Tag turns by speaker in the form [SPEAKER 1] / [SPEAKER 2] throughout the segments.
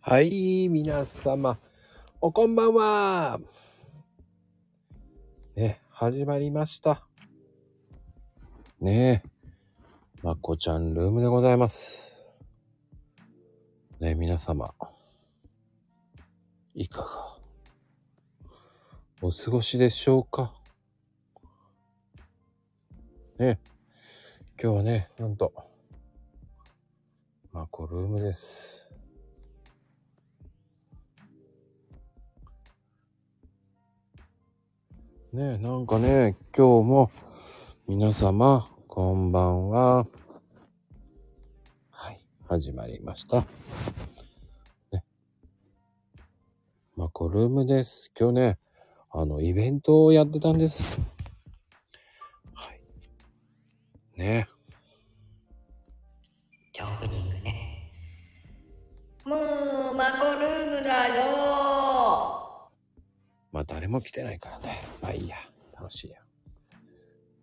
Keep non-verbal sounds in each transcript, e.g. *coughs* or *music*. [SPEAKER 1] はい、皆様、おこんばんは。ね、始まりました。ねえ、まこちゃんルームでございます。ね、皆様、いかがお過ごしでしょうかね、今日はね、なんと、まこルームです。ねなんかね、今日も皆様、こんばんは。はい、始まりました。ね。マコルームです。今日ね、あの、イベントをやってたんです。はい。ね
[SPEAKER 2] オープニングね。もう、マコルームだよ
[SPEAKER 1] まあ誰も来てないからね。まあいいや。楽しいや。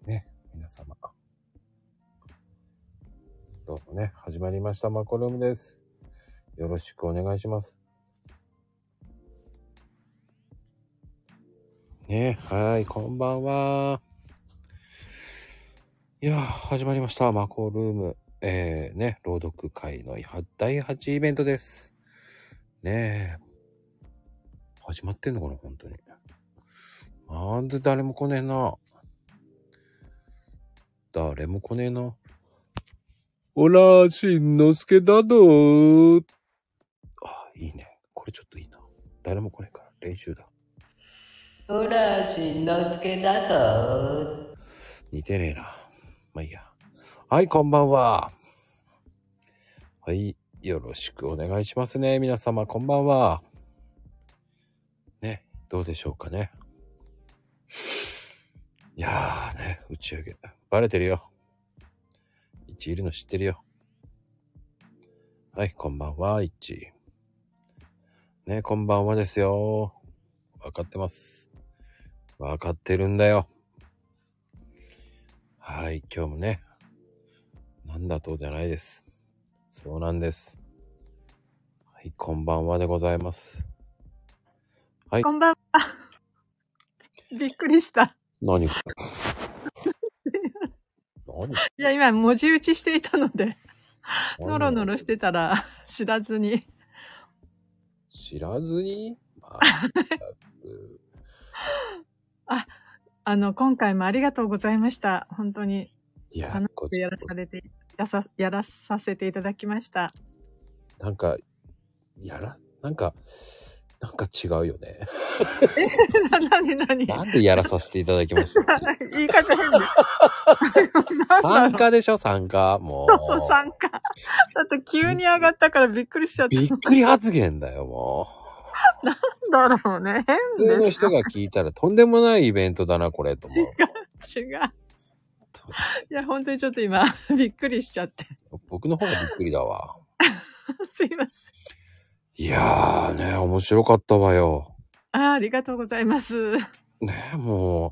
[SPEAKER 1] ね。皆様。どうもね、始まりました。マコルームです。よろしくお願いします。ねはい、こんばんは。いや始まりました。マコルーム。えー、ね、朗読会の第8イベントです。ねえ、始まってんのかな、本当に。まず誰も来ねえな。誰も来ねえな。おら、しんのすけだどあ、いいね。これちょっといいな。誰も来ねえから、練習だ。
[SPEAKER 2] おら、しんのすけだど
[SPEAKER 1] 似てねえな。まあいいや。はい、こんばんは。はい、よろしくお願いしますね。皆様、こんばんは。ね、どうでしょうかね。いやーね、打ち上げ。バレてるよ。一いるの知ってるよ。はい、こんばんは、一。ね、こんばんはですよ。わかってます。わかってるんだよ。はい、今日もね、なんだとじゃないです。そうなんです。はい、こんばんはでございます。
[SPEAKER 3] はい、 *laughs* こんばんは。びっくりした。
[SPEAKER 1] *laughs* 何
[SPEAKER 3] いや、今、文字打ちしていたので、ノロノロしてたら、知らずに。
[SPEAKER 1] 知らずに、ま
[SPEAKER 3] あ、あ、あの、今回もありがとうございました。本当に。
[SPEAKER 1] いや、
[SPEAKER 3] 楽しくやらされて、やさ、やらさせていただきました。
[SPEAKER 1] なんか、やら、なんか、なんか違うよね。
[SPEAKER 3] え、な、なになに
[SPEAKER 1] *laughs* なんでやらさせていただきました
[SPEAKER 3] *laughs* 言い方変だ。 *laughs*
[SPEAKER 1] 参加でしょ、参加。も
[SPEAKER 3] う。そうそう、参加。だって急に上がったからびっくりしちゃった。
[SPEAKER 1] びっくり発言だよ、も
[SPEAKER 3] う。 *laughs* なんだろうね。変
[SPEAKER 1] 普通の人が聞いたらとんでもないイベントだな、これ、と
[SPEAKER 3] 思う。 *laughs* 違う、違う。いや、本当にちょっと今、 *laughs* びっくりしちゃって。 *laughs*
[SPEAKER 1] 僕の方がびっくりだわ。
[SPEAKER 3] すいません。
[SPEAKER 1] いやーね、面白かったわよ。
[SPEAKER 3] あありがとうございます。 *laughs*
[SPEAKER 1] ねも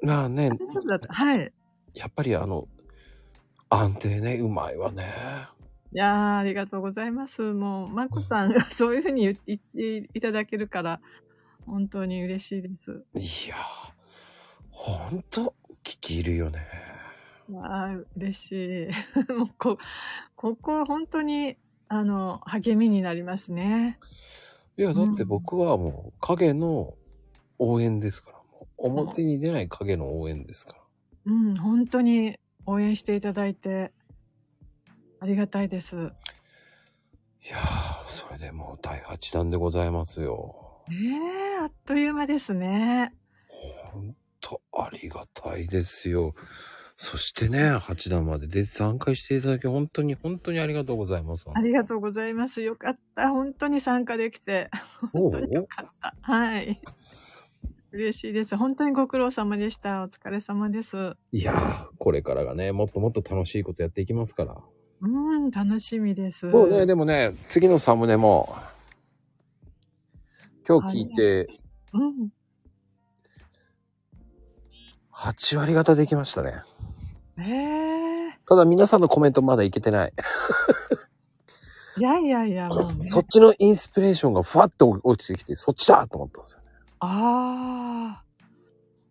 [SPEAKER 1] う、まあね、
[SPEAKER 3] はい。
[SPEAKER 1] やっぱりあの、安定ね、うまいわね。
[SPEAKER 3] いやーありがとうございます。もう、まこさんが *laughs* そういうふうに言っていただけるから、本当に嬉しいです。
[SPEAKER 1] いやー、ほんと、聞き入るよね。
[SPEAKER 3] わあ嬉しい。 *laughs* もうこ、ここ、本当に、あの、励みになりますね。
[SPEAKER 1] いや、だって僕はもう影の応援ですから、うん、表に出ない影の応援ですから。
[SPEAKER 3] うん、本当に応援していただいて、ありがたいです。い
[SPEAKER 1] やー、それでもう第8弾でございますよ。
[SPEAKER 3] ええー、あっという間ですね。
[SPEAKER 1] ほんとありがたいですよ。そしてね、8段までで参加していただき、本当に本当にありがとうございます。
[SPEAKER 3] ありがとうございます。よかった。本当に参加できて。 *laughs*
[SPEAKER 1] そう
[SPEAKER 3] よかった。はい。嬉しいです。本当にご苦労様でした。お疲れ様です。
[SPEAKER 1] いやー、これからがね、もっともっと楽しいことやっていきますから。
[SPEAKER 3] うん、楽しみです。
[SPEAKER 1] もうね、でもね、次のサムネも、今日聞いて、
[SPEAKER 3] うん。
[SPEAKER 1] 8割方できましたね。
[SPEAKER 3] えー、
[SPEAKER 1] ただ皆さんのコメントまだいけてない。
[SPEAKER 3] いやいやいや、もうね。
[SPEAKER 1] そっちのインスピレーションがふわっと落ちてきて、そっちだと思ったんですよね。
[SPEAKER 3] ああ。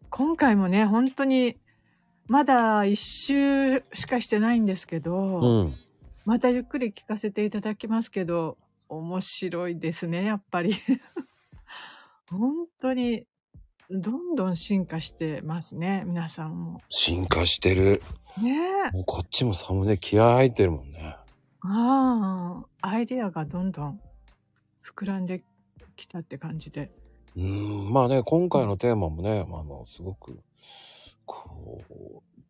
[SPEAKER 3] 今回もね、本当に、まだ一周しかしてないんですけど、
[SPEAKER 1] うん。
[SPEAKER 3] またゆっくり聞かせていただきますけど、面白いですね、やっぱり。 *laughs* 本当に、どんどん進化してますね、皆さんも。
[SPEAKER 1] 進化してる。
[SPEAKER 3] ねえ。
[SPEAKER 1] もうこっちもサムネ気合入ってるもんね。
[SPEAKER 3] ああ、アイデアがどんどん膨らんできたって感じで。
[SPEAKER 1] うん。まあね、今回のテーマもね、まああの、すごく、こう、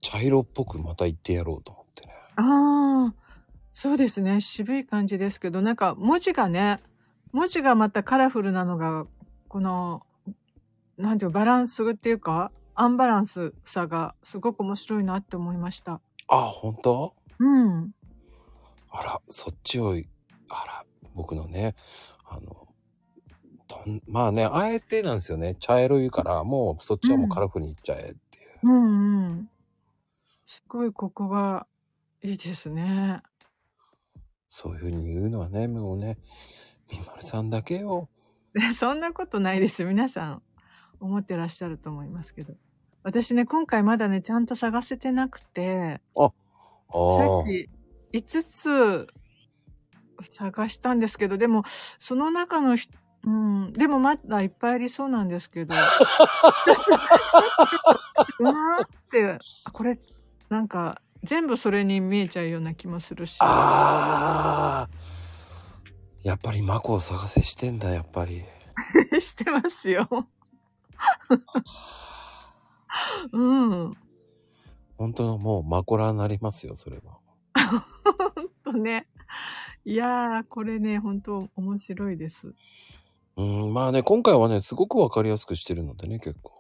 [SPEAKER 1] 茶色っぽくまた言ってやろうと思ってね。
[SPEAKER 3] ああ、そうですね。渋い感じですけど、なんか文字がね、文字がまたカラフルなのが、この、なんていうバランスっていうか、アンバランスさがすごく面白いなって思いました。
[SPEAKER 1] あ、本当
[SPEAKER 3] うん。
[SPEAKER 1] あら、そっちを、あら、僕のね、あの、とんまあね、あえてなんですよね。茶色いから、もうそっちはもうカラフルにいっちゃえっていう。
[SPEAKER 3] うんうん。すごいここがいいですね。 *laughs*
[SPEAKER 1] そういうふうに言うのはね、もうね、みまるさんだけよ。
[SPEAKER 3] でそんなことないです。皆さん思ってらっしゃると思いますけど。私ね、今回まだね、ちゃんと探せてなくて、
[SPEAKER 1] あ
[SPEAKER 3] さ
[SPEAKER 1] あ
[SPEAKER 3] っ。き5つ探したんですけど、でも、その中のひ、うん、でもまだいっぱいありそうなんですけど、一つ一つうわーって、あこれ、なんか、全部それに見えちゃうような気もするし。
[SPEAKER 1] ああ。やっぱりマコを探せしてんだ、やっぱり。
[SPEAKER 3] *laughs* してますよ。うん。
[SPEAKER 1] 本当のもうマコラになりますよ、それは。
[SPEAKER 3] とね。いやー、これね、本当面白いです。
[SPEAKER 1] うん、まあね、今回はね、すごくわかりやすくしてるのでね、結構。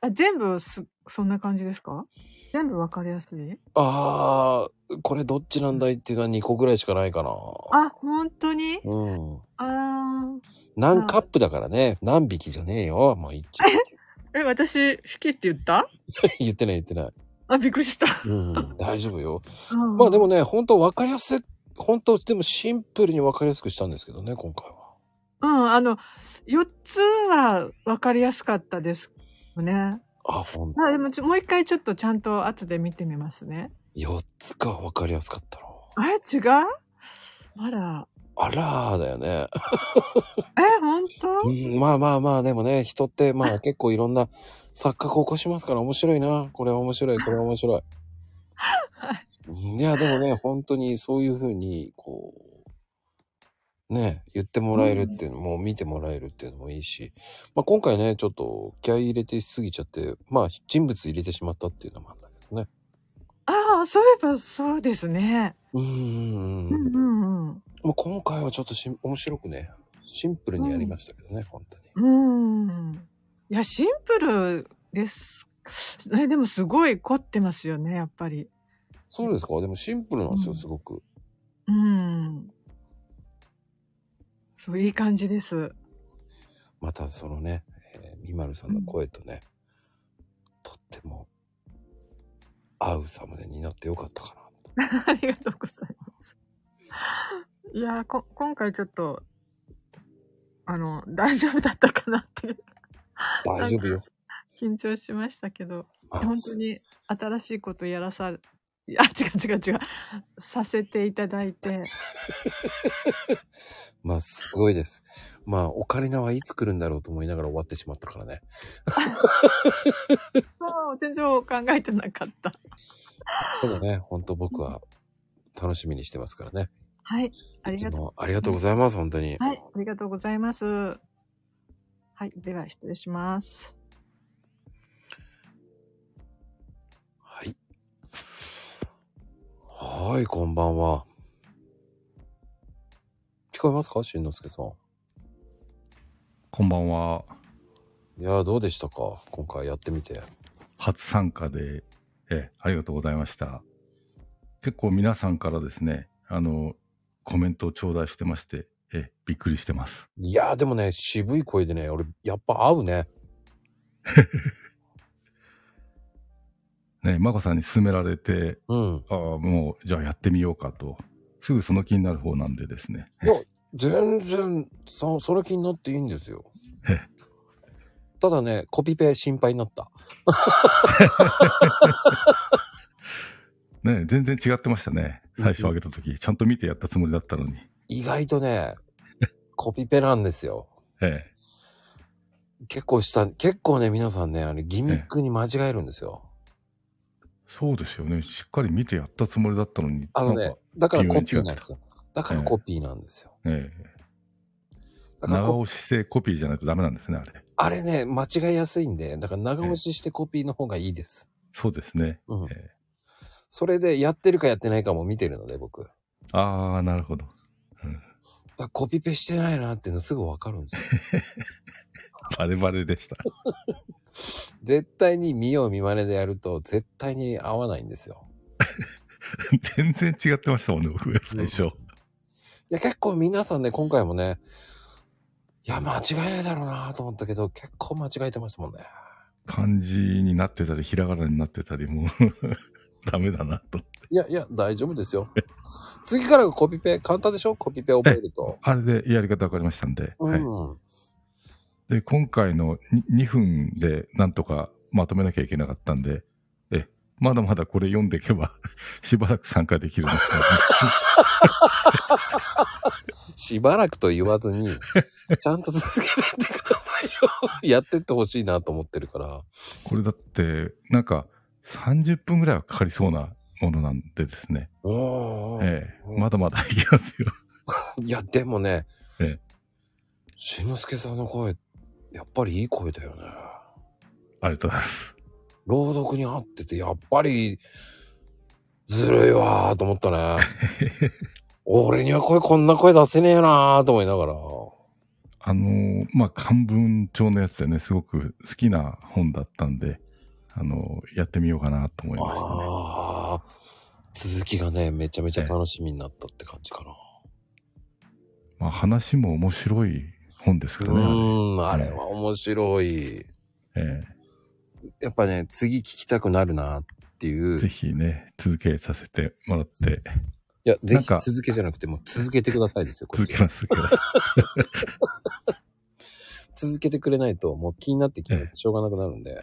[SPEAKER 3] あ、全部す、そんな感じですか全部わかりやすい
[SPEAKER 1] ああ、これどっちなんだいっていうのは2個ぐらいしかないかな。
[SPEAKER 3] あ、本当に
[SPEAKER 1] うん。
[SPEAKER 3] あ
[SPEAKER 1] 何カップだからね、何匹じゃねえよ。もう一匹。
[SPEAKER 3] ー。え、私、好きって言った
[SPEAKER 1] *laughs* 言ってない言ってない。
[SPEAKER 3] あ、びっくりした。 *laughs*
[SPEAKER 1] うん、大丈夫よ。
[SPEAKER 3] うん
[SPEAKER 1] まあでもね、本当わかりやすい、本当でもシンプルにわかりやすくしたんですけどね、今回は。
[SPEAKER 3] うん、あの、4つはわかりやすかったですよね。
[SPEAKER 1] あ、ほんと。
[SPEAKER 3] まあでもちょ、もう一回ちょっとちゃんと後で見てみますね。
[SPEAKER 1] 4つかわかりやすかったの。
[SPEAKER 3] あれ違うあら。
[SPEAKER 1] あらーだよね。
[SPEAKER 3] え、本当
[SPEAKER 1] うんまあまあまあ、でもね、人ってまあ結構いろんな錯覚を起こしますから面白いな。これは面白い、これは面白い。 *laughs* いや、でもね、本当にそういうふうに、こう、ね、言ってもらえるっていうのも、見てもらえるっていうのもいいし、まあ今回ね、ちょっと気合い入れてすぎちゃって、まあ人物入れてしまったっていうのもあるんだけどね。
[SPEAKER 3] ああ、そういえばそうですね。
[SPEAKER 1] うーん。
[SPEAKER 3] うんうんうん。
[SPEAKER 1] まあ今回はちょっとしん面白くね、シンプルにやりましたけどね、本当に。
[SPEAKER 3] うーん。いや、シンプルです。え、でもすごい凝ってますよね、やっぱり。
[SPEAKER 1] そうですかでもシンプルなんです
[SPEAKER 3] う
[SPEAKER 1] よ、
[SPEAKER 3] ん
[SPEAKER 1] すごく。
[SPEAKER 3] うん。そう、いい感じです。 *laughs*
[SPEAKER 1] またそのね、えー、みまるさんの声とね、とっても合うサムネになってよかったかな。
[SPEAKER 3] ありがとうございます。いやーこ、今回ちょっと、あの、大丈夫だったかなって
[SPEAKER 1] 大丈夫よ。
[SPEAKER 3] 緊張しましたけど、
[SPEAKER 1] まあ
[SPEAKER 3] 本当に新しいことやらさ、いや、違う違う違う、させていただ
[SPEAKER 1] *laughs*
[SPEAKER 3] いて、 *laughs*
[SPEAKER 1] まあ、すごいです。まあ、オカリナはいつ来るんだろうと思いながら終わってしまったからね。
[SPEAKER 3] もう全然考えてなかった。
[SPEAKER 1] ただね、本当僕は楽しみにしてますからね。
[SPEAKER 3] はい、あ
[SPEAKER 1] い
[SPEAKER 3] り
[SPEAKER 1] つ
[SPEAKER 3] がとう。
[SPEAKER 1] もありがとうございます、本当に。
[SPEAKER 3] はい、ありがとうございます。はい、では失礼します。
[SPEAKER 1] はい。はい、こんばんは。聞こえますかしんのすけさん。
[SPEAKER 4] こんばんは。
[SPEAKER 1] いやー、どうでしたか今回やってみて。
[SPEAKER 4] 初参加で、え、ありがとうございました。結構皆さんからですね、あの、コメントを頂戴してまして、え、びっくりしてます。
[SPEAKER 1] いやーでもね、渋い声でね、俺、やっぱ合うね。
[SPEAKER 4] ね、まこさんに勧められて、
[SPEAKER 1] うん。
[SPEAKER 4] ああ、もう、じゃあやってみようかと、すぐその気になる方なんでですね。
[SPEAKER 1] 全然、そ、その気になっていいんですよ
[SPEAKER 4] ええ。
[SPEAKER 1] ただね、コピペ心配になった。
[SPEAKER 4] ね、全然違ってましたね。最初上げた時、ちゃんと見てやったつもりだったのに。
[SPEAKER 1] 意外とね、コピペなんですよ。
[SPEAKER 4] え
[SPEAKER 1] 結構した、結構ね、皆さんね、あの、ギミックに間違えるんですよ。
[SPEAKER 4] え、そうですよね。しっかり見てやったつもりだったのに。
[SPEAKER 1] あの
[SPEAKER 4] なん
[SPEAKER 1] ね
[SPEAKER 4] か、
[SPEAKER 1] だから
[SPEAKER 4] 微妙
[SPEAKER 1] コ
[SPEAKER 4] に
[SPEAKER 1] ピ
[SPEAKER 4] 違
[SPEAKER 1] ー
[SPEAKER 4] ってた
[SPEAKER 1] なんですよ。だからコピーなんですよ。
[SPEAKER 4] ええ、
[SPEAKER 1] だから
[SPEAKER 4] 長
[SPEAKER 1] こ
[SPEAKER 4] 押ししてコピーじゃないとダメなんですね、あれ。
[SPEAKER 1] あれね、間違いやすいんで、だから長押ししてコピーの方がいいです。
[SPEAKER 4] そうですね。え
[SPEAKER 1] うん
[SPEAKER 4] え。
[SPEAKER 1] それでやってるかやってないかも見てるので、僕。だか
[SPEAKER 4] ああ、なるほど。
[SPEAKER 1] らコピペしてないなっていうのすぐわかるんですよ。
[SPEAKER 4] バレバレでした。 *laughs*
[SPEAKER 1] 絶対に見よう見まねでやると、絶対に合わないんですよ。
[SPEAKER 4] 全然違ってましたもんね、僕が最初。
[SPEAKER 1] いや、結構皆さんね、今回もね、いや、間違いないだろうなと思ったけど、結構間違えてましたもんね。
[SPEAKER 4] 漢字になってたり、ひらがなになってたり、もう、 *laughs* ダメだなと。
[SPEAKER 1] いやいや、大丈夫ですよ。 *laughs* 次からがコピペ、簡単でしょコピペ覚えると。
[SPEAKER 4] あれでやり方わかりましたんで。
[SPEAKER 1] う
[SPEAKER 4] はい。
[SPEAKER 1] ん。
[SPEAKER 4] で、今回のに 2, 分でなんとかまとめなきゃいけなかったんで、え、まだまだこれ読んでいけば、 *laughs* しばらく参加できるんですから、 *laughs*
[SPEAKER 1] しばらくと言わず *laughs* に、ちゃんと続けてってくださいよ。やってってほしいなと思ってるから。
[SPEAKER 4] これだって、なんか、30分ぐらいはかかりそうなものなんでですね。
[SPEAKER 1] おー
[SPEAKER 4] ええ、まだまだいきますよ。 *laughs*
[SPEAKER 1] *laughs* いや、でもね、
[SPEAKER 4] ええ
[SPEAKER 1] しんのすけさんの声、やっぱりいい声だよね。
[SPEAKER 4] ありがとうございます。
[SPEAKER 1] 朗読に合ってて、やっぱり、ずるいわーと思っ
[SPEAKER 4] *laughs*
[SPEAKER 1] たね。俺には声、こんな声出せねえなーと思いながら。
[SPEAKER 4] あのーまあ、漢文帳のやつでね、すごく好きな本だったんで、あのーやってみようかなと思いましたね。
[SPEAKER 1] ああ、続きがね、めちゃめちゃ楽しみになったって感じかな。
[SPEAKER 4] まあ、話も面白い本ですから
[SPEAKER 1] う
[SPEAKER 4] ね。あれ
[SPEAKER 1] ーん、あれは面白い。
[SPEAKER 4] え
[SPEAKER 1] やっぱね、次聞きたくなるなってい
[SPEAKER 4] え
[SPEAKER 1] う。
[SPEAKER 4] ぜ
[SPEAKER 1] い
[SPEAKER 4] ひね、続けさせてもらって、
[SPEAKER 1] や、ぜ
[SPEAKER 4] なん
[SPEAKER 1] ひ
[SPEAKER 4] か
[SPEAKER 1] 続けじゃなくてもう続けてくださいですよ、こっ
[SPEAKER 4] 続
[SPEAKER 1] ち
[SPEAKER 4] け
[SPEAKER 1] は
[SPEAKER 4] ますけど。
[SPEAKER 1] *laughs* 続けてくれないと、もう気になってきて
[SPEAKER 4] ええ
[SPEAKER 1] しょうがなくなるんで。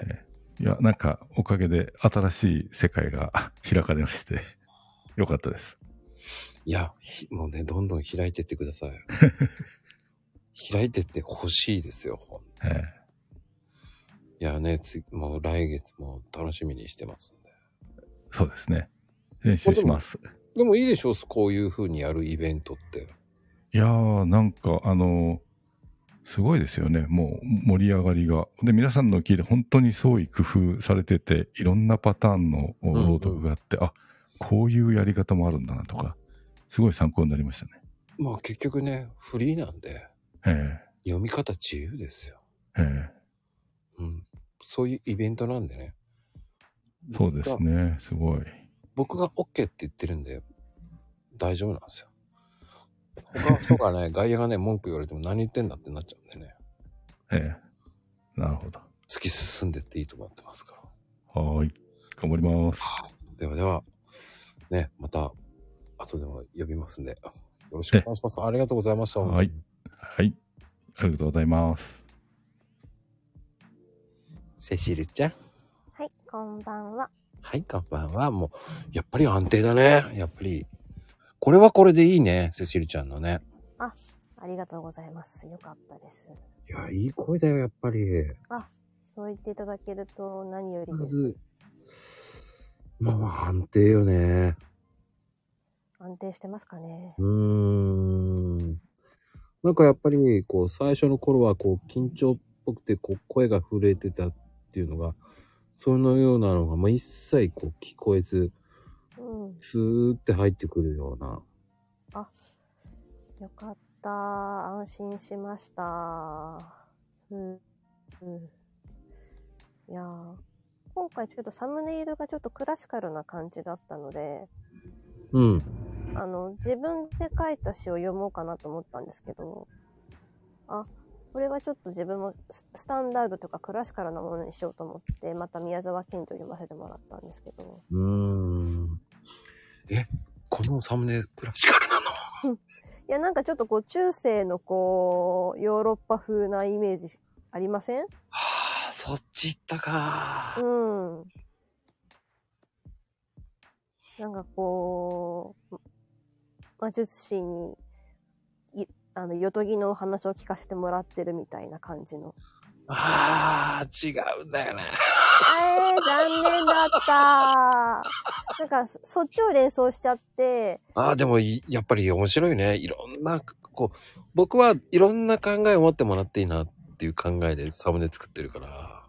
[SPEAKER 4] いや、なんか、おかげで新しい世界があ開かれまして、 *laughs* よかったです。 *laughs*
[SPEAKER 1] いや、ひもうね、どんどん開いてってください。開いてってほしいですよ、ほん
[SPEAKER 4] ええ
[SPEAKER 1] いやね、つもう来月も楽しみにしてますんで。
[SPEAKER 4] そうですね。練習します。
[SPEAKER 1] でもいいでしょう、こういう風にやるイベントって。
[SPEAKER 4] いやー、なんか、あのーすごいですよね。もう盛り上がりが。で、皆さんの聞いて、本当に創意工夫されてて、いろんなパターンのお
[SPEAKER 1] んうん
[SPEAKER 4] 朗読があって、あ、こういうやり方もあるんだなとか、すごい参考になりましたね。
[SPEAKER 1] まあ結局ね、フリーなんで、
[SPEAKER 4] え
[SPEAKER 1] 読み方自由ですよ。
[SPEAKER 4] ええ
[SPEAKER 1] うん。そういうイベントなんでね。
[SPEAKER 4] えそうですね。すごい。
[SPEAKER 1] 僕が OK って言ってるんで、大丈夫なんですよ。他の人が *laughs* ね、外野がね、文句言われても何言ってんだってなっちゃうんでね、
[SPEAKER 4] ええなるほど。
[SPEAKER 1] 突き進んでっていいと思ってますから。
[SPEAKER 4] はーい。頑張ります。
[SPEAKER 1] ではでは、ね、また、後でも呼びますんで、よろしくお願いします。ありがとうございました。
[SPEAKER 4] はいはい。ありがとうございます。
[SPEAKER 1] セシルちゃん。
[SPEAKER 5] はい、こんばんは。
[SPEAKER 1] はい、こんばんは。もう、やっぱり安定だね。やっぱり。これはこれでいいね、セシルちゃんのね。
[SPEAKER 5] ありがとうございます。よかったです。
[SPEAKER 1] いや、いい声だよ、やっぱり。
[SPEAKER 5] そう言っていただけると何より
[SPEAKER 1] ま
[SPEAKER 5] です。
[SPEAKER 1] ず、もう安定よね。
[SPEAKER 5] 安定してますかね
[SPEAKER 1] う。ーん。なんかやっぱり、こう、最初の頃は、こう、緊張っぽくて、こう、声が震えてたっていうのが、そのようなのが、もう一切、こう、聞こえず、
[SPEAKER 5] うん、
[SPEAKER 1] スーって入ってくるような。
[SPEAKER 5] よかった。安心しました。うん、うん。いやー、今回ちょっとサムネイルがちょっとクラシカルな感じだったので、
[SPEAKER 1] うん。
[SPEAKER 5] あの、自分で書いた詩を読もうかなと思ったんですけど、あ、これはちょっと自分もススタンダードとかクラシカルなものにしようと思って、また宮沢賢治を読ませてもらったんですけど、
[SPEAKER 1] うーん。え、このサムネクラシカルなの。
[SPEAKER 5] いや、なんかちょっとこう、中世のこう、ヨーロッパ風なイメージありません
[SPEAKER 1] はあ、そっち行ったか
[SPEAKER 5] う。ん。なんかこう、魔術師に、いあの、ヨトギのお話を聞かせてもらってるみたいな感じの。
[SPEAKER 1] ああ、違うんだよね。
[SPEAKER 5] えー、残念だった。なんか、そそっちを連想しちゃって、
[SPEAKER 1] ああ、でもい、やっぱり面白いね。いろんな、こう、僕はいろんな考えを持ってもらっていいなっていう考えでサムネ作ってるから、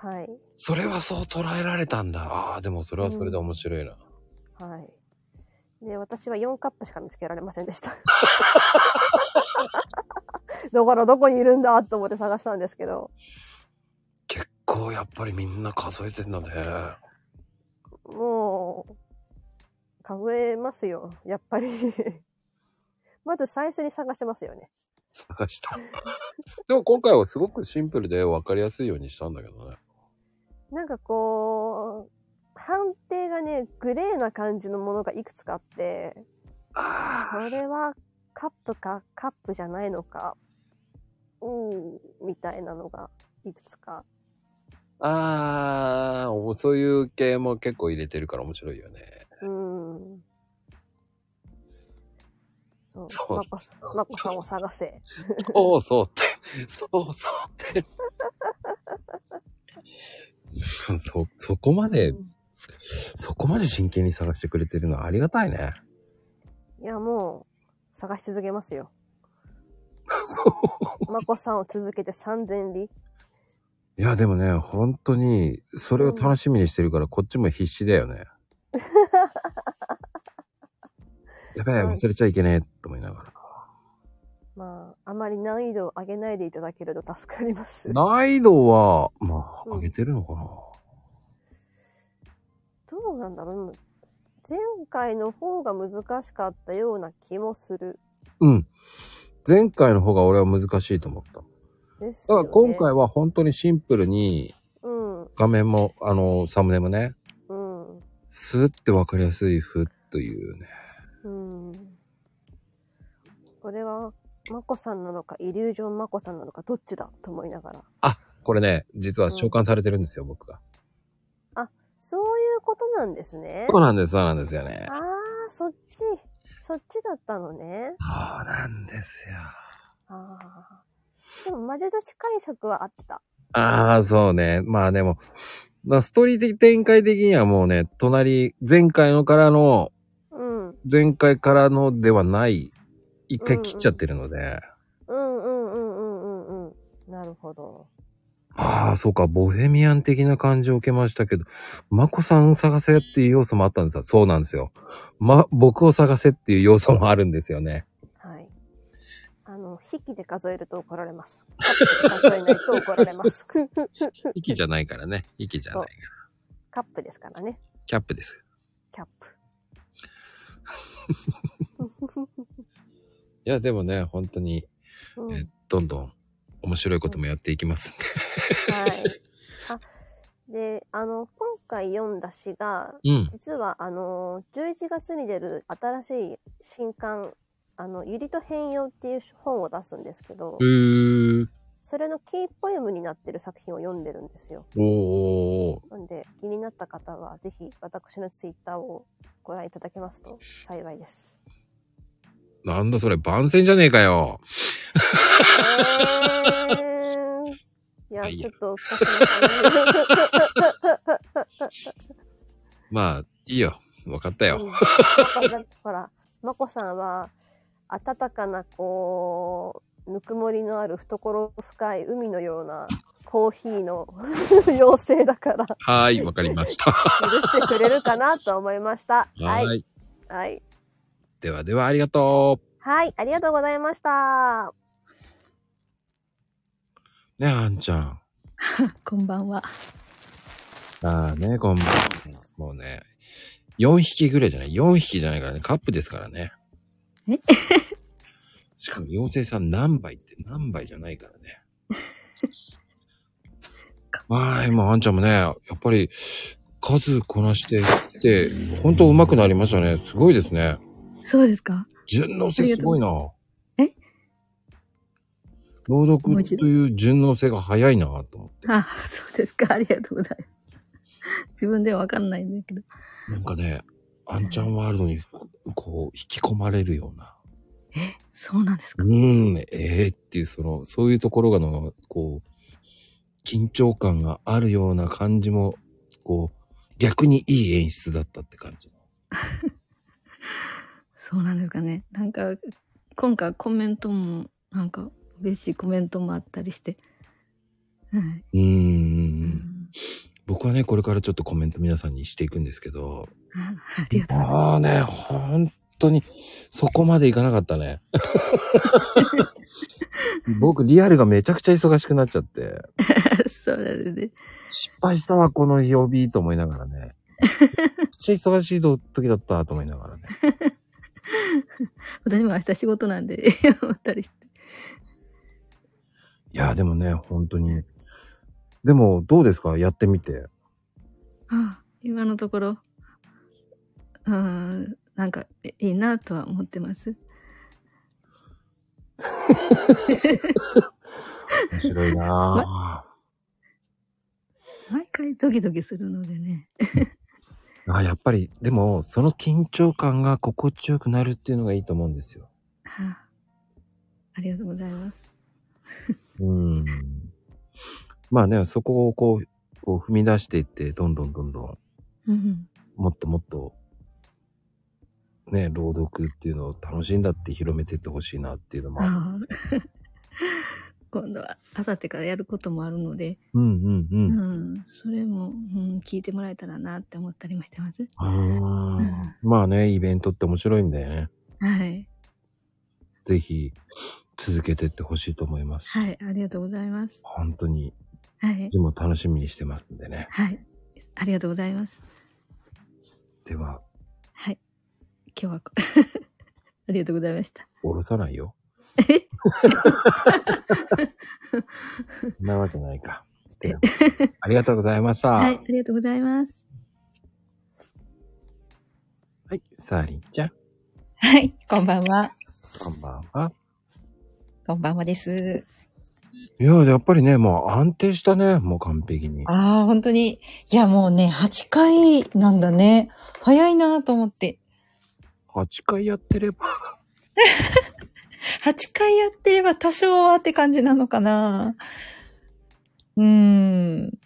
[SPEAKER 5] はい、
[SPEAKER 1] それはそう捉えられたんだ。ああ、でもそれはそれで面白いな。
[SPEAKER 5] はい。で、私は4カップしか見つけられませんでした。だからどこにいるんだと思って探したんですけど。
[SPEAKER 1] 結構やっぱりみんな数えてんだね。
[SPEAKER 5] もう、数えますよ。やっぱり。 *laughs* まず最初に探しますよね。
[SPEAKER 1] 探した。 *laughs* でも今回はすごくシンプルで分かりやすいようにしたんだけどね。
[SPEAKER 5] なんかこう、判定がね、グレーな感じのものがいくつかあって、こ
[SPEAKER 1] あ
[SPEAKER 5] れはカップかカップじゃないのか、うん、みたいなのがいくつか。
[SPEAKER 1] あ、ああ、おそういう系も結構入れてるから面白いよね。 *laughs*
[SPEAKER 5] うん。そう
[SPEAKER 1] そう
[SPEAKER 5] マコさん、マコさんを探せ。 *laughs*
[SPEAKER 1] そうそうって、そう *laughs* そうって。そ、そこまで、そこまで真剣に探してくれてるのはありがたいね。
[SPEAKER 5] いや、もう、探し続けますよ。
[SPEAKER 1] そう。
[SPEAKER 5] マコさんを続けて3000里。 *laughs*
[SPEAKER 1] いや、でもね、本当に、それを楽しみにしてるから、こっちも必死だよね。やべえ、忘れちゃいけねえ、と思いながら。
[SPEAKER 5] まあ、あまり難易度を上げないでいただけると助かります。ど
[SPEAKER 1] 難易度は、まあ、上げてるのかな。
[SPEAKER 5] うなんだろう前回の方が難しかったような気もする
[SPEAKER 1] うん。前回の方が俺は難しいと思った。だ
[SPEAKER 5] です
[SPEAKER 1] か
[SPEAKER 5] よ、
[SPEAKER 1] ら
[SPEAKER 5] ね。
[SPEAKER 1] 今回は本当にシンプルに、
[SPEAKER 5] うん、
[SPEAKER 1] 画面も、あの、サムネもね、
[SPEAKER 5] うん、
[SPEAKER 1] スーってわかりやすいふというね。
[SPEAKER 5] うん。これは、マコさんなのか、イリュージョンマコさんなのか、どっちだと思いながら。
[SPEAKER 1] これね、実は召喚されてるんですよ、僕が。
[SPEAKER 5] そういうことなんですね。
[SPEAKER 1] そうなんです、そうなんですよね。
[SPEAKER 5] ああ、そっち、そっちだったのね。
[SPEAKER 1] そうなんですよ。
[SPEAKER 5] ああ。でも、魔術師解釈はあった。
[SPEAKER 1] ああ、そうね。まあでも、まあ、ストーリー的展開的にはもうね、隣、前回のからの、
[SPEAKER 5] うん、うん
[SPEAKER 1] 前回からのではない、一回切っちゃってるので、
[SPEAKER 5] うんうんうんうんうん。なるほど。
[SPEAKER 1] ああ、そうか、ボヘミアン的な感じを受けましたけど、マコさん探せっていう要素もあったんですよ。そうなんですよ。ま、僕を探せっていう要素もあるんですよね。
[SPEAKER 5] はい。あの、引きで数えると怒られます。カップで数えないと怒られます。
[SPEAKER 1] 息じゃないからね。息じゃないから。
[SPEAKER 5] カップですからね。
[SPEAKER 1] キャップです。
[SPEAKER 5] キャッ
[SPEAKER 1] *laughs*
[SPEAKER 5] プ。
[SPEAKER 1] いや、でもね、本当に、
[SPEAKER 5] うん、は
[SPEAKER 1] え
[SPEAKER 5] い。
[SPEAKER 1] どんどん面白いこともやっていきますん *laughs* で。
[SPEAKER 5] あ、で、あの、今回読んだ詩が、
[SPEAKER 1] うん。
[SPEAKER 5] 実はあの、11月に出る新しい新刊、あの、ゆりと変容っていう本を出すんですけど
[SPEAKER 1] う、ー。
[SPEAKER 5] それのキーポエムになってる作品を読んでるんですよ。
[SPEAKER 1] おー。
[SPEAKER 5] なんで、気になった方は、ぜひ、私のツイッターをご覧いただけますと幸いです。
[SPEAKER 1] なんだそれ、番宣じゃねえかよ。
[SPEAKER 5] *laughs* えーいや、
[SPEAKER 1] はい
[SPEAKER 5] ちょっと、かすみさ
[SPEAKER 1] まあ、いいよ。わかった
[SPEAKER 5] んにうん
[SPEAKER 1] よ。
[SPEAKER 5] なんかだってほら、まこさんは、温かな、こう、ぬくもりのある懐深い海のようなコーヒーの *laughs* 妖精だから、
[SPEAKER 1] *laughs* はーい、わかりました。
[SPEAKER 5] 許してくれるかなと思いました。
[SPEAKER 1] は
[SPEAKER 5] はい。
[SPEAKER 1] ーい。
[SPEAKER 5] はい。
[SPEAKER 1] ではでは、ありがと
[SPEAKER 5] はい、ありがとうございました。
[SPEAKER 1] う。ねえ、あんちゃん。
[SPEAKER 6] *laughs* こんばんは。
[SPEAKER 1] ああね、こんばんは。もうね、4匹ぐらいじゃない、4匹じゃないからね、カップですからね。
[SPEAKER 6] え
[SPEAKER 1] しかも妖精さん何杯って何杯じゃないからね。はーい、もうあんちゃんもね、やっぱり、数こなしてきて、本当上手くなりましたね。すごいですね。
[SPEAKER 6] *laughs* そうですか
[SPEAKER 1] 順応性すごいな。
[SPEAKER 6] え
[SPEAKER 1] 朗
[SPEAKER 6] もう
[SPEAKER 1] 読
[SPEAKER 6] 一
[SPEAKER 1] と
[SPEAKER 6] 度
[SPEAKER 1] いう順応性が早いなと思って。
[SPEAKER 6] あ、そうですか。ありがとうございます。自分ではわかんないんだけど。
[SPEAKER 1] なんかね、アンちゃんワールドにこう引き込まれるような。
[SPEAKER 6] そうなんです
[SPEAKER 1] う
[SPEAKER 6] か。
[SPEAKER 1] ーん、ええっていう、その、そういうところがの、こう、緊張感があるような感じも、こう、逆にいい演出だったって感じ。
[SPEAKER 6] そうなんですかね。なんか、今回コメントも、なんか、嬉しいコメントもあったりして。 *laughs* はい。う
[SPEAKER 1] うー。
[SPEAKER 6] んん、
[SPEAKER 1] 僕はね、これからちょっとコメント皆さんにしていくんですけど、
[SPEAKER 6] あありがとうございま
[SPEAKER 1] ああね、本当に、そこまでいかなかっ
[SPEAKER 6] *laughs*
[SPEAKER 1] たね。僕、リアルがめちゃくちゃ忙しくなっちゃって、
[SPEAKER 6] す。そうですね。
[SPEAKER 1] 失敗したわ、この曜日と思いなが *laughs* らね。めっちゃ忙しい時だったと思いながらね。
[SPEAKER 6] 私も明日仕事なんで、 *laughs* 思ったりして。
[SPEAKER 1] いや、でもね、本当に。でも、どうですかやってみて。
[SPEAKER 6] ああ今のところ、うん、なんか、いいいなとは思ってます。
[SPEAKER 1] 面白
[SPEAKER 6] *laughs*
[SPEAKER 1] いな
[SPEAKER 6] 毎回ドキドキするのでね。 *laughs*
[SPEAKER 1] ぁ。あやっぱり、でも、その緊張感が心地よくなるっていうのがいいと思うんですよ。
[SPEAKER 6] はあ、ありがとうございます。
[SPEAKER 1] うん。まあね、そこをこう、こう踏み出していって、どんどんどんどん、
[SPEAKER 6] うん、
[SPEAKER 1] もっともっと、ね、朗読っていうのを楽しんだって広めていってほしいなっていうのもある。
[SPEAKER 6] ああ *laughs* 今度は、あさってからやることもあるので、
[SPEAKER 1] うんう
[SPEAKER 6] うんん、それも、うん、聞いてもらえたらなって思ったりもしてます。
[SPEAKER 1] うん。
[SPEAKER 6] う
[SPEAKER 1] あ
[SPEAKER 6] ん
[SPEAKER 1] ーまあね、イベントって面白いんだよね。
[SPEAKER 6] はい。
[SPEAKER 1] ぜひ、続けていってほしいと思います。
[SPEAKER 6] はい、ありがとうございます。
[SPEAKER 1] 本当に、
[SPEAKER 6] はい。
[SPEAKER 1] 字も楽しみにしてますんでね。
[SPEAKER 6] はい。ありがとうございます。
[SPEAKER 1] では、
[SPEAKER 6] はい。今日はこ、 *laughs* ありがとうございま
[SPEAKER 1] *laughs*
[SPEAKER 6] した。
[SPEAKER 1] おろさないよ。
[SPEAKER 6] え
[SPEAKER 1] そんなわけないか。ではありがとうございました。
[SPEAKER 6] はい、ありがとうございます。
[SPEAKER 1] はい、さありんちゃん、
[SPEAKER 7] はい、こんばんは。
[SPEAKER 1] こんばんは。
[SPEAKER 7] こんばんはです。
[SPEAKER 1] いや、やっぱりね、もう安定したね、もう完璧に。
[SPEAKER 7] ああ、本当に。いや、もうね、8回なんだね。早いなと思って。
[SPEAKER 1] 8回やって
[SPEAKER 7] *laughs*
[SPEAKER 1] れば、
[SPEAKER 7] 8回やってれば多少はって感じなのかな。うーん。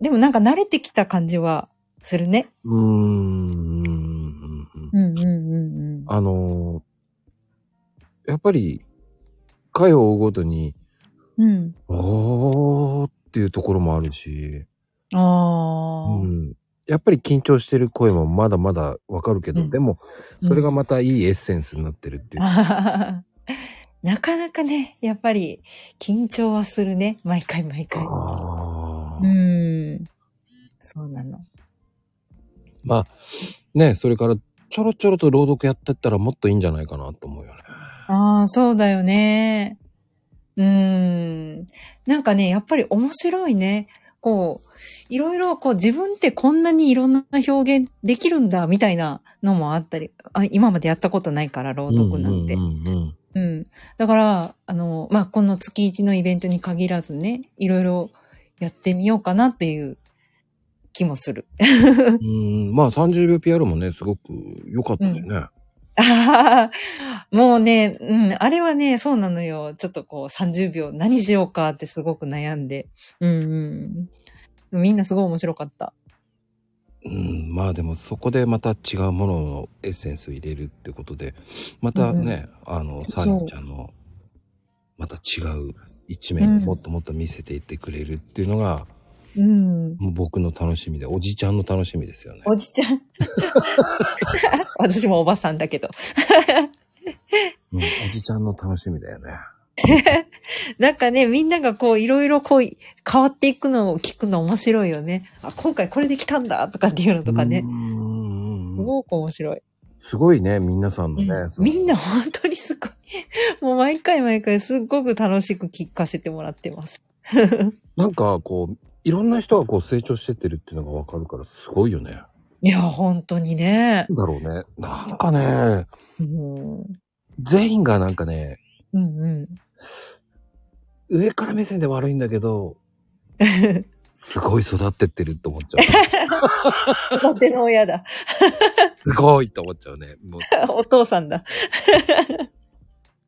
[SPEAKER 7] でもなんか慣れてきた感じはするね。
[SPEAKER 1] うー
[SPEAKER 7] う
[SPEAKER 1] ん、
[SPEAKER 7] んうんうんうん。
[SPEAKER 1] あのーやっぱり、回を追うごとに、
[SPEAKER 7] うん。
[SPEAKER 1] おーっていうところもあるし、
[SPEAKER 7] ああ、
[SPEAKER 1] うん、やっぱり緊張してる声もまだまだわかるけど、
[SPEAKER 7] うん
[SPEAKER 1] でも、それがまたいいエッセンスになってるっていう。
[SPEAKER 7] あー *laughs* なかなかね、やっぱり緊張はするね。毎回毎回。
[SPEAKER 1] あ
[SPEAKER 7] う
[SPEAKER 1] ー
[SPEAKER 7] ん。そうなの。
[SPEAKER 1] まあ、ね、それから、ちょろちょろと朗読やってったらもっといいんじゃないかなと思うよね。
[SPEAKER 7] ああ、そうだよね。うーん。なんかね、やっぱり面白いね。こう、いろいろ、こう、自分ってこんなにいろんな表現できるんだ、みたいなのもあったり、あ今までやったことないから、朗読なんて
[SPEAKER 1] う。んうんうん
[SPEAKER 7] うん。だから、あの、まあ、この月一のイベントに限らずね、いろいろやってみようかなっていう気もする。
[SPEAKER 1] うん、うんまあ30秒 PR もね、すごく良かったしね。
[SPEAKER 7] ああ、 *laughs* もうね、うん、あれはね、そうなのよ。ちょっとこう、30秒何しようかってすごく悩んで。うん、うん。みんなすごい面白かった。
[SPEAKER 1] うん、まあでもそこでまた違うもののエッセンスを入れるってことで、またね、あの、サーリンちゃんの、また違う一面
[SPEAKER 7] う
[SPEAKER 1] に
[SPEAKER 7] ん
[SPEAKER 1] もっともっと見せていってくれるっていうのが、
[SPEAKER 7] うん。
[SPEAKER 1] もう僕の楽しみで、おじちゃんの楽しみですよね。
[SPEAKER 7] おじちゃん。 *laughs* 私もおばさんだけど。 *laughs*
[SPEAKER 1] うん、おじちゃんの楽しみだよね。
[SPEAKER 7] なんかね、みんながこう、いろいろこう、変わっていくのを聞くの面白いよね。あ、今回これで来たんだとかっていうのとかね
[SPEAKER 1] う。ん
[SPEAKER 7] すごく面白い。
[SPEAKER 1] すごいね、皆さんのね。その
[SPEAKER 7] みんな本当にすごい。もう毎回毎回すっごく楽しく聞かせてもらってます。
[SPEAKER 1] なんかこう、いろんな人がこう成長してってるっていうのがわかるからすごいよね。
[SPEAKER 7] いや、本当にね。
[SPEAKER 1] なんだろうね。なんかね、
[SPEAKER 7] うん。 *laughs* うん
[SPEAKER 1] 全員がなんかね、
[SPEAKER 7] うん。
[SPEAKER 1] 上から目線で悪いんだけ
[SPEAKER 8] *laughs*
[SPEAKER 1] ど、すごい育ってってると思っち
[SPEAKER 7] *laughs*
[SPEAKER 1] ゃう。
[SPEAKER 7] 育ての親だ。 *laughs*
[SPEAKER 1] すごいと思っちゃうね。もう
[SPEAKER 7] お父さん
[SPEAKER 1] *laughs*
[SPEAKER 7] だ。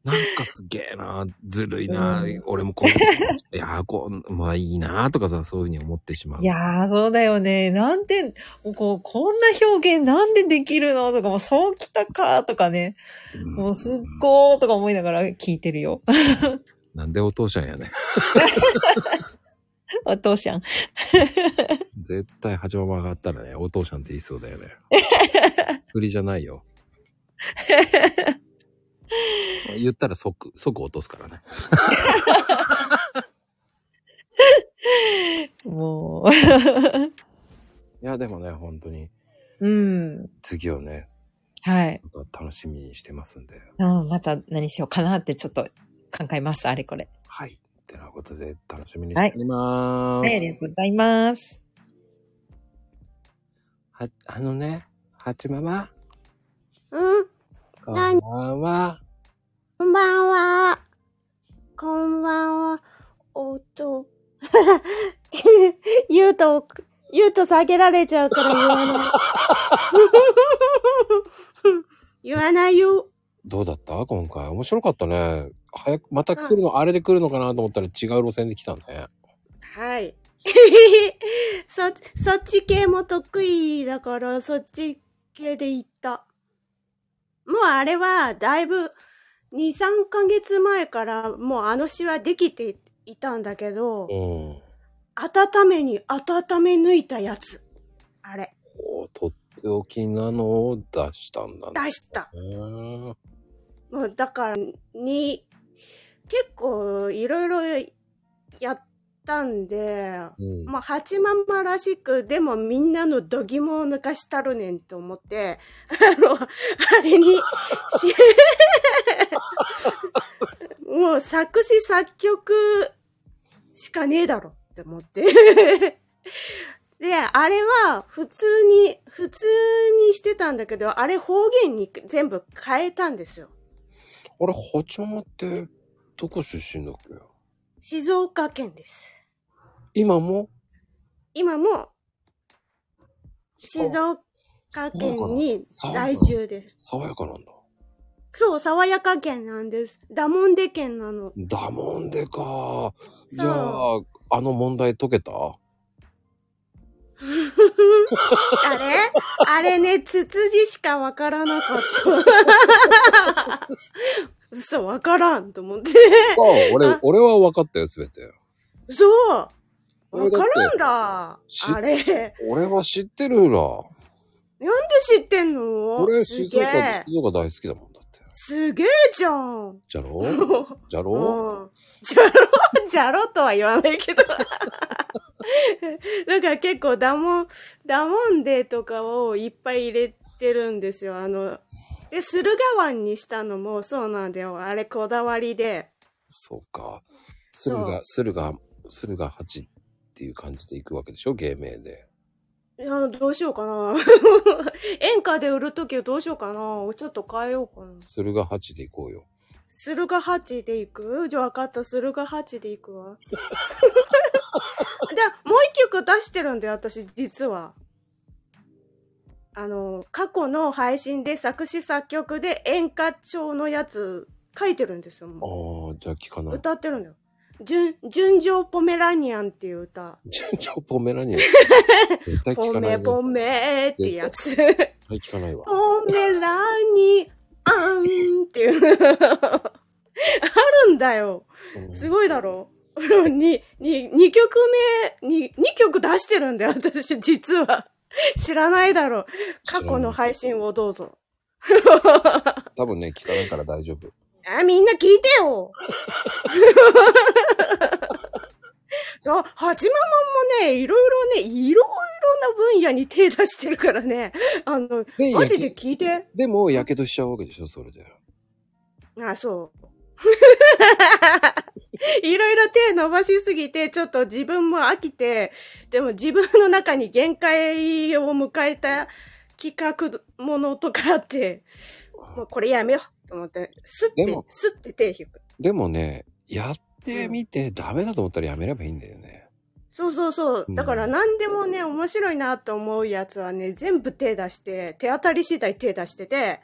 [SPEAKER 1] なんかすげえな、ずるいな、
[SPEAKER 7] うん
[SPEAKER 1] 俺もこう、いやー、こう、まあいいなとかさ、そういうふうに思ってしまう。
[SPEAKER 7] いやー、そうだよね。なんで、こう、こんな表現なんでできるのとか、もうそうきたかとかね。
[SPEAKER 1] うん、
[SPEAKER 7] もうすっごーとか思いながら聞いてるよ。 *laughs*
[SPEAKER 1] なんでお父ちゃんやね。
[SPEAKER 7] お父さん。
[SPEAKER 1] 絶対八幡があったらね、お父ちゃんって言いそうだ
[SPEAKER 7] *laughs*
[SPEAKER 1] よね。振りじゃないよ。言ったら即、即落とすからね。 *laughs*
[SPEAKER 7] も
[SPEAKER 1] いや、でもね、本当に、
[SPEAKER 7] う。うん。
[SPEAKER 1] 次をね、
[SPEAKER 7] はい。
[SPEAKER 1] また楽しみにしてますんで。
[SPEAKER 7] うん、また何しようかなってちょっと考えます。あれこれ。
[SPEAKER 1] はい。てなことで、楽しみにしておりまーす。
[SPEAKER 7] はい、ありがとうございます。
[SPEAKER 1] は、あのね、八幡
[SPEAKER 9] うん、
[SPEAKER 1] こんばんは。
[SPEAKER 9] こんばんは。こんばんは。おっと。 *laughs* 言うと、言うと下げられちゃうから言わない。 *laughs* 言わないよ。
[SPEAKER 1] どうだった今回。面白かったね。早く、また来るの、あれで来るのかなと思ったら違う路線で来たね。
[SPEAKER 9] はい。 *laughs* そ、そっち系も得意だから、そっち系で行った。もうあれは、だいぶ、2、3ヶ月前から、もうあの詩はできていたんだけど、
[SPEAKER 1] うん。お
[SPEAKER 9] 温めに温め抜いたやつ。あれ、
[SPEAKER 1] ーとっておきなのを出したんだね。
[SPEAKER 9] 出した。
[SPEAKER 1] ね
[SPEAKER 9] もうだから、に、結構いろいろやったんで、
[SPEAKER 1] うん。
[SPEAKER 9] まあ、八万マらしく、でもみんなの度肝を抜かしたるねんと思って、あの、あれ
[SPEAKER 1] *laughs*
[SPEAKER 9] に、しもう作詞作曲しかねえだろって思って。で、あれは普通に、普通にしてたんだけど、あれ方言に全部変えたんですよ。
[SPEAKER 1] あれ、八幡って、どこ出身だっけ
[SPEAKER 9] 静岡県です。
[SPEAKER 1] 今も
[SPEAKER 9] 今も静岡県に在住です。
[SPEAKER 1] 爽やかなんだ。
[SPEAKER 9] そう、爽やか県なんです。ダモンデ県
[SPEAKER 1] *laughs*
[SPEAKER 9] なの。
[SPEAKER 1] だもんでか。じゃあ、あの問題解けた
[SPEAKER 9] あれあれね、ツツジしかわからなかった。 *laughs* 嘘、わからんと思って。
[SPEAKER 1] あ俺
[SPEAKER 9] あ、
[SPEAKER 1] 俺は分かったよ、すべて。
[SPEAKER 9] そう
[SPEAKER 1] 俺
[SPEAKER 9] わ
[SPEAKER 1] だ
[SPEAKER 9] か
[SPEAKER 1] って
[SPEAKER 9] らんだ。
[SPEAKER 1] し
[SPEAKER 9] あれ。なんで
[SPEAKER 1] 俺は知ってるな。
[SPEAKER 9] 知ってんの
[SPEAKER 1] 俺、
[SPEAKER 9] す
[SPEAKER 1] 静
[SPEAKER 9] げ
[SPEAKER 1] 岡
[SPEAKER 9] え、。
[SPEAKER 1] 静岡大好きだもんだって。
[SPEAKER 9] すげえじゃん。
[SPEAKER 1] じゃ
[SPEAKER 9] *laughs*
[SPEAKER 1] ろじゃろ
[SPEAKER 9] うんじゃろ、じゃろとは言わないけど。だから結構ダモン、ダモンデとかをいっぱい入れてるんですよ。あの、で、駿河湾にしたのもそうなんだよ。あれこだわりで。
[SPEAKER 1] そうか。駿河、駿河、駿河八っていう感じで行くわけでしょ芸名で。
[SPEAKER 9] いや、どうしようかな。 *laughs* 演歌で売るときはどうしようかな。ちょっと変えようかな。
[SPEAKER 1] 駿河八で行こうよ。 *laughs*
[SPEAKER 9] 駿河八で行くじゃあ分かった。駿河八で行
[SPEAKER 1] *laughs*
[SPEAKER 9] くわ。で、もう一曲出してるんだよ、私、実は。あの、過去の配信で作詞作曲で演歌調のやつ書いてるんですよ。
[SPEAKER 1] あ
[SPEAKER 9] も
[SPEAKER 1] あ、じゃあ聞か
[SPEAKER 9] う
[SPEAKER 1] ない。
[SPEAKER 9] 歌ってるんだよ。純、純情ポメラニアンっていう歌。
[SPEAKER 1] じゃあじゃあポメラ
[SPEAKER 9] *laughs*
[SPEAKER 1] ニアン。絶対聞
[SPEAKER 9] ポ
[SPEAKER 1] かない、
[SPEAKER 9] メ
[SPEAKER 1] ね。
[SPEAKER 9] ポメーってやつ。
[SPEAKER 1] 絶対聞かないわ。
[SPEAKER 9] ポメラニアンっていう。あるんだよ。すごいだろに、に、2曲目、に、2曲出してるんだよ、私、実は。知らないだろう。過去の配信をどうぞ。
[SPEAKER 1] うん。多分ね、聞かないから大丈夫。
[SPEAKER 9] あ、みんな聞いてよ *laughs* あ、八ママもね、いろいろね、いろいろな分野に手出してるからね。あの、
[SPEAKER 1] で
[SPEAKER 9] マジ
[SPEAKER 1] や
[SPEAKER 9] で
[SPEAKER 1] け
[SPEAKER 9] 聞いて。
[SPEAKER 1] でも、やけどしちゃうわけでしょ、それで。
[SPEAKER 9] あ、そう。 *laughs* いろいろ手伸ばしすぎて、ちょっと自分も飽きて、でも自分の中に限界を迎えた企画ものとかあって、もうこれやめようと思って、すっ
[SPEAKER 1] で
[SPEAKER 9] て
[SPEAKER 1] も、
[SPEAKER 9] すって手引く。
[SPEAKER 1] でもね、やってみてダメだと思ったらやめればいいんだよね。
[SPEAKER 9] そうそうそう
[SPEAKER 1] う。ん
[SPEAKER 9] だから何でもね、面白いなと思うやつはね、全部手出して、手当たり次第手出してて、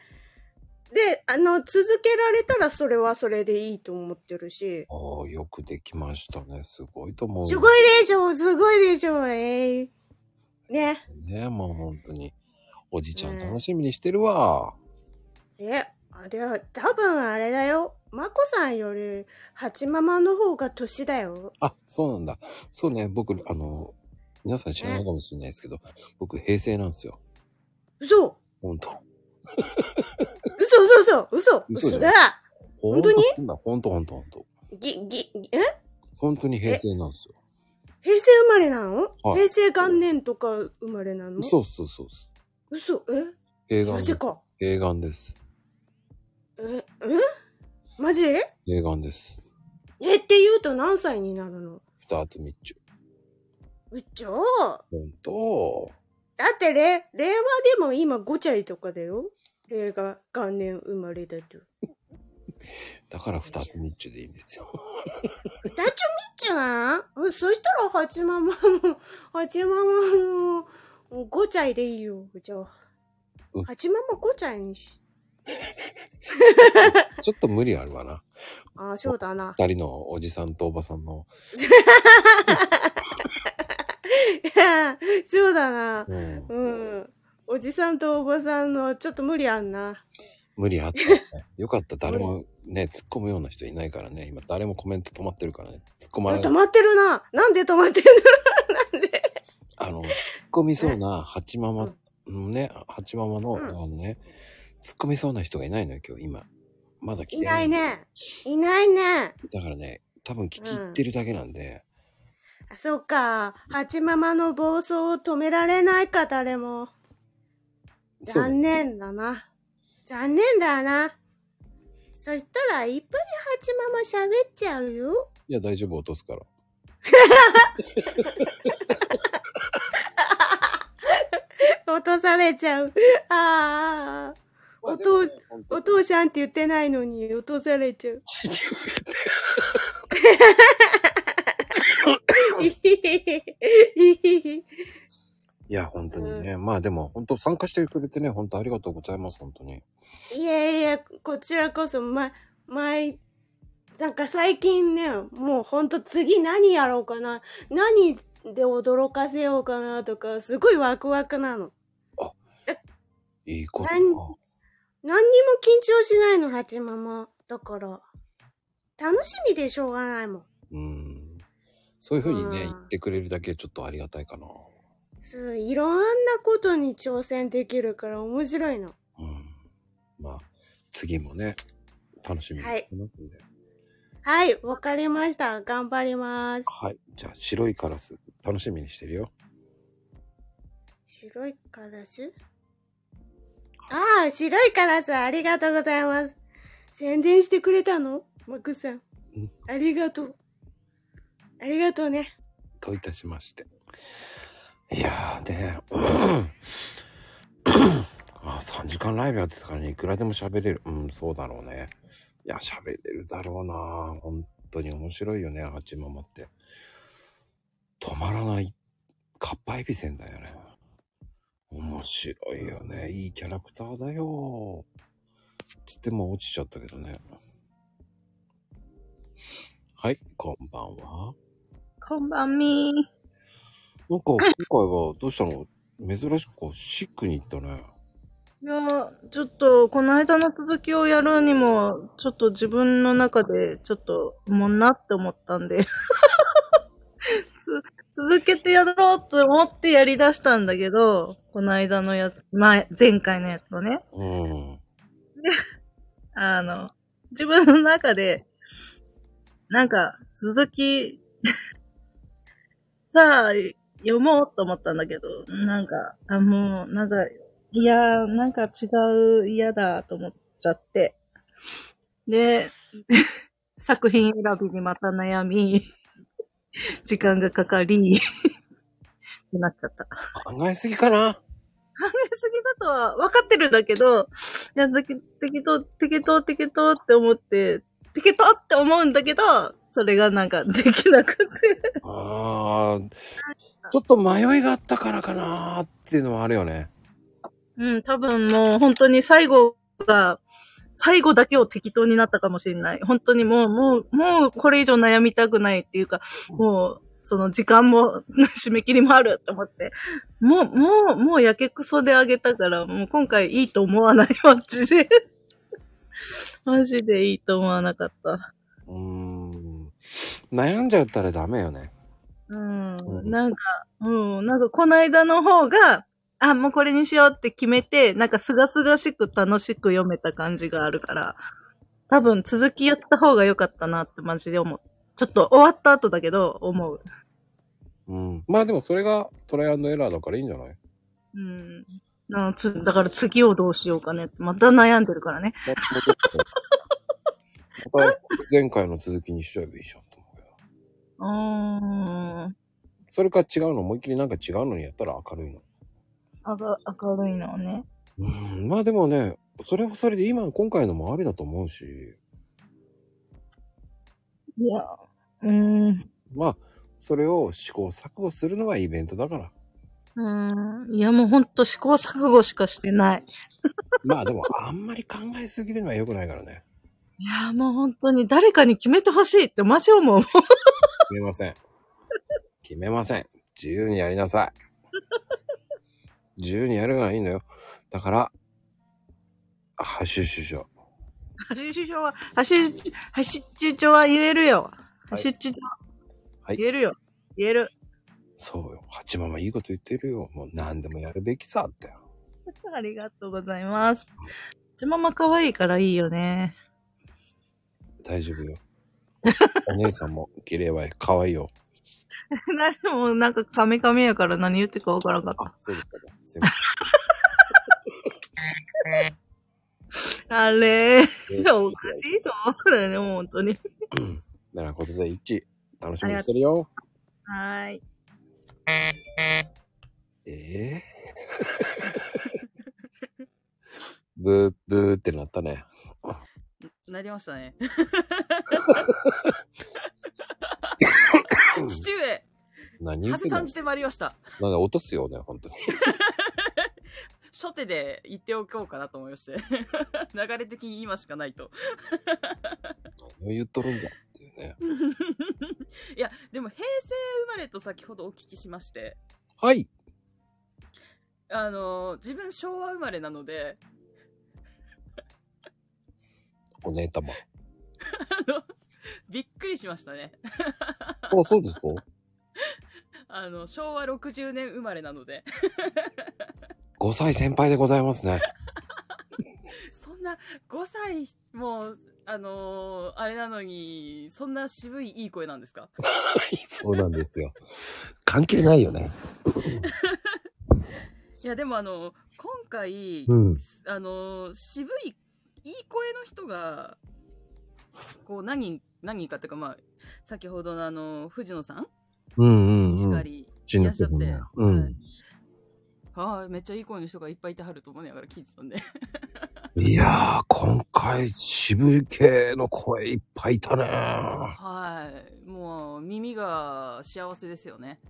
[SPEAKER 9] で、あの、続けられたらそれはそれでいいと思ってるし、
[SPEAKER 1] ああ、よくできましたね。すごいと思う。
[SPEAKER 9] すごいでしょすごいでしょえいね。
[SPEAKER 1] ね、もう本当に。おじちゃん楽しみにしてるわ。
[SPEAKER 9] え、あれは、多分あれだよ。まこさんより、はちママの方が年だよ。
[SPEAKER 1] あ、そうなんだ。そうね、僕、あの、皆さん知らないかもしれないですけど、僕、平成なんですよ。
[SPEAKER 9] 嘘
[SPEAKER 1] 本当
[SPEAKER 9] 嘘嘘嘘嘘
[SPEAKER 1] 嘘だ
[SPEAKER 9] 嘘だ
[SPEAKER 1] よ本
[SPEAKER 9] 当に
[SPEAKER 1] 本当本当本当
[SPEAKER 9] ぎ、ぎ、ぎえ
[SPEAKER 1] 本当に平成なんですよ。
[SPEAKER 9] 平成生まれなの、
[SPEAKER 1] はい
[SPEAKER 9] 平成元年とか生まれなの
[SPEAKER 1] そうそうそうそう。
[SPEAKER 9] 嘘え
[SPEAKER 1] 平
[SPEAKER 9] マ
[SPEAKER 1] 眼
[SPEAKER 9] ジ
[SPEAKER 1] です。
[SPEAKER 9] か。
[SPEAKER 1] 平眼です。
[SPEAKER 9] え、えマジえ
[SPEAKER 1] 平眼です。
[SPEAKER 9] って言うと何歳になるの
[SPEAKER 1] スタートミッチュ。
[SPEAKER 9] うっちょー
[SPEAKER 1] 本当
[SPEAKER 9] だってれ、令和でも今5歳とかだよ。令和元年生まれだと。
[SPEAKER 1] だから二つミッチュでいいんです
[SPEAKER 9] *laughs*
[SPEAKER 1] よ。
[SPEAKER 9] 二丁みっちゃなうんそしたら八ママも、八ママも、5歳でいいよ。じゃあ
[SPEAKER 1] うん。
[SPEAKER 9] 八ママ5歳に
[SPEAKER 1] *laughs*
[SPEAKER 9] し、
[SPEAKER 1] ちょっと無理あるわな。
[SPEAKER 9] ああ、そうだな。 *laughs*
[SPEAKER 1] 二人のおじさんとおばさんの。
[SPEAKER 9] いやそうだな。
[SPEAKER 1] うん
[SPEAKER 9] うん。おじさんとおばさんのちょっと無理あんな。
[SPEAKER 1] 無理あった、ね。
[SPEAKER 9] *laughs*
[SPEAKER 1] よかった。誰もね、突っ込むような人いないからね。今誰もコメント止まってるからね。突っ込
[SPEAKER 9] あ
[SPEAKER 1] まれ
[SPEAKER 9] 止
[SPEAKER 1] ない。
[SPEAKER 9] まってるな。なんで止まってんのなんで
[SPEAKER 1] あの、突っ込みそうな、八ママのね、八ママの、
[SPEAKER 9] うん
[SPEAKER 1] あのね、突っ込みそうな人がいないのよ、今日、今。まだ来て
[SPEAKER 9] いない。ね。いないね。
[SPEAKER 1] だからね、多分聞き入ってるだけなんで、
[SPEAKER 9] あそっか。八ママの暴走を止められないか、誰も。
[SPEAKER 1] そうだね
[SPEAKER 9] 残念だな。残念だな。そしたら、いっぱい八ママ喋っちゃうよ。 *laughs*
[SPEAKER 1] いや、大丈夫、落とすから。
[SPEAKER 9] 落とされちゃう。ああ。お父、お父さんって言ってないのに落とされち
[SPEAKER 1] *laughs*
[SPEAKER 9] ゃう。 *laughs*
[SPEAKER 1] *laughs*
[SPEAKER 9] いひひひひ
[SPEAKER 1] いや、本当にね。まあでも、本当参加してくれてね、本当ありがとうございます、本当に。
[SPEAKER 9] いやいや、こちらこそ、ま、前、なんか最近ね、もうほんと次何やろうかな、何で驚かせようかなとか、すごいワクワクなの。
[SPEAKER 1] いいこと
[SPEAKER 9] なん
[SPEAKER 1] な。
[SPEAKER 9] 何にも緊張しないの、ハチママ。だから、楽しみでしょうがないもん。
[SPEAKER 1] うん。そういうふうにね、
[SPEAKER 9] うん
[SPEAKER 1] 言ってくれるだけちょっとありがたいかな。
[SPEAKER 9] そういろんなことに挑戦できるから面白いの。
[SPEAKER 1] うん。まあ、次もね、楽しみにしてますんで。
[SPEAKER 9] はい、わかりました。頑張ります。
[SPEAKER 1] はい。じゃあ、白いカラス、楽しみにしてるよ。
[SPEAKER 9] 白いカラスああ、白いカラス、ありがとうございます。宣伝してくれたのマクさん
[SPEAKER 1] うん。
[SPEAKER 9] ありがとう。ありがとうね。
[SPEAKER 1] といたしまして。いやーね、うんまあ、3時間ライブやってたからね、いくらでも喋れる。うん、そうだろうね。いや、喋れるだろうな。本当に面白いよね、ハチママって。止まらない、かっぱえびせんだよね。面白いよね。いいキャラクターだよ。つってもう落ちちゃったけどね。はい、こんばんは。
[SPEAKER 10] こんばんみー。
[SPEAKER 1] なんか、今回はどうしたの珍しくこう、シックに行ったね。
[SPEAKER 10] いやー、ちょっと、この間の続きをやるにも、ちょっと自分の中で、ちょっと、もんなって思ったんで。 *laughs* つ続けてやろうと思ってやり出したんだけど、この間のやつ、前、前回のやつをね。
[SPEAKER 1] うん。
[SPEAKER 10] *laughs* あの、自分の中で、なんか、続き、 *laughs* さあ、読もうと思ったんだけど、なんか、あ、もう、なんか、いやー、なんか違う、嫌だと思っちゃって。で、 *laughs* 作品選びにまた悩み、時間がかかり、ってなっちゃった。考
[SPEAKER 1] 考えすぎかな
[SPEAKER 10] えすぎだとは分かってるんだけど、いや、だけ適当、適当、適当って思って、適当って思うんだけど、それがなんかできなくて。
[SPEAKER 1] あーちょっと迷いがあったからかなーっていうのはあるよね。
[SPEAKER 10] うん、多分もう本当に最後が、最後だけを適当になったかもしれない。本当にもう、もう、もうこれ以上悩みたくないっていうか、もう、その時間も、 *laughs* 締め切りもあると思って、もう、もう、もうやけくそであげたから、もう今回いいと思わない、マジで。 *laughs* マジでいいと思わなかった。
[SPEAKER 1] うーん。悩んじゃったらダメよね。
[SPEAKER 10] うん、なんか、うん、なんかこの間の方が、あ、もうこれにしようって決めて、なんかすがすがしく楽しく読めた感じがあるから、多分続きやった方が良かったなってマジで思う。ちょっと終わった後だけど、思う。
[SPEAKER 1] うん。まあでもそれがトライアンドエラーだからいいんじゃない
[SPEAKER 10] うん。なつだから次をどうしようかねって。また悩んでるから *laughs* ね。
[SPEAKER 1] またまた前回の続きにしちゃえばいいじゃんと思うよ。
[SPEAKER 10] うーん。
[SPEAKER 1] それか違うの、思いっきりなんか違うのにやったら明るいの。
[SPEAKER 10] あが明るいのね。
[SPEAKER 1] うん。まあでもね、それはそれで今、今回のもありだと思うし、
[SPEAKER 10] いや、うーん。
[SPEAKER 1] まあ、それを試行錯誤するのがイベントだから。
[SPEAKER 10] うーん。いや、もうほんと試行錯誤しかしてない。
[SPEAKER 1] まあでも、あんまり考えすぎるのは良くないからね。
[SPEAKER 10] いや、もう本当に誰かに決めてほしいってマジ思う。
[SPEAKER 1] 決めません。決めません。自由にやりなさい。自由にやるのがいいのよ。だから、ハッシュ首相。
[SPEAKER 10] 橋首長は、橋、橋首長は言えるよ。橋
[SPEAKER 1] はい
[SPEAKER 10] 首長
[SPEAKER 1] はい
[SPEAKER 10] 言えるよ。言える。
[SPEAKER 1] そうよ。ハチママいいこと言ってるよ。もう何でもやるべきさって。
[SPEAKER 10] ありがとうございます。ちまま可愛いからいいよね。 *laughs*
[SPEAKER 1] 大丈夫よ。お姉さんも綺麗は可愛いよ。
[SPEAKER 10] なでもなんかカメカメやから何言ってるかわからんかっ
[SPEAKER 1] あ、そうだったね。すいま
[SPEAKER 10] た。あれ
[SPEAKER 1] せん。
[SPEAKER 10] おかしいぞ。 *laughs* これね、もう本当に。
[SPEAKER 1] だからことで1、楽しみにしてるよ。
[SPEAKER 10] はーい。
[SPEAKER 1] え
[SPEAKER 11] *laughs*
[SPEAKER 1] えブーブーってなったね。
[SPEAKER 11] なりましたね。父上、
[SPEAKER 1] 何言
[SPEAKER 11] は
[SPEAKER 1] って
[SPEAKER 11] せ
[SPEAKER 1] んの
[SPEAKER 11] さんじてまいりました。
[SPEAKER 1] なんか落とすよね、本当に。
[SPEAKER 11] 初手で言っておこうかなと思いまして。 *laughs* 流れ的に今しかないと。
[SPEAKER 1] 何を言っとるんだっていうね。
[SPEAKER 11] *laughs* いや、でも平成生まれと先ほどお聞きしまして、
[SPEAKER 1] はい。
[SPEAKER 11] あのー自分昭和生まれなので、
[SPEAKER 1] お姉たま。
[SPEAKER 11] *laughs* あの、びっくりしましたね。
[SPEAKER 1] あ、そうですか
[SPEAKER 11] あの、昭和60年生まれなので、
[SPEAKER 1] ?5 歳先輩でございます *laughs* ね。
[SPEAKER 11] そんな5歳も、あのーあれなのに、そんな渋いいい声なんで
[SPEAKER 1] *laughs*
[SPEAKER 11] すか
[SPEAKER 1] そうなんですよ。関係ないよね。
[SPEAKER 11] いや、でもあの、今回、
[SPEAKER 1] うん。
[SPEAKER 11] あのー渋い、いい声の人が、こう、何人、何人かっていうか、まあ、先ほどのあの、藤野さん
[SPEAKER 1] うんうん、うん。
[SPEAKER 11] しかり、
[SPEAKER 1] しんのすけさんね
[SPEAKER 11] いらっしゃって
[SPEAKER 1] うん。
[SPEAKER 11] はい、めっちゃいい声の人がいっぱいいてはると思いながら聞いて
[SPEAKER 1] *laughs*
[SPEAKER 11] たんで。
[SPEAKER 1] いやー、今回、渋い系の声いっぱいいたね。
[SPEAKER 11] はい、もう、耳が幸せですよね。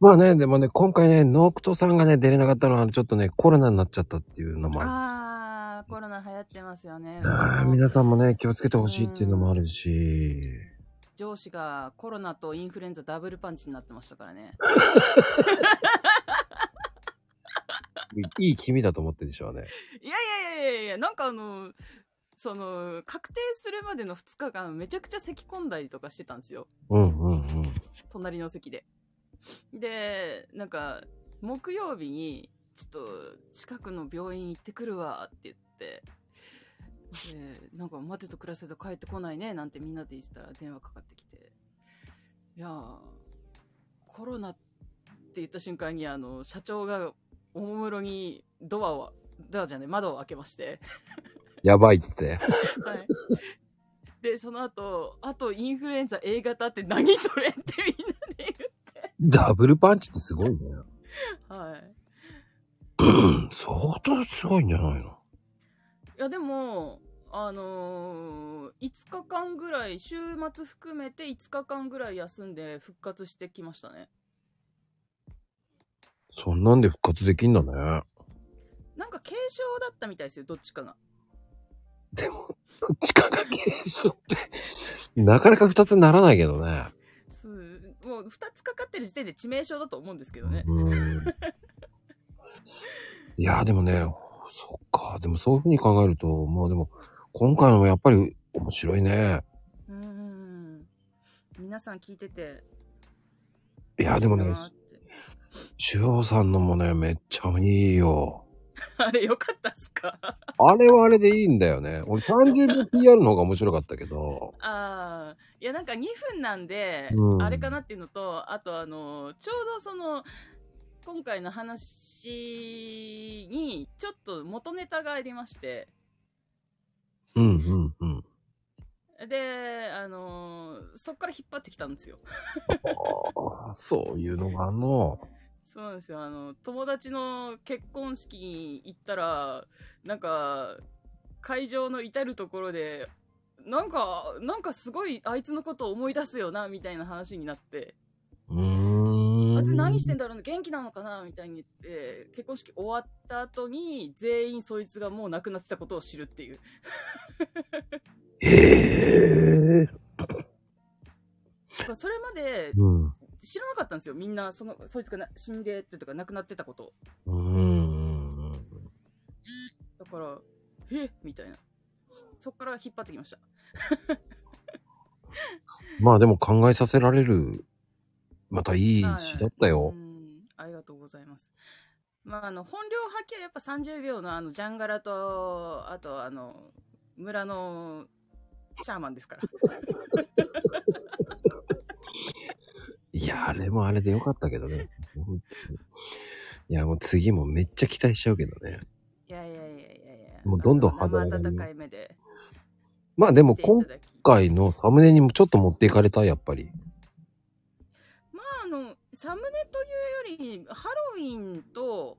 [SPEAKER 1] まあね、でもね、今回ね、ノークトさんがね、出れなかったのは、ちょっとね、コロナになっちゃったっていうのもあ
[SPEAKER 11] あー、コロナ流行ってますよね。
[SPEAKER 1] *laughs* る。ああ
[SPEAKER 11] うちの
[SPEAKER 1] 皆さんもね、気をつけてほしいっていうのもあるし。
[SPEAKER 11] 上司がコロナとインフルエンザダブルパンチになってましたか
[SPEAKER 1] *laughs*
[SPEAKER 11] らね。
[SPEAKER 1] いい君だと思ってるでしょうね。
[SPEAKER 11] いやいやいやいやいや、なんかあの、その、確定するまでの2日間、めちゃくちゃ咳込んだりとかしてたんですよ。
[SPEAKER 1] うんうんうん。
[SPEAKER 11] 隣の席で。で、なんか、木曜日に、ちょっと、近くの病院行ってくるわ、って言って、で、なんか、待てと暮らせと帰ってこないね、なんてみんなで言ってたら電話かかってきて、いやー、コロナって言った瞬間に、あの、社長がおもむろにドアを、ドアじゃない、窓を開けまして、
[SPEAKER 1] やばいっつって。
[SPEAKER 11] はい。 *laughs* で、その後、あとインフルエンザ A 型って何それってみんなで言
[SPEAKER 1] ダブルパンチってすごいね。
[SPEAKER 11] う。はい。
[SPEAKER 1] うん相当すごいんじゃないの
[SPEAKER 11] いや、でも、あのー、5日間ぐらい、週末含めて5日間ぐらい休んで復活してきましたね。
[SPEAKER 1] そんなんで復活できんだね。
[SPEAKER 11] なんか軽症だったみたいですよ、どっちかが。
[SPEAKER 1] でも、どっちかが軽症って、なかなか二つにならないけどね。
[SPEAKER 11] すもう2つかかってる時点で致命傷だと思うんですけどね。
[SPEAKER 1] うん。いや、でもね、そっか。でもそういうふうに考えると、もうでも、今回のもやっぱり面白いね。
[SPEAKER 11] うーん。 *laughs* 皆さん聞いてて。
[SPEAKER 1] いや、でも
[SPEAKER 11] いい
[SPEAKER 1] ね
[SPEAKER 11] なー、って
[SPEAKER 1] しおさんのもね、めっちゃいいよ。
[SPEAKER 11] あれ、よかったっすかあ
[SPEAKER 1] あれはあれでいいんだよね。俺30秒 PR の方が面白かったけど。
[SPEAKER 11] あー。いや、なんか2分なんで、
[SPEAKER 1] うん
[SPEAKER 11] あれかなっていうのと、あとあの、ちょうどその、今回の話に、ちょっと元ネタがありまして、
[SPEAKER 1] うんうんうん。
[SPEAKER 11] で、あのーそっから引っ張ってきたんですよ。 *laughs*
[SPEAKER 1] あーそういうのがあんの。
[SPEAKER 11] そうなんですよ。あの、友達の結婚式に行ったら、なんか、会場の至るところで、なんか、なんかすごいあいつのことを思い出すよな、みたいな話になって、
[SPEAKER 1] うーん。
[SPEAKER 11] あいつ何してんだろうね、元気なのかな、みたいに言って、結婚式終わった後に、全員そいつがもう亡くなってたことを知るっていう。
[SPEAKER 1] へえ。
[SPEAKER 11] だからそれ *laughs* まで
[SPEAKER 1] うん。う
[SPEAKER 11] 知らなかったんですよ。みんな、その、そいつがな死んでってとか亡くなってたことを
[SPEAKER 1] ーん。
[SPEAKER 11] だから、えみたいな。そっから引っ張ってきました。
[SPEAKER 1] *laughs* まあでも考えさせられる、またいい詩だった
[SPEAKER 11] はい
[SPEAKER 1] よ
[SPEAKER 11] う。んありがとうございます。まあ、あの、本領発揮はやっぱ30秒のあの、ジャンガラと、あとあの、村のシャーマンで
[SPEAKER 1] *laughs*
[SPEAKER 11] すから。
[SPEAKER 1] いや、あれもあれでよかったけどね。本当にいや、もう次もめっちゃ期待しちゃうけどね。
[SPEAKER 11] いやいやいやいやいや。
[SPEAKER 1] もうどんどん
[SPEAKER 11] あの
[SPEAKER 1] 肌
[SPEAKER 11] 生
[SPEAKER 1] が
[SPEAKER 11] 温かい目で
[SPEAKER 1] まあでも
[SPEAKER 11] 見ていた
[SPEAKER 1] 今
[SPEAKER 11] だき。
[SPEAKER 1] 回のサムネにもちょっと持っていかれた、やっぱり。
[SPEAKER 11] まあ、あの、サムネというより、ハロウィンと、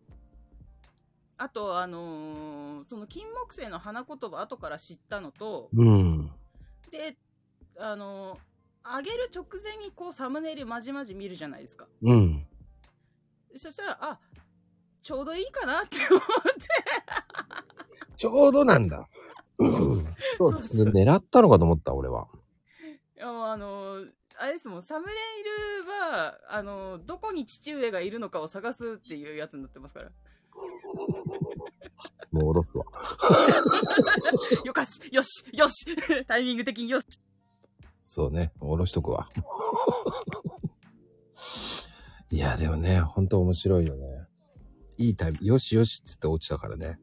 [SPEAKER 11] あと、あのーその金木犀の花言葉後から知ったのと、
[SPEAKER 1] うん。
[SPEAKER 11] で、あの、上げる直前にこうサムネイルまじまじ見るじゃないですか。
[SPEAKER 1] うん。
[SPEAKER 11] そしたら、あ、ちょうどいいかなって思って。
[SPEAKER 1] ちょうどなんだ。うん *laughs* そうですね。狙ったのかと思った、俺は。
[SPEAKER 11] いやもうあの、あれですもん、サムネイルは、あの、どこに父上がいるのかを探すっていうやつになってま
[SPEAKER 1] *laughs*
[SPEAKER 11] すから。
[SPEAKER 1] もう下ろすわ。
[SPEAKER 11] よかし、よし、よし、タイミング的によし。
[SPEAKER 1] そうね。下ろしとくわ。 *laughs* いや、でもね、ほんと面白いよね。いいタイム、よしよしっつって落ちたからね。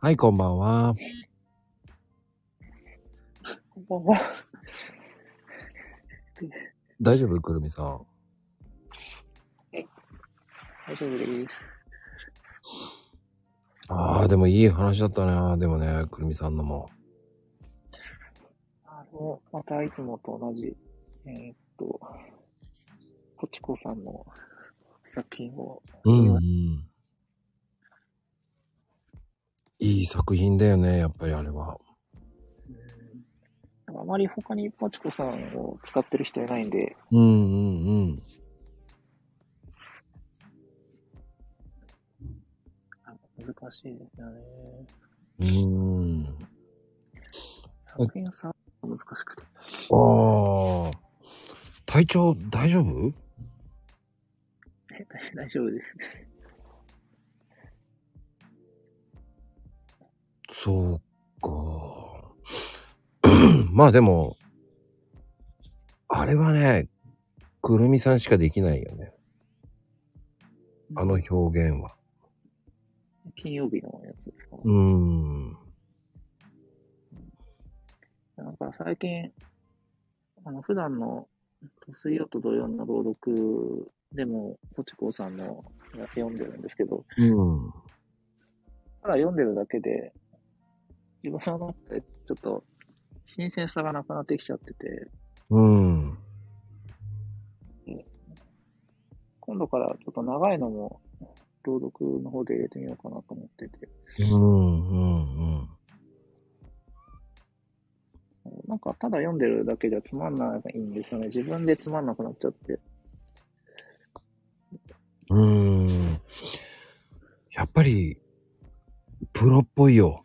[SPEAKER 1] はい、こんばんは。
[SPEAKER 12] こんばんは。
[SPEAKER 1] 大丈夫くるみさん。
[SPEAKER 12] 大丈夫です。
[SPEAKER 1] ああ、でもいい話だったな。でもね、くるみさんのも。
[SPEAKER 12] あの、またいつもと同じ、えーっと、ポチコさんの作品を、
[SPEAKER 1] うん、うん。いい作品だよね、やっぱりあれは。
[SPEAKER 12] うんあまり他にポチコさんを使ってる人いないんで、
[SPEAKER 1] うんうん
[SPEAKER 13] *laughs*
[SPEAKER 1] うん。
[SPEAKER 12] あ難しいですよね。
[SPEAKER 1] うーん。
[SPEAKER 12] 作品さ、難しくて。
[SPEAKER 1] ああ。体調大丈夫
[SPEAKER 12] え大大丈夫です。
[SPEAKER 1] そうか。 *clears throat* まあでも、あれはね、くるみさんしかできないよね。あの表現は。
[SPEAKER 12] 金曜日のやつですか、
[SPEAKER 1] うーん。
[SPEAKER 12] なんか最近、あの、普段の水曜と土曜の朗読でも、ポチコさんのやつ読んでるんですけど、
[SPEAKER 1] うん。
[SPEAKER 12] ただ読んでるだけで、自分の中でちょっと新鮮さがなくなってきちゃってて、
[SPEAKER 1] うん。
[SPEAKER 12] 今度からちょっと長いのも朗読の方で入れてみようかなと思ってて、
[SPEAKER 1] うん、うん、うん。
[SPEAKER 12] なんかただ読んでるだけじゃつまんないんですよね。自分でつまんなくなっちゃって。
[SPEAKER 1] うーん。やっぱり、プロっぽいよ。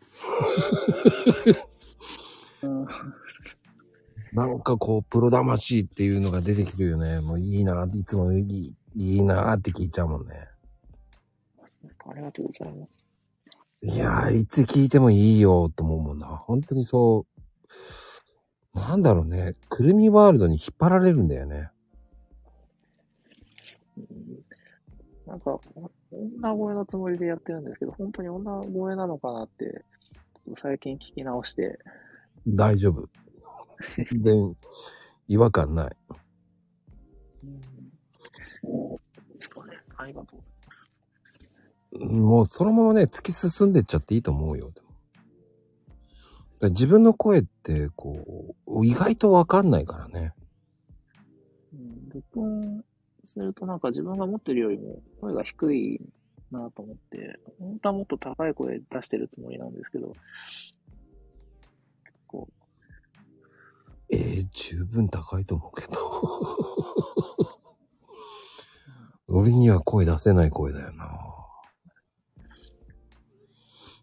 [SPEAKER 12] うん、 *laughs*
[SPEAKER 1] なんかこう、プロ魂っていうのが出てきてるよね。もういいな、いつもいいいいなって聞いちゃうもんね。
[SPEAKER 12] ありがとうございます。
[SPEAKER 1] いやー、いつ聞いてもいいよと思うもんな。本当にそう、なんだろうね。くるみワールドに引っ張られるんだよね。
[SPEAKER 12] なんか、女声のつもりでやってるんですけど、本当に女声なのかなって、ちょっと最近聞き直して、
[SPEAKER 1] 大
[SPEAKER 12] *laughs*
[SPEAKER 1] 丈夫。全然、違和感ない。
[SPEAKER 12] うん、ですかね。ありがとう。
[SPEAKER 1] もうそのままね、突き進んでっちゃっていいと思うよ。でもだから自分の声って、こう、意外とわかんないからね。
[SPEAKER 12] うん、録音するとなんか自分が持ってるよりも声が低いなと思って、本当はもっと高い声出してるつもりなんですけど、こう、
[SPEAKER 1] えー、十分高いと思うけど。俺には声出せない声だよな。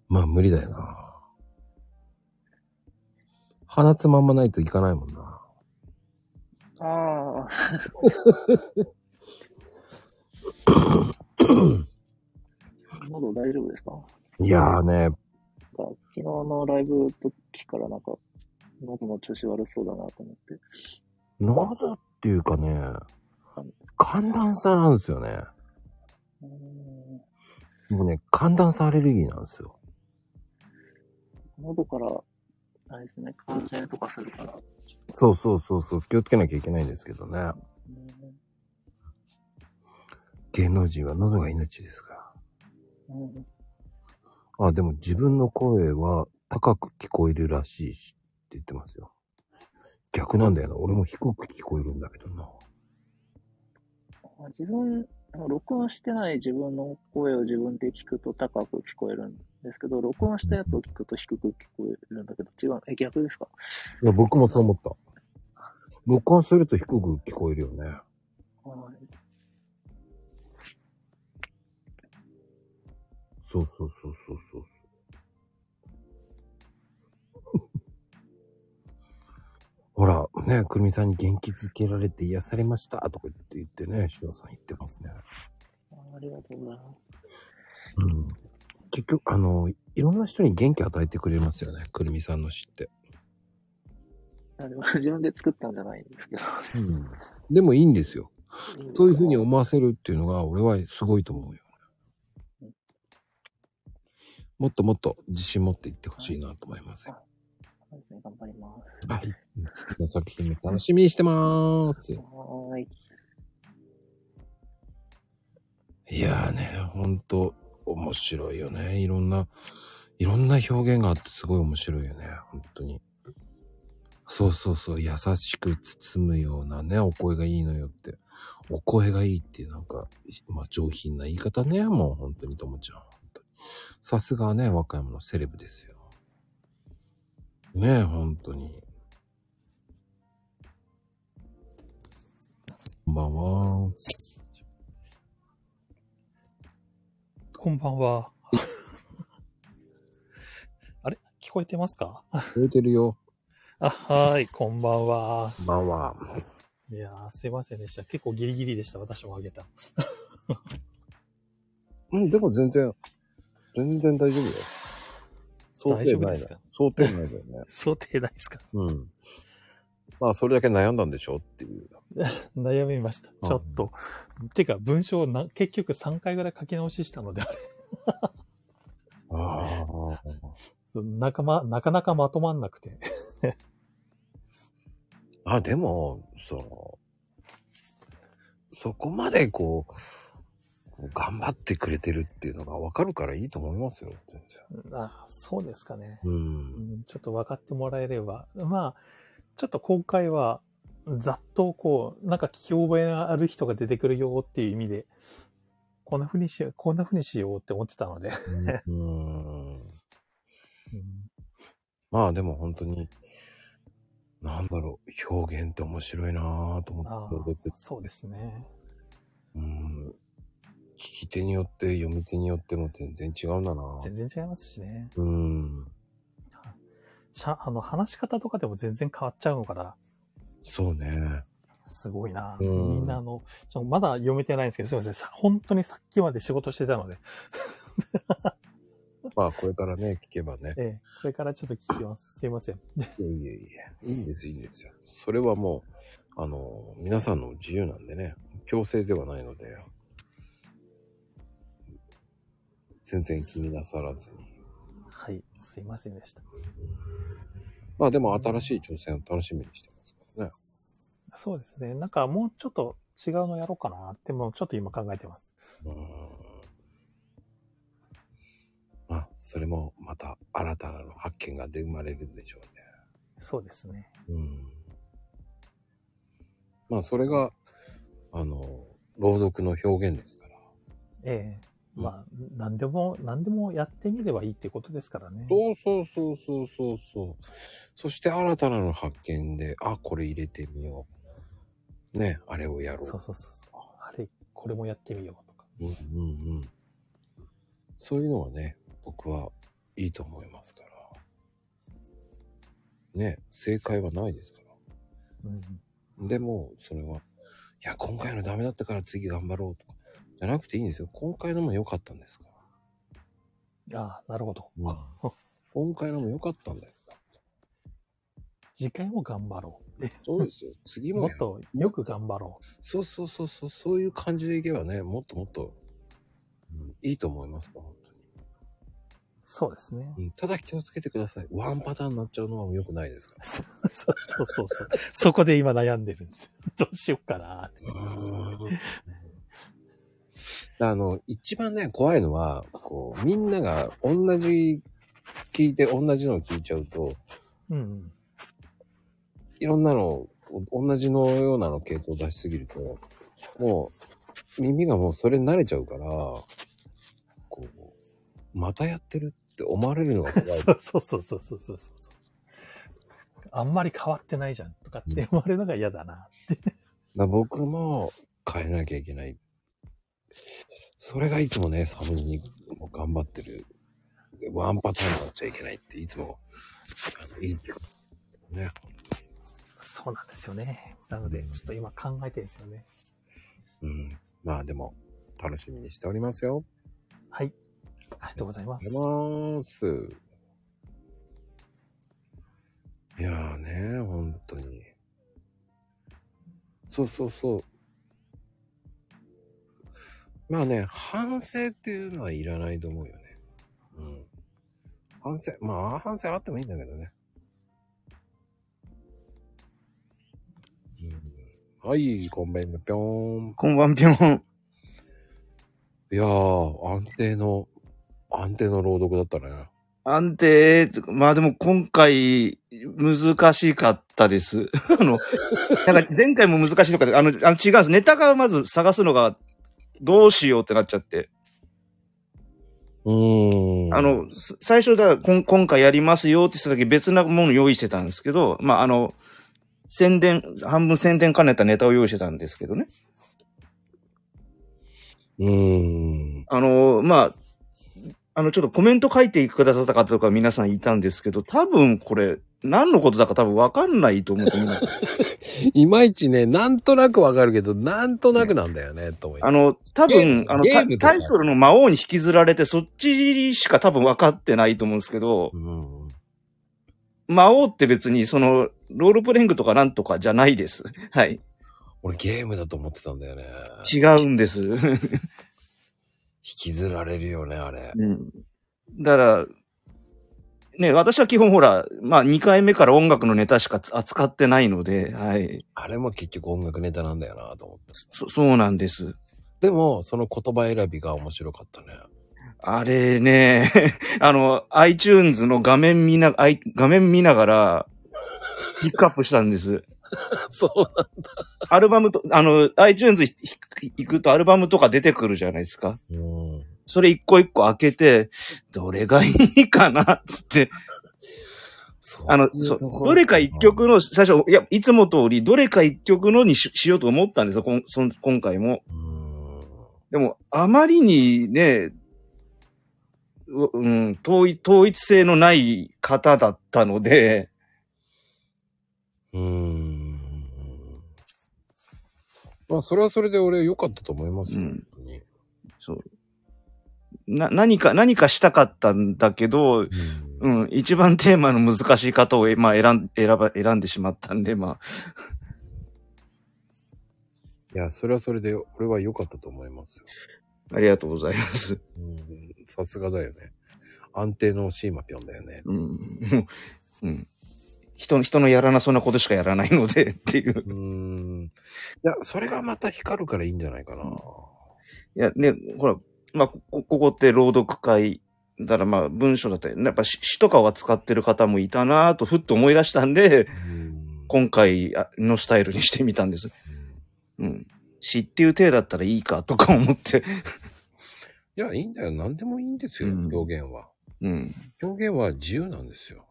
[SPEAKER 1] まあ無理だよな。鼻つまんまないといかないもんな。
[SPEAKER 12] *laughs* ああ、喉大丈夫ですか
[SPEAKER 1] いやーね、
[SPEAKER 12] なんか昨日のライブの時からなんか、喉の調子悪そうだなと思って。
[SPEAKER 1] 喉っていうかね、寒暖差なんですよね。
[SPEAKER 12] うーん
[SPEAKER 1] 僕ね、寒暖差アレルギーなんですよ。
[SPEAKER 12] 喉から、あれですね、感染とかするから。
[SPEAKER 1] そうそうそうそう、気をつけなきゃいけないんですけどね。
[SPEAKER 12] うん
[SPEAKER 1] 芸能人は喉が命ですか
[SPEAKER 12] うん
[SPEAKER 1] ら。あ、でも自分の声は高く聞こえるらしいしって言ってますよ。逆なんだよな。俺も低く聞こえるんだけどな。
[SPEAKER 12] あ自分、録音してない自分の声を自分で聞くと高く聞こえるんですけど、録音したやつを聞くと低く聞こえるんだけど、違う、え、逆ですか
[SPEAKER 1] いや、僕もそう思った。録音すると低く聞こえるよね。
[SPEAKER 12] はい。
[SPEAKER 1] そうそうそうそうそう。 *laughs* ほら、ね、くるみさんに元気づけられて癒されましたとか言って言ってね、しおさん言ってますね。
[SPEAKER 12] あありがとうございます。
[SPEAKER 1] うん。結局、あの、いろんな人に元気与えてくれますよね、くるみさんの詩って。
[SPEAKER 12] あでも自分で作ったんじゃないんですけど。
[SPEAKER 1] うん。でもいいんですよ。そういうふうに思わせるっていうのが、俺はすごいと思うよ。もっともっと自信持っていってほしいなと思いますよ。
[SPEAKER 12] そうですね、頑張ります。
[SPEAKER 1] はい。好きな作品も楽しみにしてまーす。
[SPEAKER 12] はーい。
[SPEAKER 1] いやーね、ほんと面白いよね。いろんな、いろんな表現があってすごい面白いよね。本当に。そうそうそう、優しく包むようなね、お声がいいのよって。お声がいいってなんか、まあ上品な言い方ね、もう本当にともちゃん。本当にさすがね、和歌山のセレブですよ。ねえ、本当に。こんばんは。
[SPEAKER 14] こんばん
[SPEAKER 7] *laughs*
[SPEAKER 14] は。あれ聞こえてますか
[SPEAKER 1] 聞こえてるよ。
[SPEAKER 14] あ、はーい、こんばんは。
[SPEAKER 1] こんばんは。
[SPEAKER 14] いやー、すいませんでした。結構ギリギリでした、私もあげた。
[SPEAKER 1] うん、でも全然、全然大丈夫だよ。想
[SPEAKER 14] 大丈夫ですか
[SPEAKER 1] 想定内だよね。
[SPEAKER 14] 想定な
[SPEAKER 1] *laughs*
[SPEAKER 14] いですか
[SPEAKER 1] うん。まあ、それだけ悩んだんでしょっていう。
[SPEAKER 14] 悩みました。ちょっと。てか、文章をな結局3回ぐらい書き直ししたので、あれ
[SPEAKER 1] ああ。
[SPEAKER 14] *laughs* そうなかま、なかなかまとまんなくて。
[SPEAKER 1] あ、でも、その、そこまでこう、頑張ってくれてるっていうのが分かるからいいと思いますよ、全然。
[SPEAKER 14] あそうですかね、
[SPEAKER 1] うん
[SPEAKER 14] ちょっと分かってもらえれば。まあ、ちょっと今回は、ざっとこう、なんか聞き覚えのある人が出てくるよっていう意味で、こんな風にしよう、こんな風にしようって思ってたので。 *laughs*
[SPEAKER 1] まあでも本当に、なんだろう、表現って面白いなぁと思って。
[SPEAKER 14] そうですね。
[SPEAKER 1] うん。聞き手によって、読み手によっても全然違うんだなぁ。
[SPEAKER 14] 全然違いますしね。
[SPEAKER 1] うん。
[SPEAKER 14] しゃあの、話し方とかでも全然変わっちゃうのから、
[SPEAKER 1] そうね。
[SPEAKER 14] すごいな。
[SPEAKER 1] うん
[SPEAKER 14] みんなあの、ちょまだ読めてないんですけど、すいません。さ本当にさっきまで仕事してたので、
[SPEAKER 1] まあこれからね、聞けばね。
[SPEAKER 14] ええ、これからちょっと聞きます。すいません。
[SPEAKER 1] いえいえいえ。いいんです、いいんですよ。それはもう、あの、皆さんの自由なんでね、強制ではないので、全然気になさらずに。
[SPEAKER 14] はい、すいませんでした。
[SPEAKER 1] まあでも新しい挑戦を楽しみにしてますからね。
[SPEAKER 14] そうですね。なんかもうちょっと違うのやろうかなって、もうちょっと今考えてます。
[SPEAKER 1] まあ、それもまた新たなる発見が生まれるんでしょうね。
[SPEAKER 14] そうですね。
[SPEAKER 1] うん。まあ、それが、あの、朗読の表現ですから。
[SPEAKER 14] ええまあ、何でも、何でもやってみればいいってことですからね。
[SPEAKER 1] そうそうそうそうそうそう。そして新たなる発見で、あ、これ入れてみよう。ね、あれをやろう。
[SPEAKER 14] そうそうそうそう。あれ、これもやってみようとか。
[SPEAKER 1] うんうんうん。そういうのはね、僕はいいと思いますから。ね、正解はないですから。でも、それは、いや、今回のダメだったから次頑張ろうとか、じゃなくていいんですよ。今回のも良かったんですから。
[SPEAKER 14] ああ、なるほど。
[SPEAKER 1] 今回のも良かったんですか
[SPEAKER 14] 次回も頑張ろう。
[SPEAKER 1] そうですよ。次も
[SPEAKER 14] も
[SPEAKER 1] や
[SPEAKER 14] っとよく頑張ろう。
[SPEAKER 1] そうそうそうそう、そういう感じでいけばね、もっともっと、うんいいと思いますから、本当に。
[SPEAKER 14] そうですね。
[SPEAKER 1] うんただ気をつけてください。ワンパターンになっちゃうのは良くないですから。
[SPEAKER 14] そうそうそうそう。そこで今悩んでるんです。どうしよう *laughs* かなって。
[SPEAKER 1] あの、一番ね、怖いのは、こう、みんなが同じ聞いて、同じのを聞いちゃうと、
[SPEAKER 14] うん。
[SPEAKER 1] いろんなのを、お同じのようなの系統を出しすぎると、もう、耳がもうそれに慣れちゃうから、こう、またやってるって思われるのが怖い。
[SPEAKER 14] そうそうそうそうそうそうそう。あんまり変わってないじゃんとかって思われるのが嫌だな。
[SPEAKER 1] だ僕も変えなきゃいけない。それがいつもね、サムネにも頑張ってる。でワンパターンになっちゃいけないって、いつも、あの、いいってね。
[SPEAKER 14] そうなんですよね。なので、ちょっと今考えてるんですよね。
[SPEAKER 1] うん。まあでも、楽しみにしておりますよ。
[SPEAKER 14] はい。ありがとうございます。
[SPEAKER 1] ございます。いやーね、本当に。そうそうそう。まあね、反省っていうのはいらないと思うよね。うん。反省、まあ反省あってもいいんだけどね。うん、はい、こんばんは、ぴょーん。
[SPEAKER 15] こんばんぴょん。
[SPEAKER 1] いやー、安定の、安定の朗読だったね。
[SPEAKER 15] 安定、まあでも今回難しかったです。 *laughs* あの、なんか前回も難しいとかで、あの、あの違うんです。ネタがまず探すのがどうしようってなっちゃって。
[SPEAKER 1] うん。
[SPEAKER 15] あの、す最初だからこん、今回やりますよってした時別なもの用意してたんですけど、まああの、宣伝、半分宣伝兼ねたネタを用意してたんですけどね。
[SPEAKER 1] うん。
[SPEAKER 15] あの、まあ、あの、ちょっとコメント書いてくださった方とか皆さんいたんですけど、多分これ、何のことだか多分わかんないと思うんですよみんな。
[SPEAKER 1] *laughs* いまいちね、なんとなくわかるけど、なんとなくなんだよね、と思い
[SPEAKER 15] あの、多分、あの
[SPEAKER 1] ゲー
[SPEAKER 15] タ、
[SPEAKER 1] ムとか
[SPEAKER 15] タイトルの魔王に引きずられて、そっちしか多分分かってないと思うんですけど、魔王って別に、その、ロールプレイングとかなんとかじゃないです。はい。
[SPEAKER 1] 俺ゲームだと思ってたんだよね。
[SPEAKER 15] 違うん
[SPEAKER 1] *laughs*
[SPEAKER 15] です。 *laughs* 引
[SPEAKER 1] きずられるよね、あれ。
[SPEAKER 15] うん。だから、ね、私は基本ほら、まあ2回目から音楽のネタしかつ扱ってないので、はい。
[SPEAKER 1] あれも結局音楽ネタなんだよな、と思って。
[SPEAKER 15] そ、そうなんです。
[SPEAKER 1] でも、その言葉選びが面白かったね。
[SPEAKER 15] あれね、 *laughs* あの、iTunes の画面見な、I- 画面見ながら、ピックアップしたん *laughs* です。
[SPEAKER 1] そう
[SPEAKER 15] なんだ。アルバムと、あの、iTunes ひひ行くとアルバムとか出てくるじゃないですか。それ一個一個開けて、どれがいいかなっつって。あの、そう、どれか一曲の、最初、いや、いつも通り、どれか一曲のにししようと思ったんですよ、こんそん今回も。でも、あまりにね、ううん、統一、統一性のない方だったので、
[SPEAKER 1] まあ、それはそれで俺良かったと思いますよ。
[SPEAKER 15] そう。な、何か、何かしたかったんだけど、うん、一番テーマの難しい方を、えまあ、選ん、選ば、選んでしまったんで、ま
[SPEAKER 1] いや、それはそれで俺は良かったと思いますよ。
[SPEAKER 15] あ、ありがとうございます。
[SPEAKER 1] さすがだよね。安定のシーマピョンだよね。
[SPEAKER 15] うん、もううん。人の、人のやらなそうなことしかやらないので、っていう。
[SPEAKER 1] うん。いや、それがまた光るからいいんじゃないかな。
[SPEAKER 15] いや、ね、ほら、まあ、ここここって朗読会、だからまあ、文章だったり、やっぱ詩詩とかは使ってる方もいたなぁと、ふっと思い出したんで、今回あのスタイルにしてみたんです。うん。詩っていう体だったらいいか、とか思って。 *laughs*
[SPEAKER 1] いや、いいんだよ。何でもいいんですよ、表現は。
[SPEAKER 15] うん。
[SPEAKER 1] 表現は自由なんですよ。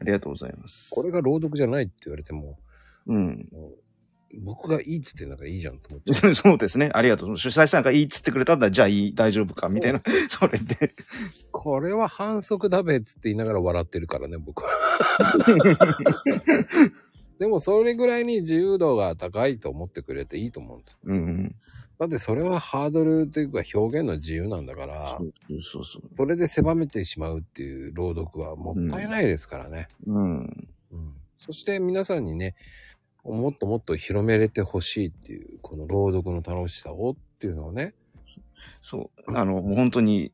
[SPEAKER 15] ありがとうございます。
[SPEAKER 1] これが朗読じゃないって言われても、
[SPEAKER 15] うん。
[SPEAKER 1] 僕がいいって言ってんだからいいじゃんと思って。
[SPEAKER 15] *laughs* そうですね。ありがとう。主催さんがいいっつってくれたんだ。じゃあいい、大丈夫か、みたいな。 *laughs* それで。
[SPEAKER 1] これは反則だべっつって言いながら笑ってるからね、僕
[SPEAKER 15] *laughs*
[SPEAKER 1] は。でもそれぐらいに自由度が高いと思ってくれていいと思うんです。
[SPEAKER 15] うん。
[SPEAKER 1] だってそれはハードルというか表現の自由なんだから、そう
[SPEAKER 15] そうそう
[SPEAKER 1] それで狭めてしまうっていう朗読はもったいないですからね。
[SPEAKER 15] うん。
[SPEAKER 1] そして皆さんにね、もっともっと広めれてほしいっていう、この朗読の楽しさをっていうのをね。
[SPEAKER 15] そう。あの、もう本当に、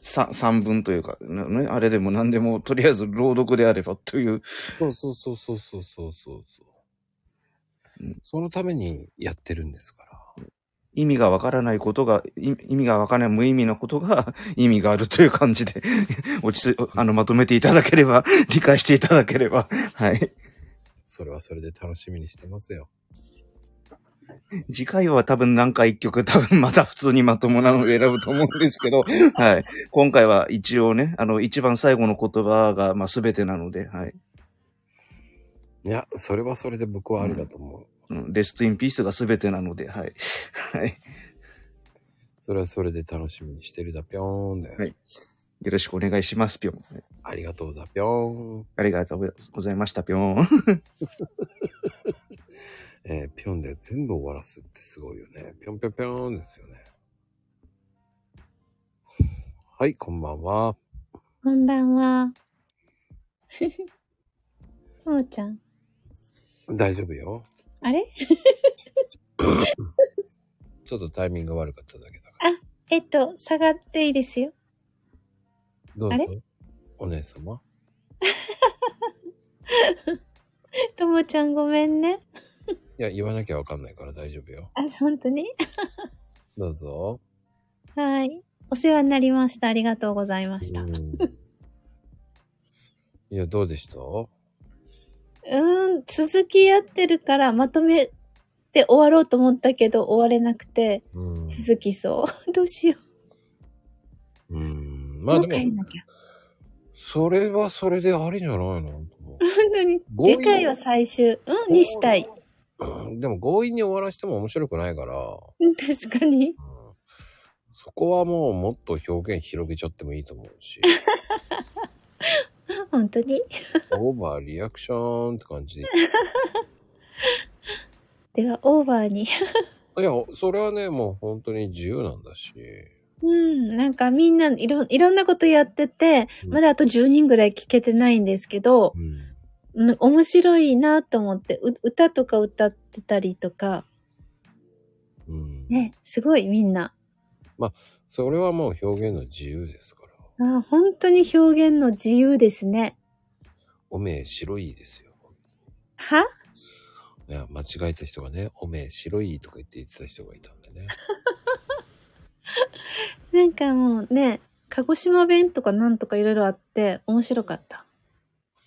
[SPEAKER 15] さ三文というか、なね、あれでも何でも、とりあえず朗読であればという。
[SPEAKER 1] そうそうそうそうそうそうそうそう、そのためにやってるんですから。
[SPEAKER 15] 意味がわからないことが、い意味がわからない無意味なことが意味があるという感じで、 *laughs* 落ち着、あの、まとめていただければ、理解していただければ、はい。
[SPEAKER 1] それはそれで楽しみにしてますよ。
[SPEAKER 15] 次回は多分なんか一曲、多分また普通にまともなのを選ぶと思うんですけど、はい。今回は一応ね、あの、一番最後の言葉が、まあ、全てなので、はい。
[SPEAKER 1] いや、それはそれで僕はありだと思う。
[SPEAKER 15] うん、レストインピースが全てなので、はい。 *laughs* はい。
[SPEAKER 1] それはそれで楽しみにしてるだぴょーんだよ。
[SPEAKER 15] はい。よろしくお願いします、ぴょん。
[SPEAKER 1] ありがとうだぴょーん。
[SPEAKER 15] ありがとうございました、ぴょ
[SPEAKER 1] *laughs*
[SPEAKER 15] ん。
[SPEAKER 1] えー、ぴょんで全部終わらすってすごいよね。ぴょんぴょんぴょんですよね。 *laughs* はい、こんばんは。
[SPEAKER 16] こんばんは。 *laughs* ともちゃん、
[SPEAKER 1] 大丈夫よ。
[SPEAKER 16] あれ *laughs*
[SPEAKER 1] ちょっとタイミング悪かっただけだ。
[SPEAKER 16] えっと、下がっていいですよ。 *laughs*
[SPEAKER 1] どう
[SPEAKER 16] あ
[SPEAKER 1] ぞ
[SPEAKER 16] れ。
[SPEAKER 1] お姉様。
[SPEAKER 16] ともちゃんごめんね。
[SPEAKER 1] いや、言わなきゃわかんないから大丈夫よ。
[SPEAKER 16] あ、本当に *laughs*
[SPEAKER 1] どうぞ。
[SPEAKER 16] はい。お世話になりました。ありがとうございました。う *laughs*
[SPEAKER 1] いや、どうでした
[SPEAKER 16] ーん、続きやってるからまとめて終わろうと思ったけど終われなくて、続きそう。 *laughs* どうしよう。
[SPEAKER 1] まあ
[SPEAKER 16] もう
[SPEAKER 1] で
[SPEAKER 16] 帰ん
[SPEAKER 1] も、
[SPEAKER 16] なきゃ。
[SPEAKER 1] それはそれでありじゃないの
[SPEAKER 16] 本当に、
[SPEAKER 1] 強引
[SPEAKER 16] 次回は最終、うん、にしたい。
[SPEAKER 1] うんでも強引に終わらせても面白くないから、
[SPEAKER 16] うん確かに。
[SPEAKER 1] そこはもうもっと表現広げちゃってもいいと思
[SPEAKER 16] *laughs*
[SPEAKER 1] うし、
[SPEAKER 16] 本当に。
[SPEAKER 1] オーバーリアクションって感じで。
[SPEAKER 16] では、オーバーに。 *laughs*
[SPEAKER 1] いや、それはね、もう本当に自由なんだし、
[SPEAKER 16] うん、なんかみんないろいろんなことやってて、まだあと10人ぐらい聞けてないんですけど、うん面白いなと思ってう歌とか歌ってたりとか、ね、すごいみんな。
[SPEAKER 1] まあ、それはもう表現の自由ですから、
[SPEAKER 16] あ本当に表現の自由ですね。
[SPEAKER 1] おめえ白いですよ。
[SPEAKER 16] は
[SPEAKER 1] ね、間違えた人がね、おめえ白いとか言って言ってた人がいたんでね。
[SPEAKER 16] なんかもうね、鹿児島弁とかなんとかいろいろあって面白かった。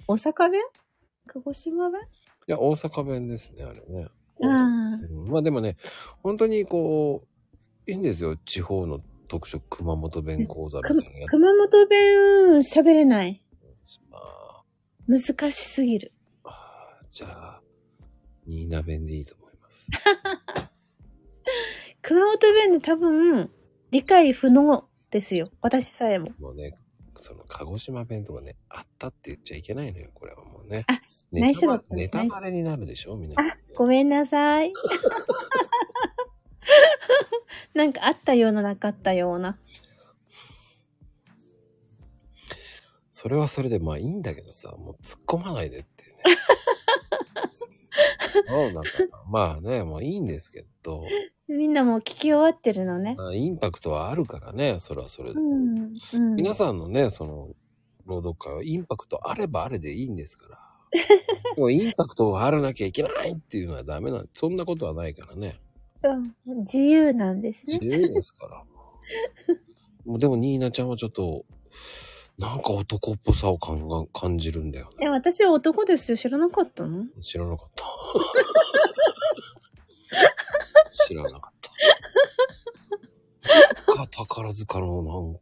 [SPEAKER 16] 大阪弁鹿児島
[SPEAKER 9] *laughs*
[SPEAKER 16] 弁
[SPEAKER 1] いや、大阪弁ですね、あれね。
[SPEAKER 16] ああ。
[SPEAKER 1] うんまあでもね、本当にこう、いいんですよ。地方の特色熊本弁講座みたいなのやつ。
[SPEAKER 16] 熊本弁喋れない。難しすぎる。
[SPEAKER 1] じゃあ、新名弁でいいと思
[SPEAKER 16] 熊本弁で多分、理解不能ですよ。私さえも。
[SPEAKER 1] う。もうね、その鹿児島弁とかね、あったって言っちゃいけないのよ、これはもうね。ネ
[SPEAKER 16] 内
[SPEAKER 1] タ
[SPEAKER 16] 緒だ
[SPEAKER 1] バ
[SPEAKER 16] ったん
[SPEAKER 1] ネ
[SPEAKER 16] ですね
[SPEAKER 1] タバレになるでしょ、みんな。
[SPEAKER 16] ごめんなさい。 *laughs* なんかあったようななかったような。
[SPEAKER 1] それはそれでまあいいんだけどさ、もう突っ込まない
[SPEAKER 16] *laughs*
[SPEAKER 1] でってね。そうなんかなまあね、もういいんですけど、
[SPEAKER 16] *laughs* みんなもう聞き終わってるのね。
[SPEAKER 1] まあインパクトはあるからね、それはそれで。
[SPEAKER 16] うん。うん、
[SPEAKER 1] 皆さんのね、その、朗読会はインパクトあればあれでいいんです
[SPEAKER 16] *laughs*
[SPEAKER 1] から。でもインパクトがあらなきゃいけないっていうのはダメなんそんなことはないからね。
[SPEAKER 16] うん自由なんですね。
[SPEAKER 1] 自由ですから。もうでも、ニーナちゃんはちょっと、なんか男っぽさをかんが感じるんだよね。
[SPEAKER 16] え、私は男ですよ。知らなかった
[SPEAKER 1] *laughs*
[SPEAKER 16] の
[SPEAKER 1] 知らなかった。知らなかった。なんか宝塚のなんか、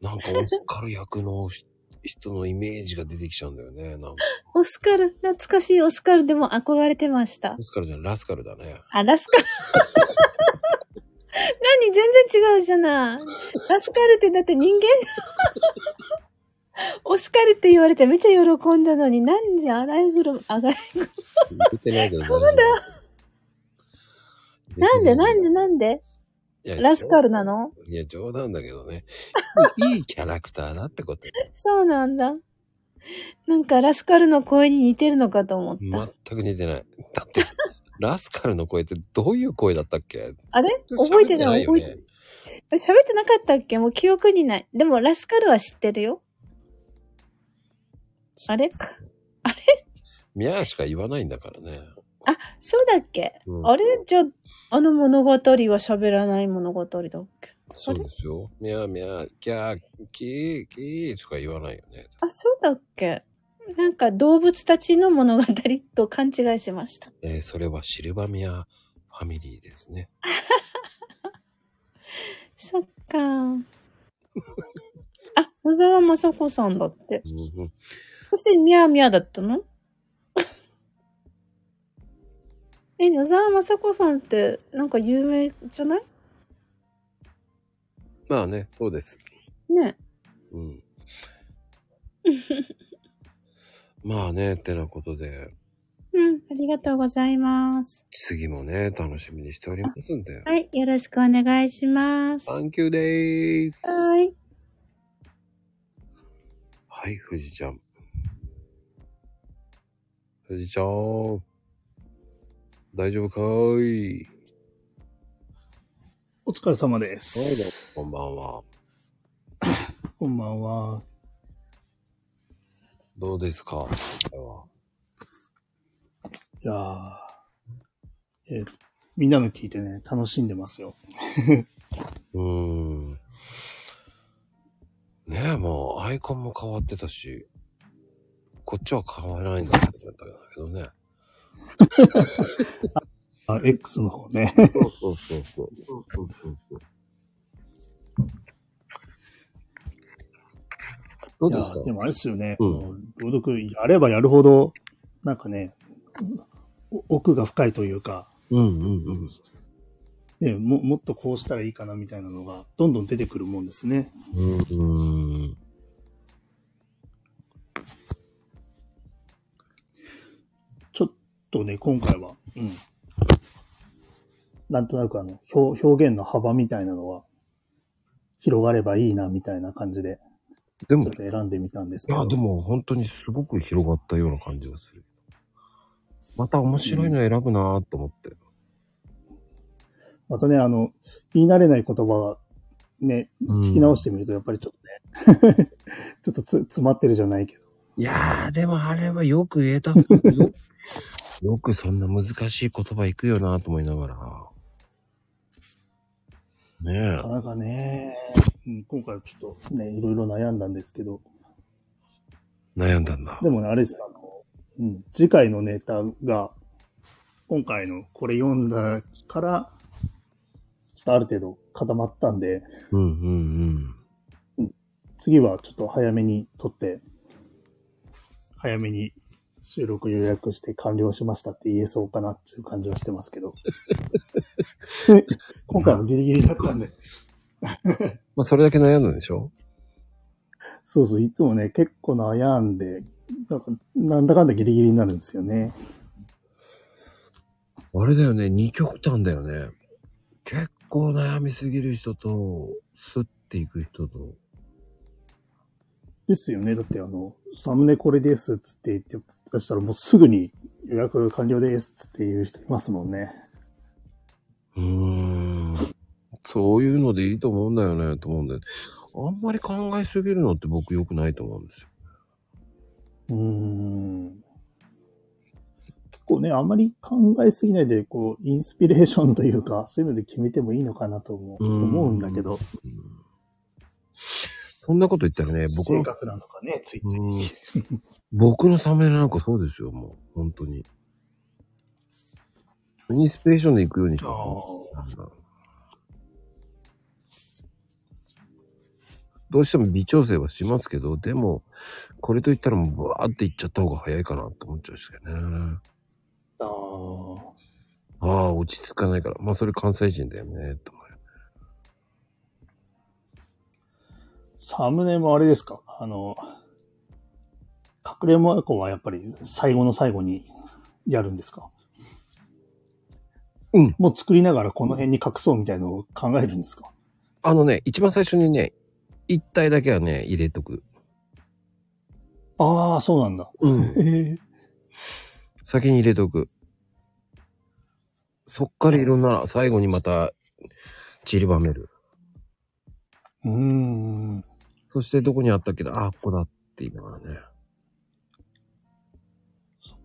[SPEAKER 1] なんかオスカル役のひ人のイメージが出てきちゃうんだよね。なんか、
[SPEAKER 16] オスカル、懐かしいオスカルでも憧れてました
[SPEAKER 1] オ。スカルじゃない、ラスカルだね。
[SPEAKER 16] あ、ラスカル。何全然違うじゃない。ラスカルってだって人
[SPEAKER 1] *laughs*
[SPEAKER 16] 間。オスカルって言われてめっちゃ喜んだのに、何じゃ荒いぐる、あがいぐる。
[SPEAKER 1] 出てないけど、
[SPEAKER 16] なんだなんでなんでなんで
[SPEAKER 1] いや
[SPEAKER 16] ラスカルなの
[SPEAKER 1] いや、冗談だけどね。いいキャラクターだってこと。
[SPEAKER 16] そうなんだ。なんかラスカルの声に似てるのかと思った。
[SPEAKER 1] 全く似てない。だって、ラスカルの声ってどういう声だったっけ
[SPEAKER 16] あれ覚えてない
[SPEAKER 1] よ
[SPEAKER 16] 覚えて
[SPEAKER 1] ね。
[SPEAKER 16] 喋ってなかったっけもう記憶にない。でもラスカルは知ってるよ。あれ
[SPEAKER 1] ミャーしか言わないんだからね。
[SPEAKER 16] あ、そうだっけ、
[SPEAKER 1] うん
[SPEAKER 16] あれじゃあ、あの物語は喋らない物語だっけ
[SPEAKER 1] そうですよ。ミャーミャー、キャー、キー、キーとか言わないよね。
[SPEAKER 16] あ、そうだっけなんか動物たちの物語と勘違いしました。
[SPEAKER 1] えーそれはシルバミアファミリーですね。
[SPEAKER 16] そっか。 *laughs* あ、小沢雅子さんだって。そして、ミャーミャーだったの *laughs* え、野沢雅子さんって、なんか有名じゃない
[SPEAKER 1] まあね、そうです。
[SPEAKER 16] ね。
[SPEAKER 1] うん。まあね、ってなことで、
[SPEAKER 16] *laughs* うん、ありがとうございます。
[SPEAKER 1] 次もね、楽しみにしておりますんで。
[SPEAKER 16] はい、よろしくお願いします。
[SPEAKER 1] サンキューでーす。
[SPEAKER 16] はい。
[SPEAKER 1] はい、富士ちゃん。富士ちゃん。大丈夫かい
[SPEAKER 17] お疲れ様です。
[SPEAKER 1] はい、どうもこんばんは。
[SPEAKER 17] こんばんは。
[SPEAKER 1] どうですか今回はい
[SPEAKER 17] やーえーみんなの聞いてね、楽しんでますよ。
[SPEAKER 1] うーん。ねえ、もうアイコンも変わってたし、こっちは変わらないんだって思ったんだけどね。
[SPEAKER 17] あ、X の方ね。
[SPEAKER 1] そうそうそう。そうそうそうそうどう
[SPEAKER 17] い
[SPEAKER 1] で
[SPEAKER 17] や
[SPEAKER 1] した
[SPEAKER 17] ーでもあれですよね、
[SPEAKER 1] うん
[SPEAKER 17] 朗読やればやるほど、なんかね、お奥が深いというか、
[SPEAKER 1] うんうんうん。
[SPEAKER 17] ね、ももっとこうしたらいいかなみたいなのが、どんどん出てくるもんですね。
[SPEAKER 1] うん。
[SPEAKER 17] ちょっとね、今回は、うん。なんとなくあの、表表現の幅みたいなのは、広がればいいなみたいな感じで、
[SPEAKER 1] でも
[SPEAKER 17] ちょっと選んでみたんです
[SPEAKER 1] い
[SPEAKER 17] け
[SPEAKER 1] や、
[SPEAKER 17] ど
[SPEAKER 1] で、も本当にすごく広がったような感じがする。また面白いの選ぶなぁと思って。
[SPEAKER 17] またね、あの、言い慣れない言葉は、 *laughs* ね、聞き直してみると、やっぱりちょっとね、ちょっとつ詰まってるじゃないけど、
[SPEAKER 1] いやー、でもあれはよく言えた。よ *laughs* よくそんな難しい言葉いくよなと思いながら。ね
[SPEAKER 17] なかなかね、うん今回ちょっとね、いろいろ悩んだんですけど、
[SPEAKER 1] え、悩んだんだ。
[SPEAKER 17] でもね、あれですあの、うん、次回のネタが、今回のこれ読んだから、ちょっとある程度固まったんで、
[SPEAKER 1] うんうん
[SPEAKER 17] 次はちょっと早めに撮って、早めに収録予約して完了しましたって言えそうかなっていう感じはしてますけ
[SPEAKER 1] *laughs*
[SPEAKER 17] ど。今回もギリギリだったんで。
[SPEAKER 1] *laughs* まあ、それだけ悩んだんでしょ
[SPEAKER 17] そうそう、いつもね、結構悩んで、なんかなんだかんだギリギリになるんですよね。
[SPEAKER 1] あれだよね、二極端だよね。結構悩みすぎる人と、スッていく人と。
[SPEAKER 17] ですよね。だってあの、サムネこれですっつって言って、出したらもうすぐに予約完了ですっつっていう人いますもんね。
[SPEAKER 1] うーん。そういうのでいいと思うんだよね、と思うんだよね。あんまり考えすぎるのって僕良くないと思うんですよ。
[SPEAKER 17] うーん。結構ね、あまり考えすぎないで、こう、インスピレーションというか、そういうので決めてもいいのかなとも思うんだけど、
[SPEAKER 1] そんなこと言ったらね、僕
[SPEAKER 17] 性
[SPEAKER 1] の、
[SPEAKER 17] 格なのかね、ついつい。
[SPEAKER 1] うん僕のサムネなんかそうですよ、もう。本当に。インスピレーションで行くようにしてますどうしても微調整はしますけど、でも、これといったらもうブワーって行っちゃった方が早いかなって思っちゃうしね。
[SPEAKER 17] あ
[SPEAKER 1] あ。ああ、落ち着かないから。まあそれ関西人だよね、と思
[SPEAKER 17] サムネもあれですかあの、隠れ魔法はやっぱり最後の最後にやるんですか
[SPEAKER 1] うん。
[SPEAKER 17] もう作りながらこの辺に隠そうみたいのを考えるんですか
[SPEAKER 1] あのね、一番最初にね、一体だけはね、入れとく。
[SPEAKER 17] ああ、そうなんだ。
[SPEAKER 1] うん。
[SPEAKER 17] ええ
[SPEAKER 1] 先に入れとく。そっからいろんな、最後にまた散りばめる。
[SPEAKER 17] うーん。
[SPEAKER 1] そしてどこにあったっけど、あ、ここだって言いながらね。
[SPEAKER 17] そ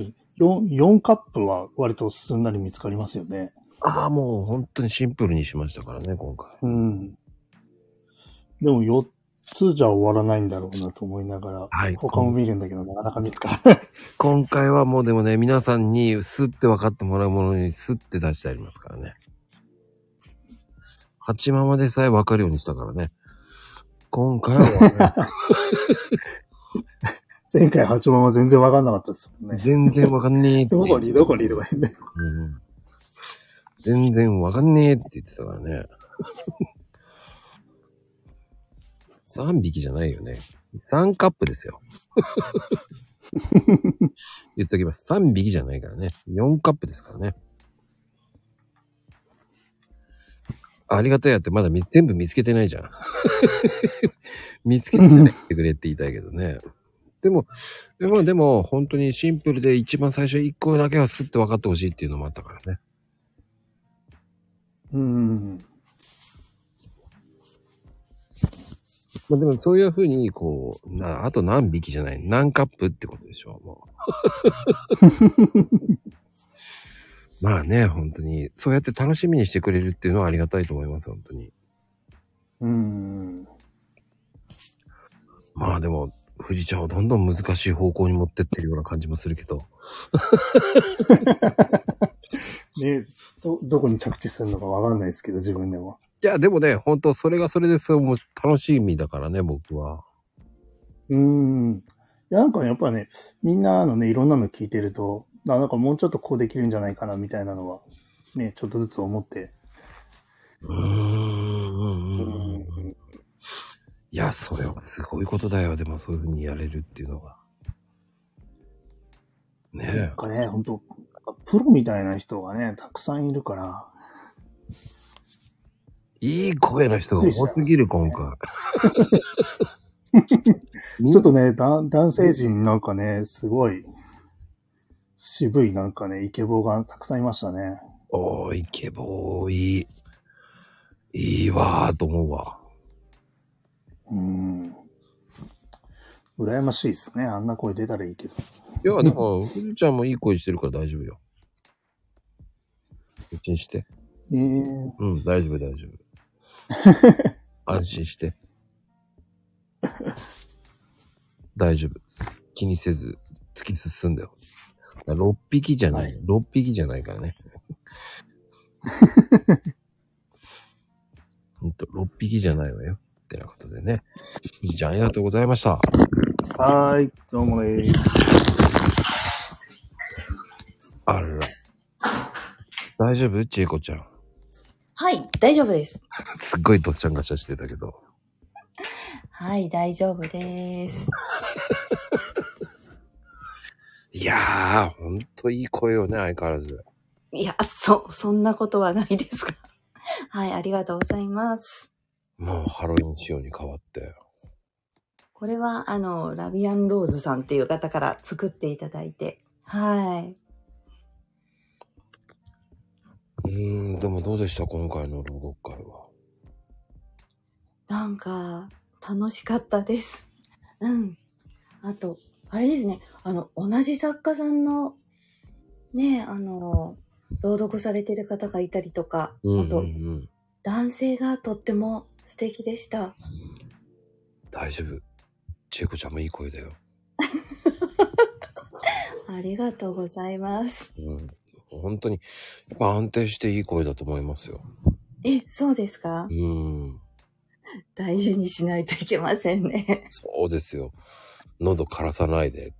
[SPEAKER 17] うです。4、四カップは割とすんなり見つかりますよね。
[SPEAKER 1] ああ、もう本当にシンプルにしましたからね、今回。
[SPEAKER 17] うん。でも4つじゃ終わらないんだろうなと思いながら、他も見るんだけど、なかなか見つからない。
[SPEAKER 1] 今回はもうでもね、皆さんにスッて分かってもらうものにスッて出してありますからね。8ママでさえ分かるようにしたからね。今回は分かんない
[SPEAKER 17] *laughs* 前回八番は全然わかんなかったですもんね。
[SPEAKER 1] 全然わかんねえ
[SPEAKER 17] どこに、どこにとか言って。
[SPEAKER 1] うん全然分かんねえって言ってたからね。3匹じゃないよね。3カップですよ。 *laughs* 言っときます。3匹じゃないからね。4カップですからね。ありがたいやって、まだみ全部見つけてないじゃん。見つけてないってくれって言いたいけどね。でも、でも、でも、本当にシンプルで一番最初1個だけはスッて分かってほしいっていうのもあったからね。
[SPEAKER 17] うん。
[SPEAKER 1] まあでもそういうふうに、こう、なあと何匹じゃない、何カップってことでしょう、もう。まあね、本当に、そうやって楽しみにしてくれるっていうのはありがたいと思います、本当に。
[SPEAKER 17] うん。
[SPEAKER 1] まあでも、富士ちゃんをどんどん難しい方向に持ってってるような感じもするけど。
[SPEAKER 17] ねど、どこに着地するのかわかんないですけど、自分でも。
[SPEAKER 1] いや、でもね、本当それがそれで、それも楽しみだからね、僕は。
[SPEAKER 17] うん。いや、なんかやっぱね、みんなのね、いろんなの聞いてると、あなんかもうちょっとこうできるんじゃないかな、みたいなのは、ね、ちょっとずつ思って。
[SPEAKER 1] いや、それはすごいことだよ。でもそういうふうにやれるっていうのが。
[SPEAKER 17] な
[SPEAKER 1] ね
[SPEAKER 17] んかね、ほんと、なんかプロみたいな人がね、たくさんいるから。
[SPEAKER 1] え。いい声の人が多すぎる、今回。
[SPEAKER 17] *laughs* ちょっとね、だ男性陣なんかね、すごい、渋いなんかね、イケボがたくさんいましたね。
[SPEAKER 1] おー、イケボーいい。いいわーと思うわ。
[SPEAKER 17] うん。羨ましいですね。あんな声出たらいいけど。
[SPEAKER 1] いや、でも、ふずちゃんもいい声してるから大丈夫よ。うちにして。
[SPEAKER 17] えー、
[SPEAKER 1] うん、大丈夫、大丈夫。安心して。大丈夫。気にせず、突き進んだよ。6匹じゃない、6匹じゃないからね。ほんと、6匹じゃないわよ。ってなことでね。ふじちゃん、ありがとうございました。
[SPEAKER 17] はーい、どうもね
[SPEAKER 1] あら。大丈夫ちえこちゃん。
[SPEAKER 13] はい、大丈夫です。
[SPEAKER 1] すっごいどっちゃんガチャしてたけど。
[SPEAKER 13] はい、大丈夫です。
[SPEAKER 1] いやー、ほんといい声よね、相変わらず。
[SPEAKER 13] いや、そ、そんなことはないですが。 *laughs* はい、ありがとうございます。
[SPEAKER 1] もうハロウィン仕様に変わって。
[SPEAKER 13] これは、あの、ラビアンローズさんっていう方から作っていただいて。はい。
[SPEAKER 1] うーん、でもどうでした今回の朗読会は。
[SPEAKER 13] なんか、楽しかったです。うん。あと、あれですね。あの、同じ作家さんの、ね、あの、朗読されてる方がいたりとか、
[SPEAKER 1] うん、う
[SPEAKER 13] あ
[SPEAKER 1] ん、う
[SPEAKER 13] と、
[SPEAKER 1] ん。
[SPEAKER 13] 男性がとっても素敵でした。
[SPEAKER 1] 大丈夫。ちえこちゃんもいい声だよ。
[SPEAKER 13] *laughs* ありがとうございます。
[SPEAKER 1] うん。本当に、やっぱ安定していい声だと思いますよ。
[SPEAKER 13] え、そうですか
[SPEAKER 1] うーん。
[SPEAKER 13] 大事にしないといけませんね。 *laughs*
[SPEAKER 1] そうですよ。喉枯らさないで。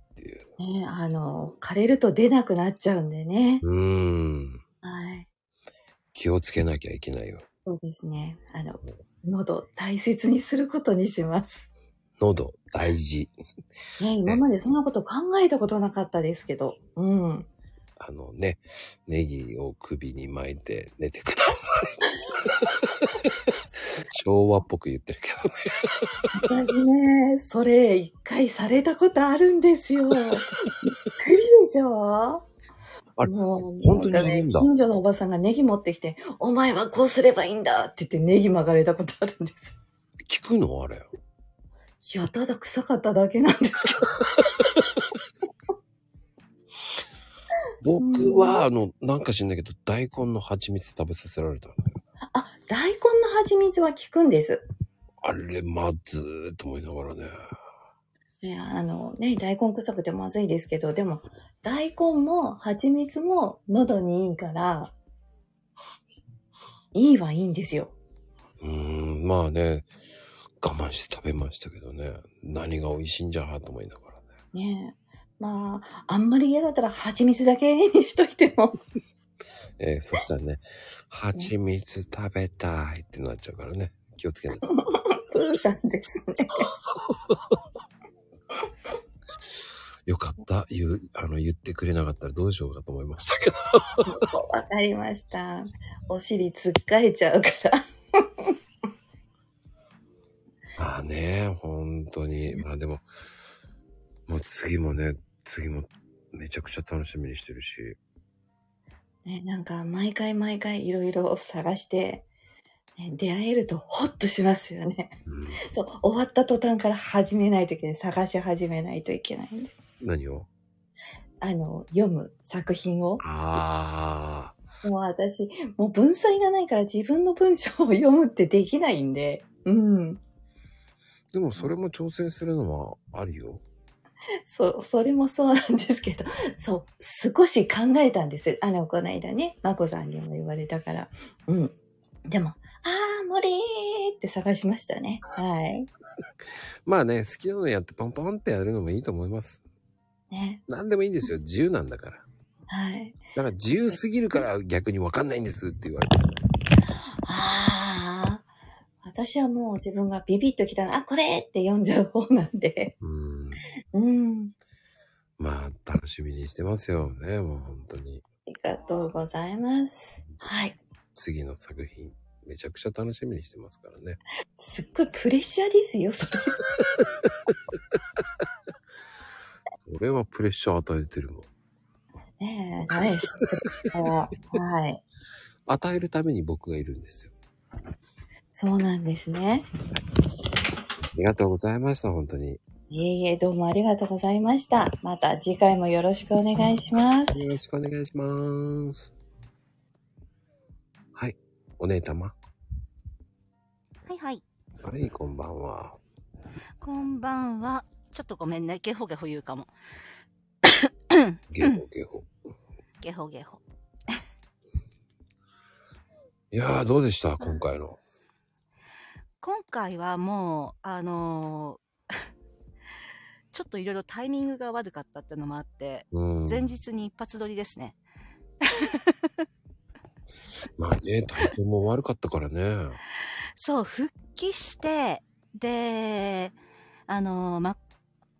[SPEAKER 13] ねあの、枯れると出なくなっちゃうんでね。
[SPEAKER 1] うーん。
[SPEAKER 13] はい。
[SPEAKER 1] 気をつけなきゃいけないよ。
[SPEAKER 13] そうですね。あの、喉大切にすることにします。
[SPEAKER 1] 喉、大事。
[SPEAKER 13] ね、今までそんなこと考えたことなかったですけど。うん。
[SPEAKER 1] あのね、ネギを首に巻いて寝てください。昭和っぽく言ってるけどね。
[SPEAKER 13] 私ね、それ一回されたことあるんですよ。びっくりでしょ
[SPEAKER 1] あれ、
[SPEAKER 13] 本
[SPEAKER 1] 当にあるんだ。
[SPEAKER 13] 近所のおばさんがネギ持ってきて、お前はこうすればいいんだって言ってネギ曲がれたことあるんです。
[SPEAKER 1] 聞くのあれ。
[SPEAKER 13] いや、ただ臭かっただけなんです
[SPEAKER 1] *laughs*
[SPEAKER 13] けど。
[SPEAKER 1] 僕は、あの、なんか知んないけど、大根の蜂蜜食べさせられたの。
[SPEAKER 13] 大根の蜂蜜は効くんです。
[SPEAKER 1] あれ、まずーっと思いながらね。
[SPEAKER 13] ね、あのね、大根臭くてまずいですけど、でも、大根も蜂蜜も喉にいいから、いいはいいんですよ。
[SPEAKER 1] うーん、まあね、我慢して食べましたけどね。何が美味しいんじゃと思いながら。
[SPEAKER 13] ねえ。まあ、あんまり嫌だったら蜂蜜だけにしといても。
[SPEAKER 1] えー、そしたらね、蜂蜜食べたいってなっちゃうからね。気をつけないと。
[SPEAKER 13] プルさんですね。
[SPEAKER 1] よかった。言う、あの、言ってくれなかったらどうしようかと思いましたけど。
[SPEAKER 13] *laughs* わかりました。お尻つっかえちゃうから。 *laughs*
[SPEAKER 1] まあね、本当に。まあでも、もう次もね、次もめちゃくちゃ楽しみにしてるし。
[SPEAKER 13] ね、なんか、毎回毎回いろいろ探して、ね、出会えるとホッとしますよね。そう、終わった途端から始めないといけない。探し始めないといけないんで。
[SPEAKER 1] 何を
[SPEAKER 13] あの、読む作品を。
[SPEAKER 1] ああ。
[SPEAKER 13] もう私、もう文才がないから自分の文章を読むってできないんで。うん。
[SPEAKER 1] でもそれも挑戦するのはあるよ。
[SPEAKER 13] *laughs* そう、それもそうなんですけど、 *laughs* そう、少し考えたんです。あの、この間ね、まこさんにも言われたから。うん。でも、あー、森ーって探しましたね。はい。
[SPEAKER 1] まあね、好きなのやってポンポンってやるのもいいと思います。
[SPEAKER 13] ね。
[SPEAKER 1] 何でもいいんですよ。自由なんだから。
[SPEAKER 13] はい。
[SPEAKER 1] だから自由すぎるから逆にわかんないんですって言われて。
[SPEAKER 13] あー、私はもう自分がビビッときたら、あ、これって読んじゃう方なんで。うん。
[SPEAKER 1] まあ、楽しみにしてますよね。もう本当に。
[SPEAKER 13] ありがとうございます。はい。
[SPEAKER 1] 次の作品、めちゃくちゃ楽しみにしてますからね。
[SPEAKER 13] すっごいプレッシャーですよ、それ。
[SPEAKER 1] 俺はプレッシャー与えてるもん。
[SPEAKER 13] ねえ、ダメです。はい。
[SPEAKER 1] 与えるために僕がいるんですよ。
[SPEAKER 13] そうなんですね。
[SPEAKER 1] ありがとうございました、本当に。
[SPEAKER 13] ねいえいえ、どうもありがとうございました。また次回もよろしくお願いします。
[SPEAKER 1] よろしくお願いします。はい。お姉たま。
[SPEAKER 18] はいはい。
[SPEAKER 1] はい、こんばんは。
[SPEAKER 18] こんばんは。ちょっとごめんね。ゲホゲホ言うかも。
[SPEAKER 1] *coughs* ゲホゲホ。
[SPEAKER 18] ゲホゲホ。
[SPEAKER 1] いやー、どうでした今回の。
[SPEAKER 18] 今回はもう、あのー *laughs* ちょっといろいろタイミングが悪かったってのもあって、
[SPEAKER 1] うん
[SPEAKER 18] 前日に一発撮りですね。
[SPEAKER 1] まあね、体調も悪かったからね。
[SPEAKER 18] そう、復帰して、で、あのーま、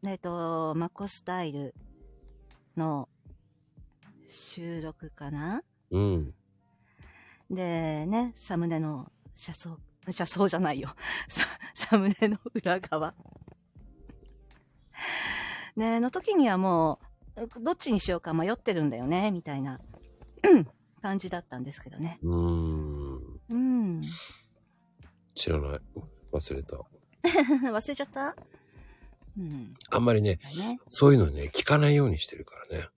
[SPEAKER 18] えっ、と、マコスタイルの収録かな
[SPEAKER 1] うん。
[SPEAKER 18] でね、サムネの車窓、車窓じゃないよ。 *laughs* ササムネの裏側。ね、の時にはもう、うどっちにしようか迷ってるんだよね、みたいな *coughs* うん感じだったんですけどね。
[SPEAKER 1] うーん。
[SPEAKER 18] うん。 *laughs*
[SPEAKER 1] 知らない。忘れた。
[SPEAKER 18] 忘れちゃったうん。
[SPEAKER 1] あんまりね
[SPEAKER 18] ね、
[SPEAKER 1] そういうのね、聞かないようにしてるからね。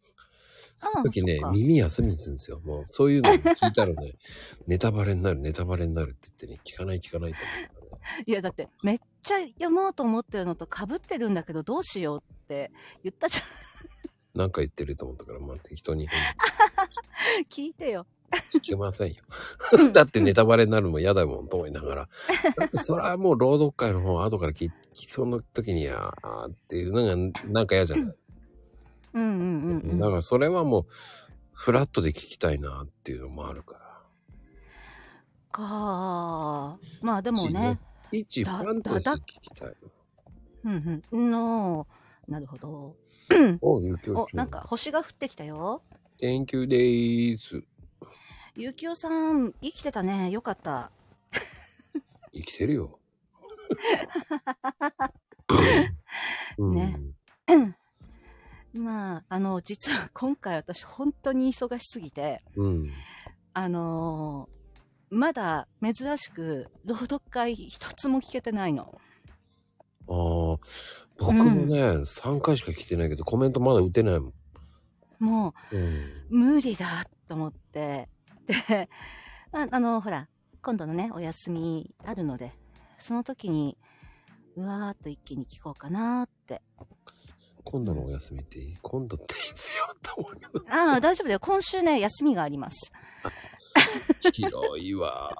[SPEAKER 18] あ
[SPEAKER 1] 時ね
[SPEAKER 18] そっ、か
[SPEAKER 1] 耳休みにするんですよ。もう、そういうの聞いたらね、 *laughs* ネタバレになる、ネタバレになるって言ってね、聞かない聞かないと
[SPEAKER 18] いや、だって、めっちゃ読もうと思ってるのと被ってるんだけど、どうしようって言ったじゃん。 *laughs*
[SPEAKER 1] なんか言ってると思ったから、まあ適当に
[SPEAKER 18] 聞いて
[SPEAKER 1] *laughs*
[SPEAKER 18] よ。
[SPEAKER 1] 聞き
[SPEAKER 18] *laughs*
[SPEAKER 1] ませんよ。だってネタバレになるのも嫌だもんと思いながら。だってそれはもう朗読会の方後から聞きそうな時に、あーっていうのがなんか嫌じゃない。
[SPEAKER 18] うん
[SPEAKER 3] *laughs*
[SPEAKER 18] うんうんうん。
[SPEAKER 1] だからそれはもう、フラットで聞きたいなっていうのもあるから。
[SPEAKER 18] かあまあでもね。
[SPEAKER 1] 一ファンとして聞きたい。
[SPEAKER 18] うんうん。の、なるほど。
[SPEAKER 1] おう、ゆきお
[SPEAKER 18] お
[SPEAKER 1] ち、ゃ
[SPEAKER 18] なんか星が降ってきたよ。
[SPEAKER 1] Thank you でーす。
[SPEAKER 18] ゆきおさん、生きてたね。よかった。
[SPEAKER 1] 生きてるよ。
[SPEAKER 18] ね。まあ、あの、実は今回私本当に忙しすぎて、
[SPEAKER 1] うん。
[SPEAKER 18] あのーまだ珍しく朗読会一つも聞けてないの。
[SPEAKER 1] ああ、僕もね、3回しか聞いてないけど、コメントまだ打てないもん。
[SPEAKER 18] もう、
[SPEAKER 1] うん。
[SPEAKER 18] 無理だと思って。で、ああの、ほら、今度のね、お休みあるので、その時に、うわーっと一気に聞こうかなーって。
[SPEAKER 1] 今度のお休みっていい、今度っていつよと思うけど。
[SPEAKER 18] ああ、大丈夫だよ。今週ね、休みがあります。
[SPEAKER 1] 広いわ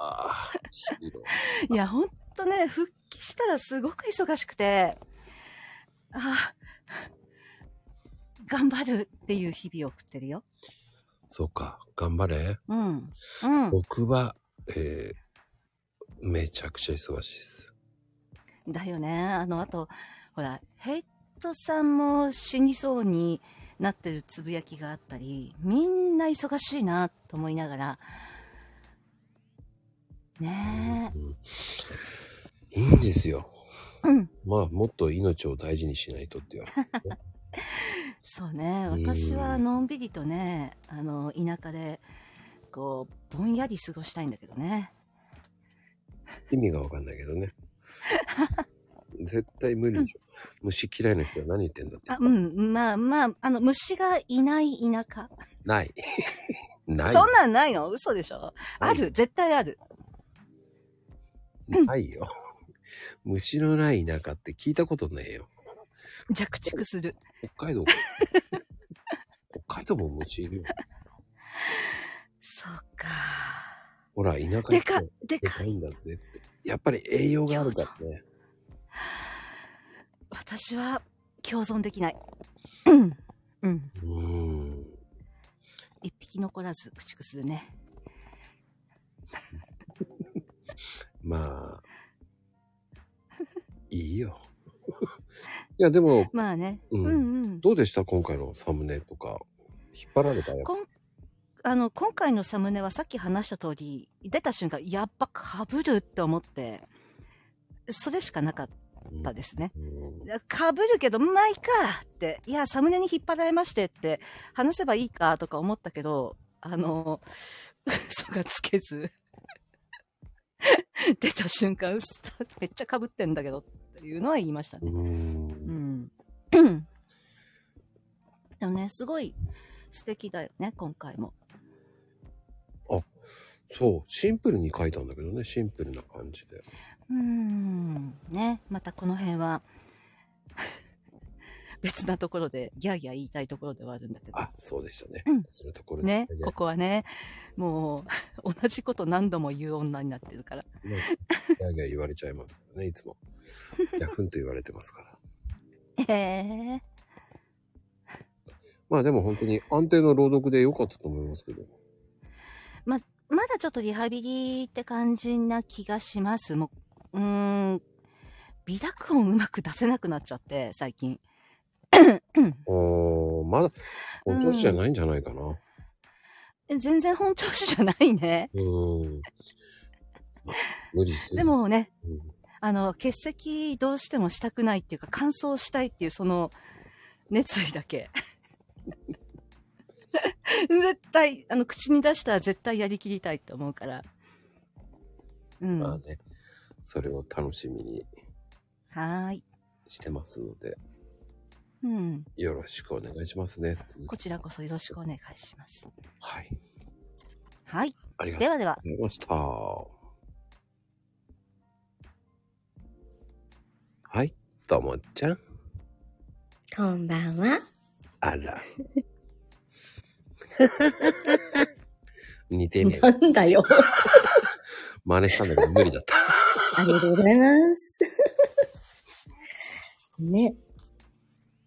[SPEAKER 1] ー。広い。
[SPEAKER 18] いや、ほんとね、復帰したらすごく忙しくて、ああ、頑張るっていう日々を送ってるよ。
[SPEAKER 1] そうか、頑張れ。
[SPEAKER 18] うん。うん。
[SPEAKER 1] 僕は、えー、めちゃくちゃ忙しいです。
[SPEAKER 18] だよね。あの、あと、ほら、ヘイトさんも死にそうになってるつぶやきがあったり、みんな忙しいなと思いながら、ね
[SPEAKER 1] いいんですよ。
[SPEAKER 18] え。うん。
[SPEAKER 1] まあ、もっと命を大事にしないとっていう。
[SPEAKER 18] そうね
[SPEAKER 1] うん
[SPEAKER 18] 私はのんびりとねあの田舎でこうぼんやり過ごしたいんだけどね
[SPEAKER 1] 意味がわかんないけ
[SPEAKER 18] *laughs*
[SPEAKER 1] どね。絶対無理でしょ。虫嫌いな人は何言ってんだって。
[SPEAKER 18] あうんまあまああの虫がいない田舎 *laughs*
[SPEAKER 1] ない。ない。
[SPEAKER 18] そんなんないの嘘でしょある絶対ある
[SPEAKER 1] ないよ。虫のない田舎って聞いたことねえよ。
[SPEAKER 18] 弱畜する
[SPEAKER 1] 北
[SPEAKER 18] *laughs*
[SPEAKER 1] 海道。北海道も虫いるよ。
[SPEAKER 18] そっか
[SPEAKER 1] ほら、田舎
[SPEAKER 18] でか
[SPEAKER 1] でかいんだぜって。やっぱり栄養があるからね。
[SPEAKER 18] 私は共存できないうん
[SPEAKER 1] うん
[SPEAKER 18] 一匹残らず駆逐するね
[SPEAKER 1] まあ、いいよ。 *laughs* いや、でも、
[SPEAKER 18] まあね
[SPEAKER 1] う
[SPEAKER 18] うん
[SPEAKER 1] ん、
[SPEAKER 18] うん
[SPEAKER 1] どうでした今回のサムネとか。引っ張られたやっぱ
[SPEAKER 18] こんあの今回のサムネはさっき話した通り出た瞬間やっぱかぶるって思ってそれしかなかったですねかぶるけどまあいいかっていやサムネに引っ張られましてって話せばいいかとか思ったけどあの *laughs* 嘘がつけず *laughs* 出た瞬間うっめっちゃかぶってんだけどっていうのは言いましたね
[SPEAKER 1] うん
[SPEAKER 18] *clears throat* でもね、すごい素敵だよね、今回も。
[SPEAKER 1] そう、シンプルに書いたんだけどね、シンプルな感じで。
[SPEAKER 18] うーん、ね、またこの辺 *laughs* は別なところでギャーギャー言いたいところではあるんだけど。
[SPEAKER 1] あ、そうでしたね。
[SPEAKER 18] うん
[SPEAKER 1] そういうところで
[SPEAKER 18] ね、ここはね、もう同じこと何度も言う女になってるから。 *laughs*
[SPEAKER 1] ね、ギャーギャー言われちゃいますからね、いつも。ギャフンと言われてますから。 *laughs*
[SPEAKER 18] ええ
[SPEAKER 1] まあでも本当に安定の朗読で良かったと思いますけど。
[SPEAKER 18] ま、まだちょっとリハビリって感じな気がします。もう、うーん、美濁音うまく出せなくなっちゃって、最近。
[SPEAKER 1] おー、まだ、本調子じゃないんじゃないかな。う
[SPEAKER 18] え全然本調子じゃないね。
[SPEAKER 1] ーん。無理せず
[SPEAKER 18] で、もね、あの、欠席どうしてもしたくないっていうか、完走したいっていうその熱意だけ。 *laughs* 絶対、あの、口に出したら絶対やりきりたいと思うから。うん。
[SPEAKER 1] まあね、それを楽しみに
[SPEAKER 18] はーい。
[SPEAKER 1] してますので、
[SPEAKER 18] うん。
[SPEAKER 1] よろしくお願いしますね。
[SPEAKER 18] こちらこそよろしくお願いします。
[SPEAKER 1] はい。
[SPEAKER 18] はい。
[SPEAKER 1] ありがと
[SPEAKER 18] で
[SPEAKER 1] う
[SPEAKER 18] はでは
[SPEAKER 1] ご。ざいました。はい、ともちゃん。
[SPEAKER 2] こんばんは。*laughs*
[SPEAKER 1] あら。似てねえ。
[SPEAKER 2] なんだよ。
[SPEAKER 1] 真似したんだけど無理だった。
[SPEAKER 2] ありがとうございます。ね。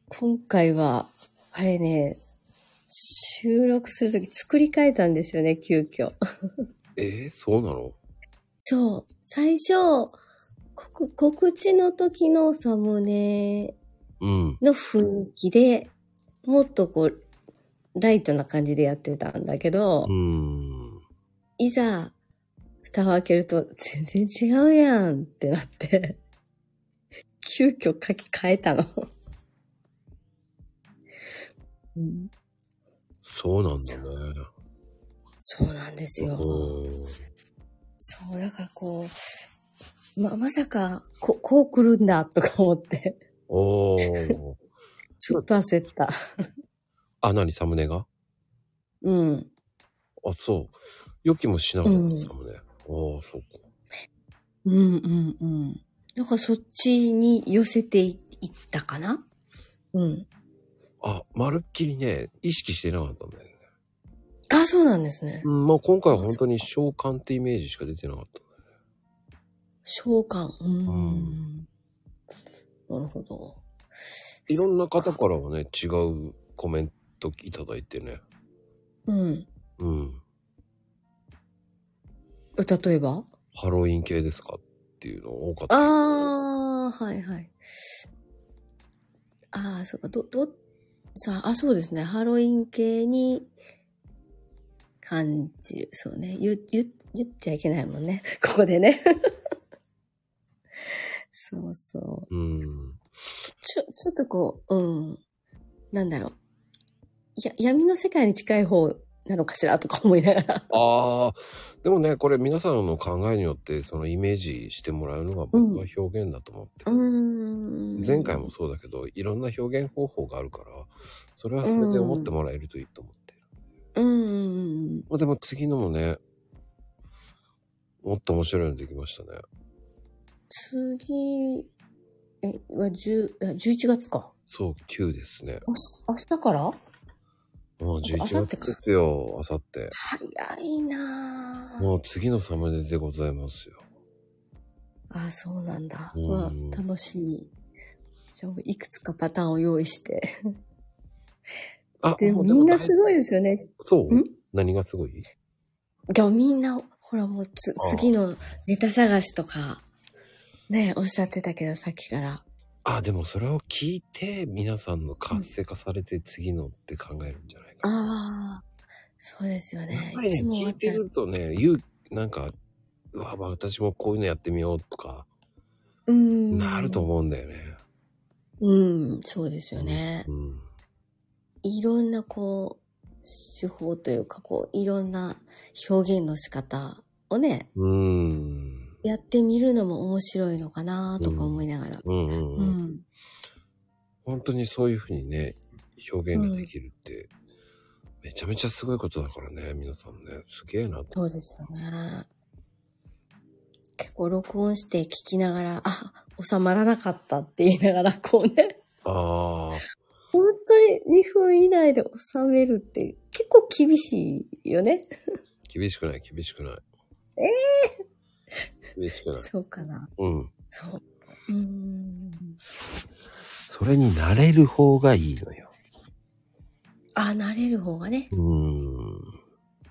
[SPEAKER 2] 今回は、あれね、収録するとき作り変えたんですよね、急遽。
[SPEAKER 1] えー、そうなの
[SPEAKER 2] そう。最初、告告知の時のサムネ
[SPEAKER 1] うん。
[SPEAKER 2] の雰囲気で、もっとこう、ライトな感じでやってたんだけど、いざ、蓋を開けると、全然違うやんってなって、急遽書き換えたの。うん
[SPEAKER 1] そうなんだね。
[SPEAKER 2] そうなんですよ。
[SPEAKER 1] うん
[SPEAKER 2] そう、だからこう、ま、まさか、こ、こう来るんだとか思って、
[SPEAKER 1] おー。
[SPEAKER 2] ちょっと焦った。
[SPEAKER 1] あ、なにサムネが
[SPEAKER 2] うん。
[SPEAKER 1] あ、そう。予期もしなかった、
[SPEAKER 2] うん
[SPEAKER 1] サムネ。ああ、そうか。
[SPEAKER 2] うんうんうん。だからそっちに寄せていいったかなうん。
[SPEAKER 1] あ、まるっきりね、意識してなかったんだよね。
[SPEAKER 2] あ、そうなんですね。
[SPEAKER 1] うん、まあ今回は本当に召喚ってイメージしか出てなかった。
[SPEAKER 2] 召喚。うん。なるほど。
[SPEAKER 1] いろんな方からはね、違うコメントいただいてね。
[SPEAKER 2] うん。
[SPEAKER 1] うん。
[SPEAKER 2] 例えば
[SPEAKER 1] ハロウィン系ですかっていうの多かった。
[SPEAKER 2] ああ、はいはい。ああ、そうか、ど、ど、さあ、あ、そうですね。ハロウィン系に感じる。そうね。言、言、言っちゃいけないもんね。 *laughs* ここでね。そうそう。ちょ、ちょっとこう、うん。なんだろう。や、闇の世界に近い方なのかしらとか思いながら。
[SPEAKER 1] ああ、でもね、これ皆さんの考えによって、そのイメージしてもらうのが僕は表現だと思って。
[SPEAKER 2] うーん。
[SPEAKER 1] 前回もそうだけど、いろんな表現方法があるから、それはそれで思ってもらえるといいと思う。
[SPEAKER 2] うんうんうん。
[SPEAKER 1] まあでも次のもね、もっと面白いのできましたね。
[SPEAKER 2] 次、え、は十あ11月か。
[SPEAKER 1] そう、9ですね。
[SPEAKER 2] 明日明日から
[SPEAKER 1] もう
[SPEAKER 2] あさ
[SPEAKER 1] 11
[SPEAKER 2] ってか
[SPEAKER 1] 月ですよ、あさって。
[SPEAKER 2] 早いな
[SPEAKER 1] もう次のサムネでございますよ。
[SPEAKER 2] ああ、そうなんだ。
[SPEAKER 1] うん
[SPEAKER 2] うわ、楽しみ。じゃあいくつかパターンを用意して。
[SPEAKER 1] あ、
[SPEAKER 2] でもみんなすごいですよね。
[SPEAKER 1] そう何がすごい
[SPEAKER 2] いや、みんな、ほらもうつ、次のネタ探しとか、ね、おっしゃってたけど、さっきから。
[SPEAKER 1] あ、でもそれを聞いて、皆さんの活性化されて次のって考えるんじゃない
[SPEAKER 2] ああ、そうですよね。
[SPEAKER 1] やっぱりね、聞いてるとね、勇気なんか、うわ、私もこういうのやってみようとか、
[SPEAKER 2] うーん。
[SPEAKER 1] なると思うんだよね。
[SPEAKER 2] うん、そうですよね。いろんなこう、手法というか、こう、いろんな表現の仕方をね、
[SPEAKER 1] うん。
[SPEAKER 2] やってみるのも面白いのかなとか思いながら。
[SPEAKER 1] うんうんうん。
[SPEAKER 2] うん。
[SPEAKER 1] 本当にそういうふうにね、表現ができるって、めちゃめちゃすごいことだからね、皆さんね。すげえなって。
[SPEAKER 2] そうですよね。結構録音して聞きながら、あ、収まらなかったって言いながら、こうね、
[SPEAKER 1] ああ、
[SPEAKER 2] 本当に2分以内で収めるって結構厳しいよね。
[SPEAKER 1] 厳しくない、厳しくない。
[SPEAKER 2] ええ
[SPEAKER 1] 厳しくない。
[SPEAKER 2] そうかな。
[SPEAKER 1] うん。
[SPEAKER 2] そう。うーん。
[SPEAKER 1] それに慣れる方がいいのよ。
[SPEAKER 2] あ、慣れる方がね。
[SPEAKER 1] うーん。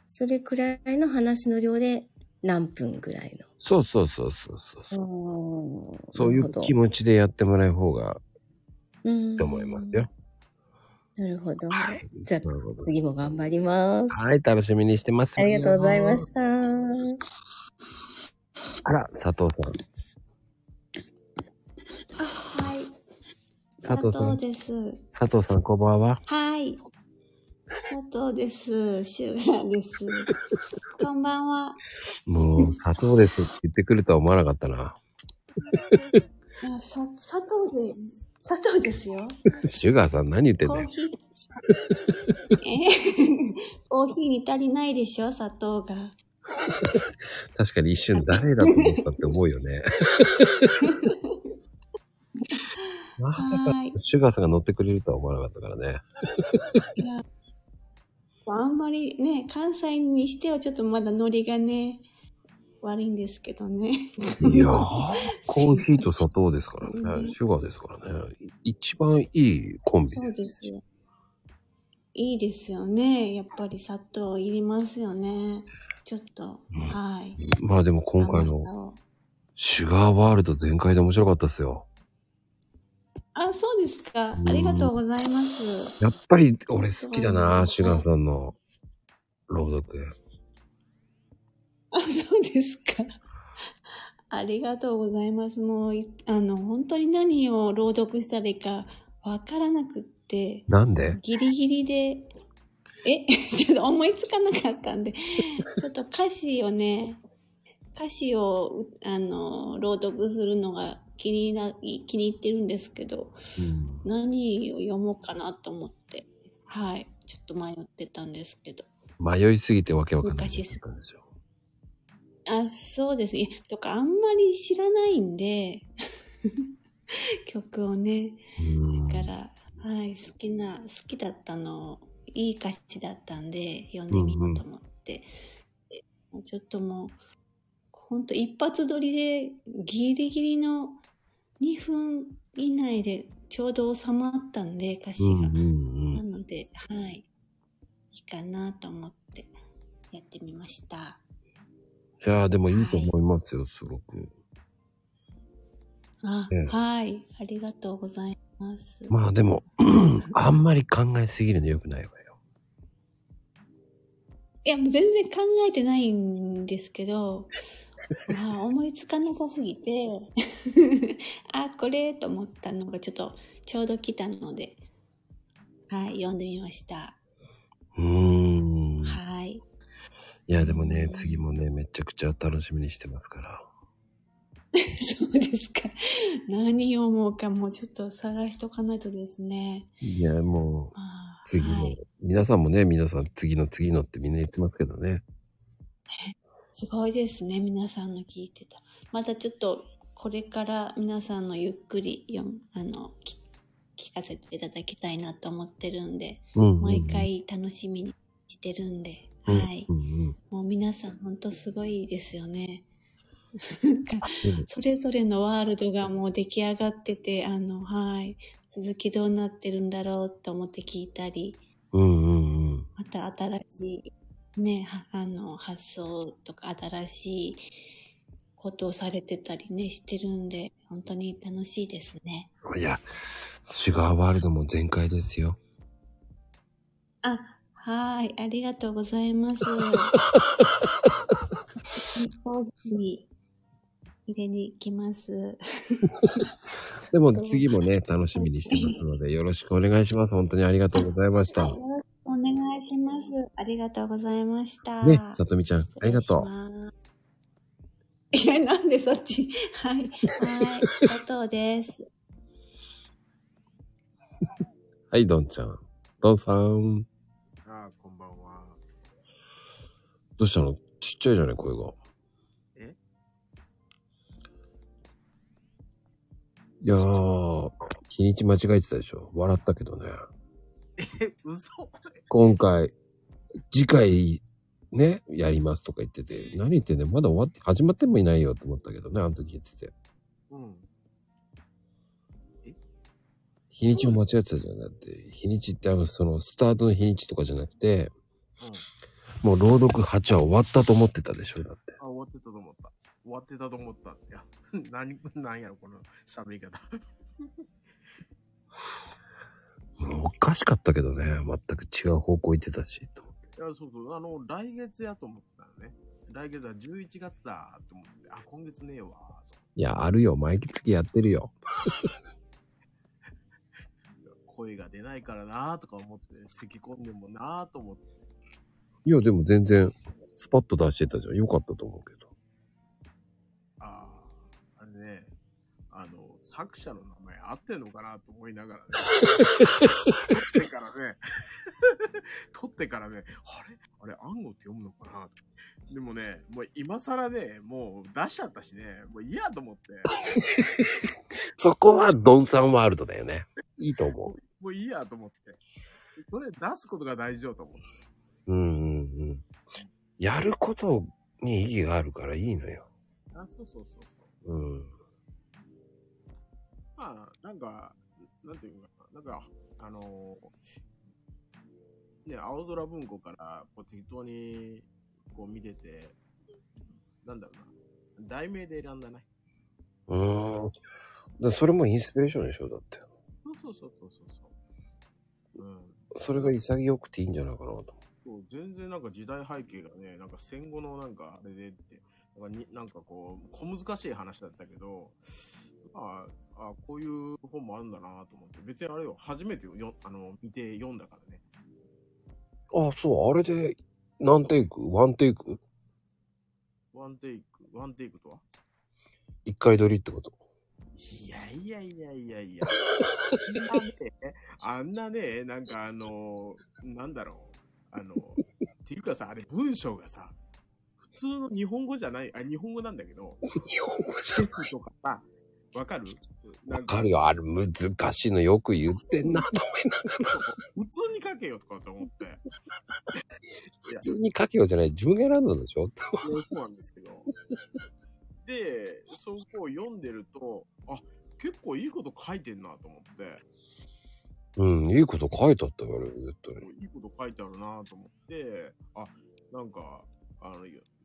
[SPEAKER 2] それくらいの話の量で何分ぐらい
[SPEAKER 1] そうそうそうそうそう。
[SPEAKER 2] の。うーん
[SPEAKER 1] そうい
[SPEAKER 2] なる
[SPEAKER 1] う
[SPEAKER 2] ほど
[SPEAKER 1] 気持ちでやってもらう方が
[SPEAKER 2] う
[SPEAKER 1] い
[SPEAKER 2] ん
[SPEAKER 1] いと思いますよ。
[SPEAKER 2] なるほど。じゃあ、次も頑張ります。
[SPEAKER 1] はい、楽しみにしてます。
[SPEAKER 2] ありがとうございました。
[SPEAKER 1] あら、佐藤さん。
[SPEAKER 19] はい。
[SPEAKER 1] 佐藤さん
[SPEAKER 19] 佐藤です。
[SPEAKER 1] 佐藤さん、こんばんは。
[SPEAKER 19] はい。佐藤です。シュガー
[SPEAKER 1] *laughs*
[SPEAKER 19] です。こんばんは。
[SPEAKER 1] もう、佐藤ですって言ってくるとは思わなかっ
[SPEAKER 2] *laughs*
[SPEAKER 1] たな。
[SPEAKER 19] あさ佐藤で、佐藤ですよ。
[SPEAKER 1] シュガーさん何言ってん
[SPEAKER 19] コ
[SPEAKER 1] だ
[SPEAKER 19] ー
[SPEAKER 1] よ。 *laughs*
[SPEAKER 19] ヒー。えコーヒーに足りないでしょ、砂糖が。
[SPEAKER 1] 確かに一瞬誰だと思ったって思う
[SPEAKER 2] *laughs*
[SPEAKER 1] よね。まさか
[SPEAKER 19] はい。
[SPEAKER 1] シュガーさんが乗ってくれるとは思わなかったか
[SPEAKER 2] *laughs*
[SPEAKER 1] らね。
[SPEAKER 19] いや、あんまりね、関西にしてはちょっとまだノリがね、悪いんですけどね。
[SPEAKER 1] いやー、コーヒーと砂糖ですからね。シュガーですからね。一番いいコンビ。
[SPEAKER 19] そうですよ。いいですよね。やっぱり砂糖いりますよね。ちょっと、はい。
[SPEAKER 1] まあでも今回のシュガーワールド全開で面白かったですよ。
[SPEAKER 19] あ、そうですか。ありがとうございます。
[SPEAKER 1] やっぱり俺好きだな、シュガーさんの朗読。
[SPEAKER 19] あ、そうですか。ありがとうございます。もうい、あの、本当に何を朗読したらいいかわからなくって、
[SPEAKER 1] なんで
[SPEAKER 19] ギリギリで、え、 *laughs* ちょっと思いつかなかったんで、ちょっと歌詞をね、歌詞を、うあの、朗読するのが気にな、気に入ってるんですけど、何を読もうかなと思って、はい、ちょっと迷ってたんですけど。
[SPEAKER 1] 迷いすぎてわけわかんない。
[SPEAKER 19] 昔です。あ、そうですね。とか、あんまり知らないんで、 *laughs* 曲をね。だから、はい、好きな、好きだったのを、いい歌詞だったんで、読んでみようと思って。えちょっともう、ほんと一発撮りで、ギリギリの2分以内で、ちょうど収まったんで、歌詞が。なので、はい。いいかなと思って、やってみました。
[SPEAKER 1] いやーでもいいと思いますよ、すごく。
[SPEAKER 19] あ、
[SPEAKER 1] ええ
[SPEAKER 19] はい。ありがとうございます。
[SPEAKER 1] まあで *laughs* も、あんまり考えすぎるの良くないわよ。
[SPEAKER 19] いや、もう全然考えてないんですけど、まあ、思いつかなさすぎて、 *laughs* あ、これと思ったのがちょっと、ちょうど来たので、はい、読んでみました。
[SPEAKER 1] うーん。
[SPEAKER 19] はい。 *laughs*
[SPEAKER 1] いや、でもね、次もね、めちゃくちゃ楽しみにしてますから。
[SPEAKER 19] そうですか。何を思うかもうちょっと探しとかないとですね。
[SPEAKER 1] いや、もう、次も、皆さんもね、皆さん次の次のってみんな言ってますけどね。
[SPEAKER 19] すごいですね、皆さんの聞いてた。またちょっと、これから皆さんのゆっくり読む、あの、き聞かせていただきたいなと思ってるんで、
[SPEAKER 1] うんうんうん
[SPEAKER 19] 毎回楽しみにしてるんで、
[SPEAKER 1] うん
[SPEAKER 19] はい。もう皆さんほんとすごいですよね。なんかそれぞれのワールドがもう出来上がってて、あの、はい。続きどうなってるんだろうと思って聞いたり、
[SPEAKER 1] うんうんうん。
[SPEAKER 19] また新しい、ね、はあの、発想とか新しいことをされてたりね、してるんで、本当に楽しいですね。
[SPEAKER 1] いや、シュガーワールドも全開ですよ。
[SPEAKER 19] あ、はーい、ありがとうござい *laughs* ます。コーヒー入れに行きます。
[SPEAKER 1] でも次もね、楽しみにしてますので、よろしくお願いします。本当にありがとうございまし
[SPEAKER 19] は
[SPEAKER 1] た
[SPEAKER 19] い、よ。ろしくお願いします。ありがとうございました。
[SPEAKER 1] ね、さとみちゃん、ありがとう。
[SPEAKER 19] あ *laughs* ーいや、なんでそ
[SPEAKER 20] *laughs*
[SPEAKER 19] っち。はい。はい。佐藤です。
[SPEAKER 1] はい、ドンちゃん。ドンさん。
[SPEAKER 21] あーこんばんは。
[SPEAKER 1] どうしたのちっちゃいじゃない、声が。
[SPEAKER 21] え
[SPEAKER 1] いやー、日にち間違えてたでしょ。笑ったけどね。
[SPEAKER 21] え、嘘
[SPEAKER 1] 今回、次回、ね、やりますとか言ってて、何言ってんだよ。まだ終わって、始まってもいないよと思ったけどね、あの時言ってて。
[SPEAKER 21] うん。
[SPEAKER 1] 日にちを間違えてたじゃん。だって、日にちってあの、その、スタートの日にちとかじゃなくて、もう朗読8は終わったと思ってたでしょ。だって
[SPEAKER 21] あ、終わってたと思った。終わってたと思った。いや、 *laughs* 何、何やろ、この喋り方。 *laughs*
[SPEAKER 1] もうおかしかったけどね、全く違う方向行ってたし。
[SPEAKER 21] いや、そうそう、あの、来月やと思ってたのね。来月は11月だと思ってて、あ、今月ねえわ。 *laughs*
[SPEAKER 1] いや、あるよ、毎月やってるよ。
[SPEAKER 21] 声が出ないからなとか思って、咳込んでもなと思って。
[SPEAKER 1] いや、でも全然、スパッと出してたじゃん。よかったと思うけど。
[SPEAKER 21] ああ、あれね、あの、作者の名前合ってんのかなと思いながらね。撮ってからね、 *laughs* 撮ってからね、あれあれ、暗号って読むのかなってでもね、もう今更ね、もう出しちゃったしね、もう嫌と思って、
[SPEAKER 1] そこは、ドンさんワールドだよね。いいと思
[SPEAKER 21] もういいやと思って。それ出すことが大事よと思って。
[SPEAKER 1] う。うんうんうん。やることに意義があるからいいのよ。
[SPEAKER 21] あ、そうそうそうそう。
[SPEAKER 1] うん。
[SPEAKER 21] まあ、なんか、なんていうのかな、なんか、あのーね、青空文庫からこう適当にこう見てて、なんだろうな、題名で選んだね。
[SPEAKER 1] うーん。だからそれもインスピレーションでしょ、だって。
[SPEAKER 21] そうそうそうそうそうそう。うん。
[SPEAKER 1] それが潔くていいんじゃないかなと。
[SPEAKER 21] そう全然なんか時代背景がね、なんか戦後のなんかあれでって、なんかになんかこう、小難しい話だったけど、まあ、あこういう本もあるんだなと思って、別にあれよ、初めてよよあの見て読んだからね。
[SPEAKER 1] あ、そう、あれで、何テイクワンテイク
[SPEAKER 21] ワンテイク、ワンテイクとは
[SPEAKER 1] 一回撮りってこと。
[SPEAKER 21] いやいやいやいやいや。 *laughs* あんなね、あんなね、なんかあの、なんだろう。あの、っていうかさ、あれ文章がさ、普通の日本語じゃない、あ、日本語なんだけど。
[SPEAKER 1] 日本語じ
[SPEAKER 21] ゃない。とかさ、わかる
[SPEAKER 1] わかるよ、あれ難しいのよく言ってんなと思いながら。
[SPEAKER 21] 普通に書けよとかと思って。
[SPEAKER 1] 普通に書けよじゃない、自分が選んだんでしょ
[SPEAKER 21] そうなんですけど。で、そこを読んでると、あ、結構いいこと書いてんなと思って、
[SPEAKER 1] うん、いいこと書いてあったよ、あれ、絶対に。
[SPEAKER 21] いいこと書いてあるなと思って、あ、なんか、あの、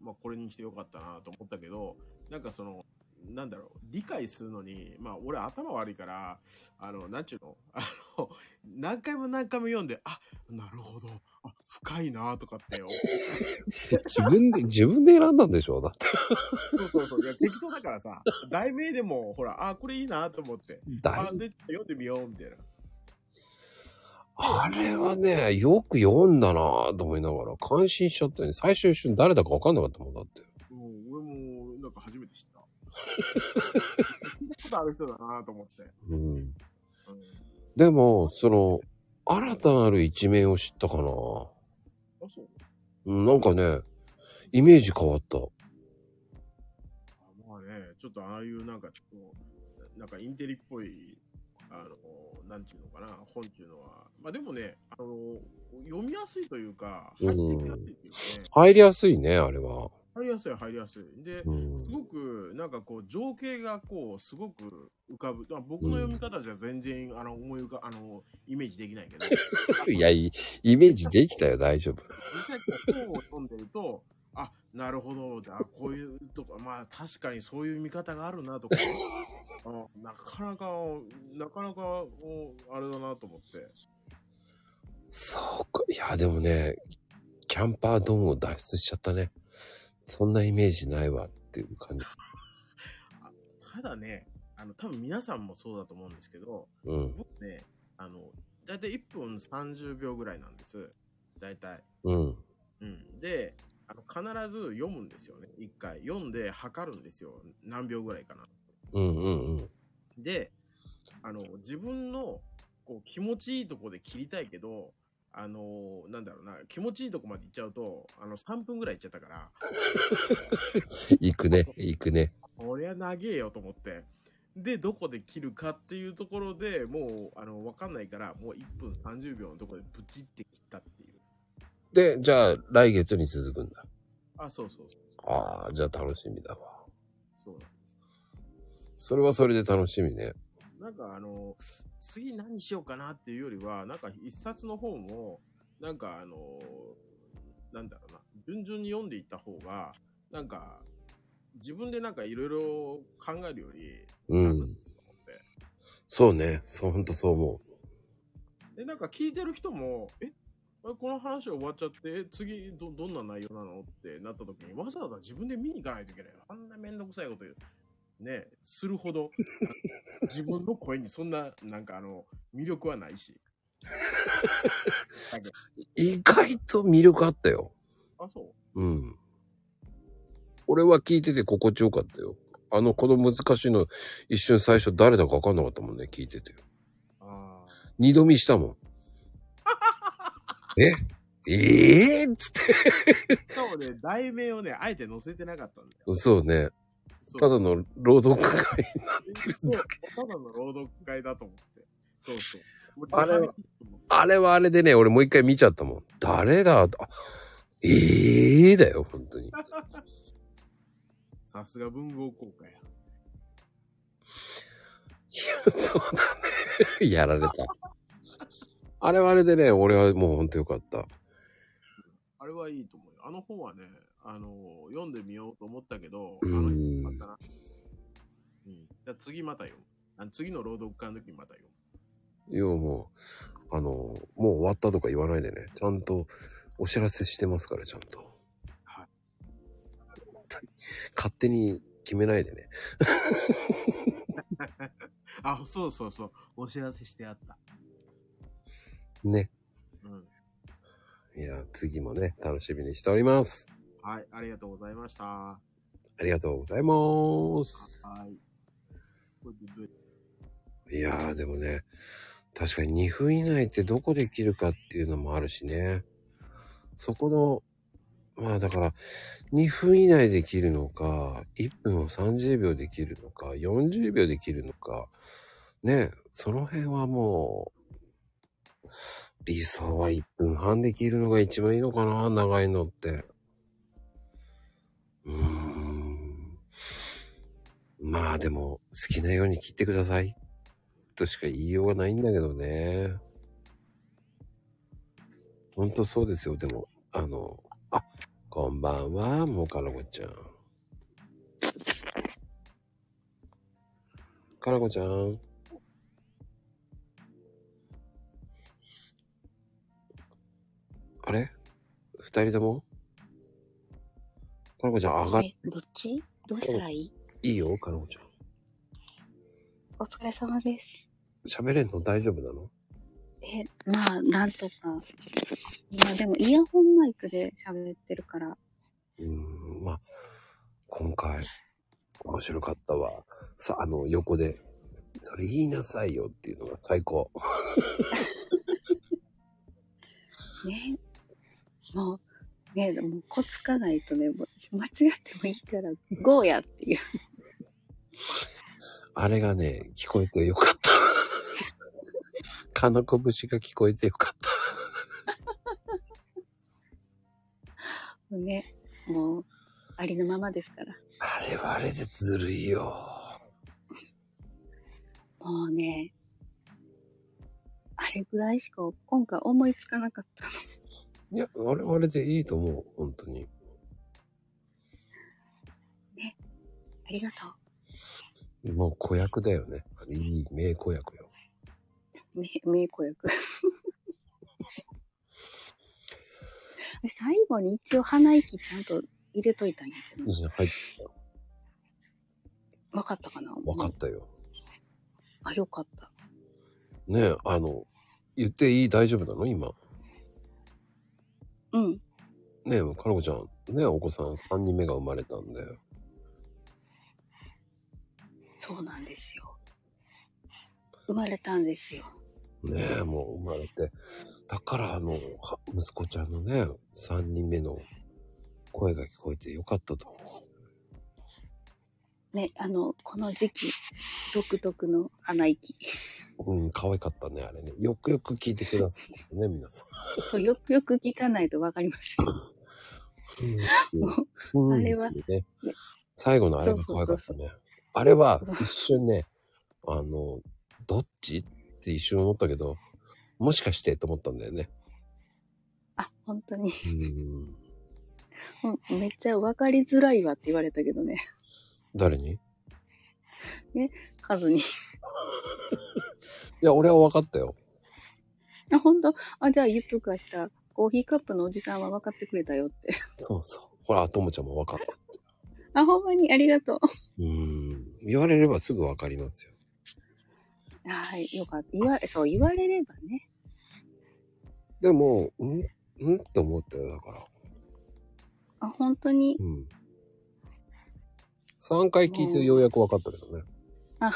[SPEAKER 21] まあ、これにしてよかったなと思ったけど、なんかその、なんだろう、理解するのに、まあ、俺頭悪いから、あの、なんちゅうの、 *laughs* あの、何回も何回も読んで、あ、なるほど、あ、深いなとかって思って
[SPEAKER 1] 自分で、自分で選んだんでしょだって。
[SPEAKER 21] そうそうそう。いや、適当だからさ、題名でも、ほら、あ、これいいなと思って。
[SPEAKER 1] 題
[SPEAKER 21] あ、で、読んでみよう、みたいな。 *laughs*
[SPEAKER 1] あれはね、よく読んだなぁと思いながら、感心しちゃったよね。最初一瞬誰だか分かんなかったもんだって。
[SPEAKER 21] うん、俺も、なんか初めて知った。聞いたことある人だなと思って。
[SPEAKER 1] うん。でも、その、新たなる一面を知ったかなぁ
[SPEAKER 21] あ、そう。
[SPEAKER 1] うんなんかね、イメージ変わった。
[SPEAKER 21] まあね、ちょっとああいうなんかちょっと、なんかインテリっぽい、あの、なんちゅうのかな、本っていうのは。まあでもね、あの、読みやすいというか、入ってきやすいっていうかね。
[SPEAKER 1] 入りやすいね、あれは。
[SPEAKER 21] 入りやすい、入りやすい。で、すごく、なんかこう、情景がこう、すごく浮かぶ。まあ僕の読み方じゃ全然、あの、思い浮か、あの、イメージできないけど、
[SPEAKER 1] いや、いイメージできたよ、大丈夫。
[SPEAKER 21] 実際こう本を読んでると、あ、なるほど、あ、こういうとか、まあ確かにそういう見方があるなとか、あなかなか、なかなか、おあれだなと思って。
[SPEAKER 1] そうか。いや、でもね、キャンパードームを脱出しちゃったね。そんなイメージないわっていう感じ。
[SPEAKER 21] ただね、あの、多分皆さんもそうだと思うんですけど、
[SPEAKER 1] うん
[SPEAKER 21] 僕ね、あの、だいたい1分30秒ぐらいなんです。だいたい。
[SPEAKER 1] うん。
[SPEAKER 21] うん、であの必ず読むんですよね一回読んで測るんですよ何秒ぐらいかな
[SPEAKER 1] うんうんうん。
[SPEAKER 21] であの自分のこう気持ちいいとこで切りたいけど、あのーなんだろうな、気持ちいいとこまで行っちゃうと、あの、3分ぐらい行っちゃったから、
[SPEAKER 1] *laughs* 行くね、行くね。
[SPEAKER 21] こりゃ長えよと思って。で、どこで切るかっていうところでもう、あの、わかんないから、もう1分30秒のところでブチって切ったっていう。
[SPEAKER 1] で、じゃあ来月に続くんだ。
[SPEAKER 21] あ、そうそうそう。
[SPEAKER 1] ああ、じゃあ楽しみだわ。
[SPEAKER 21] そう
[SPEAKER 1] それはそれで楽しみね。
[SPEAKER 21] なんかあの、次何しようかなっていうよりは、なんか一冊の本を、なんかあの、なんだろうな、順々に読んでいった方が、なんか、自分でなんかいろいろ考えるより、
[SPEAKER 1] うん。そうね。そう、ほんとそう思う。
[SPEAKER 21] で、なんか聞いてる人も、えあれこの話終わっちゃって、え次ど、どんな内容なのってなった時に、わざわざ自分で見に行かないといけないの。あんなめんどくさいこと言う。ね、するほど、自分の声にそんな、なんかあの、魅力はないし。
[SPEAKER 1] 意外と魅力あったよ。
[SPEAKER 21] あ、そ
[SPEAKER 1] うん。俺は聞いてて心地よかったよ。あの、この難しいの、一瞬最初誰だか分かんなかったもんね、聞いてて。二度見した
[SPEAKER 21] *laughs*
[SPEAKER 1] もん。えええっつって。
[SPEAKER 21] う。しかもね、題名をね、あえて載せてなかったんだよ。
[SPEAKER 1] そうね。ただの朗読会になってるんだけ
[SPEAKER 21] そう、ただの朗読会だと思って。そうそう。もう
[SPEAKER 1] ど。あれは、あれはあれでね、俺もう一回見ちゃったもん。誰だあええだよ、 *laughs* 本当に。
[SPEAKER 21] さすが文豪公開や。
[SPEAKER 1] そうだね。やられた。あれはあれでね、俺はもう本当よかった。
[SPEAKER 21] あれはいいと思うよ。あの本はね、あの、読んでみようと思ったけど、
[SPEAKER 1] うー
[SPEAKER 21] ま
[SPEAKER 1] ん。
[SPEAKER 21] たな。うん。じゃあ次また読む。あの次の朗読会の時にまた読む。
[SPEAKER 1] 要はもう、あの、もう終わったとか言わないでね。ちゃんとお知らせしてますから、ちゃんと。勝手に決めないでね。 *laughs*
[SPEAKER 21] あ、そうそうそう。お知らせしてあった。
[SPEAKER 1] ね。
[SPEAKER 21] うん。
[SPEAKER 1] いや、次もね、楽しみにしております。
[SPEAKER 21] はい、ありがとうございました。は
[SPEAKER 1] ありがとうございます。
[SPEAKER 21] い。これでどうや
[SPEAKER 1] いやー、でもね、確かに2分以内ってどこで切るかっていうのもあるしね。そこの、まあだから、2分以内で切るのか、1分を30秒で切るのか、40秒で切るのか、ね、その辺はもう、理想は1分半で切るのが一番いいのかな、長いのって。うーん。まあでも、好きなように切ってください。としか言いようがないんだけどね。ほんとそうですよ。でも、あの、あ、こんばんは、もかなこちゃん。かなこちゃん。あれ二人ともかなこちゃん上がっ、い
[SPEAKER 22] えどっちどうしたらいい
[SPEAKER 1] いよ、かなこちゃん。
[SPEAKER 22] お疲れ様です。
[SPEAKER 1] 喋れんの大丈夫なの
[SPEAKER 22] え、まあ、なんとか。まあでも、イヤホンマイクで喋ってるから。
[SPEAKER 1] うんまあ、今回、面白かったわ。さ、あの、横で、それ言いなさいよっていうのが最高。 *laughs*
[SPEAKER 22] ね。もう、ね、もうこつかないとね、もう間違ってもいいから、ゴーやっていう。
[SPEAKER 1] あれがね、聞こえてよかった。 *laughs* かのこ節が聞こえてよかった。
[SPEAKER 22] ね。もう、ありのままですから。
[SPEAKER 1] あれはあれでずるいよ。
[SPEAKER 22] もうね、あれぐらいしか今回思いつかなかった。
[SPEAKER 1] いや、あれはあれでいいと思う、本当に。
[SPEAKER 22] ありがと
[SPEAKER 1] もう子役だよね。いい名子役よ。
[SPEAKER 22] う。め、名子
[SPEAKER 1] *laughs*
[SPEAKER 22] 役。最後に一応鼻息ちゃんと入れといたんやけ
[SPEAKER 1] いいじゃん、入って
[SPEAKER 22] ど。わかったかな
[SPEAKER 1] 分かったよ。
[SPEAKER 22] あ、よかった。
[SPEAKER 1] ねえ、あの、言っていい大丈夫なの今。
[SPEAKER 22] うん。
[SPEAKER 1] ねえ、かのこちゃん、ねえ、お子さん3人目が生まれたんで。
[SPEAKER 22] そうなんですよ。生まれたんですよ。
[SPEAKER 1] ねえ、もう生まれて。だから、あの、は息子ちゃんのね、3人目の声が聞こえてよかったと思
[SPEAKER 23] ね、あの、この時期、
[SPEAKER 20] 独特の鼻息。
[SPEAKER 1] う。うん、可愛かったね、あれね。よくよく聞いてくださいね、皆さ
[SPEAKER 20] そう、よくよく聞かないとわかりません。 *laughs*
[SPEAKER 1] ん。うん、
[SPEAKER 20] あれは
[SPEAKER 1] ってね、最後のあれが可愛かったね。あれは一瞬ね、あの、どっちって一瞬思ったけど、もしかしてと思ったんだよね。
[SPEAKER 20] あ、本当に。
[SPEAKER 1] うん。
[SPEAKER 20] うんめっちゃわかりづらいわって言われたけどね。
[SPEAKER 1] 誰にい
[SPEAKER 20] ね、カズに。 *laughs*
[SPEAKER 1] や、俺は分かったよ。
[SPEAKER 20] あ、本当あ、じゃあ、ゆつかしたコーヒーカップのおじさんは分かってくれたよって。
[SPEAKER 1] *laughs* そうそう。ほら、ともちゃんも分かった。
[SPEAKER 20] あ、ほんまにありがとう。
[SPEAKER 1] うん。言われればすぐ分かりますよ。
[SPEAKER 20] *laughs* はい、よかった。言われ、そう、言われればね。
[SPEAKER 1] でも、んんって思ったよ、だから。
[SPEAKER 20] あ、本当に。
[SPEAKER 1] うん。3回聞いてようやく分かったけどね。
[SPEAKER 20] あ、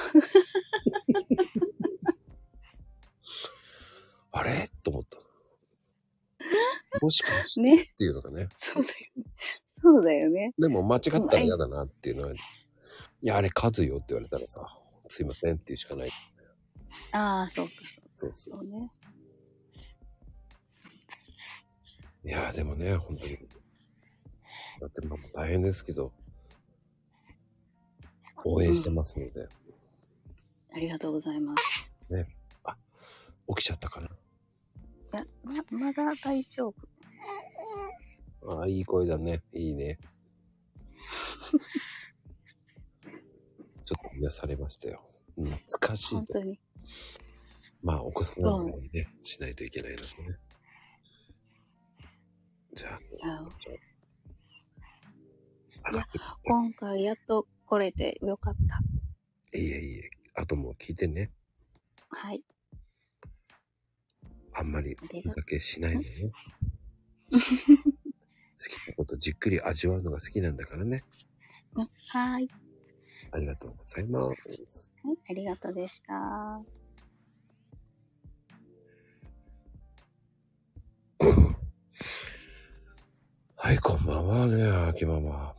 [SPEAKER 1] あれと思った。もしかし
[SPEAKER 20] *laughs*
[SPEAKER 1] て、
[SPEAKER 20] ね
[SPEAKER 1] っていうのがね。
[SPEAKER 20] そうだよね。
[SPEAKER 1] でも間違ったら嫌だなっていうのは、いや、あれ数よって言われたらさ、すいませんっていうしかない。
[SPEAKER 20] ああ、そうか、
[SPEAKER 1] そうそう。
[SPEAKER 20] そうね。
[SPEAKER 1] いやーでもね、本当に。だってまあ大変ですけど、応援してますので、
[SPEAKER 20] ありがとうございます。
[SPEAKER 1] ね。あ、起きちゃったかな。
[SPEAKER 20] いや、ま、まだ大丈夫。
[SPEAKER 1] ああ、いい声だね。いいね。ちょっと癒されましたよ。うん懐かしい
[SPEAKER 20] 本
[SPEAKER 1] と
[SPEAKER 20] 当。に。
[SPEAKER 1] まあ、お子さんのようにね、しないといけないのでね。じゃあ、
[SPEAKER 20] 今回やっと来れてよかった。
[SPEAKER 1] いえいえ、あともう聞いてね。
[SPEAKER 20] *laughs* はい。
[SPEAKER 1] あんまりお酒しないでね。好きなことじっくり味わうのが好きなんだからね。
[SPEAKER 20] うんはい。
[SPEAKER 1] ありがとうございます。
[SPEAKER 20] はい、ありがとうでした。
[SPEAKER 1] はい、こんばんはね、秋ママ。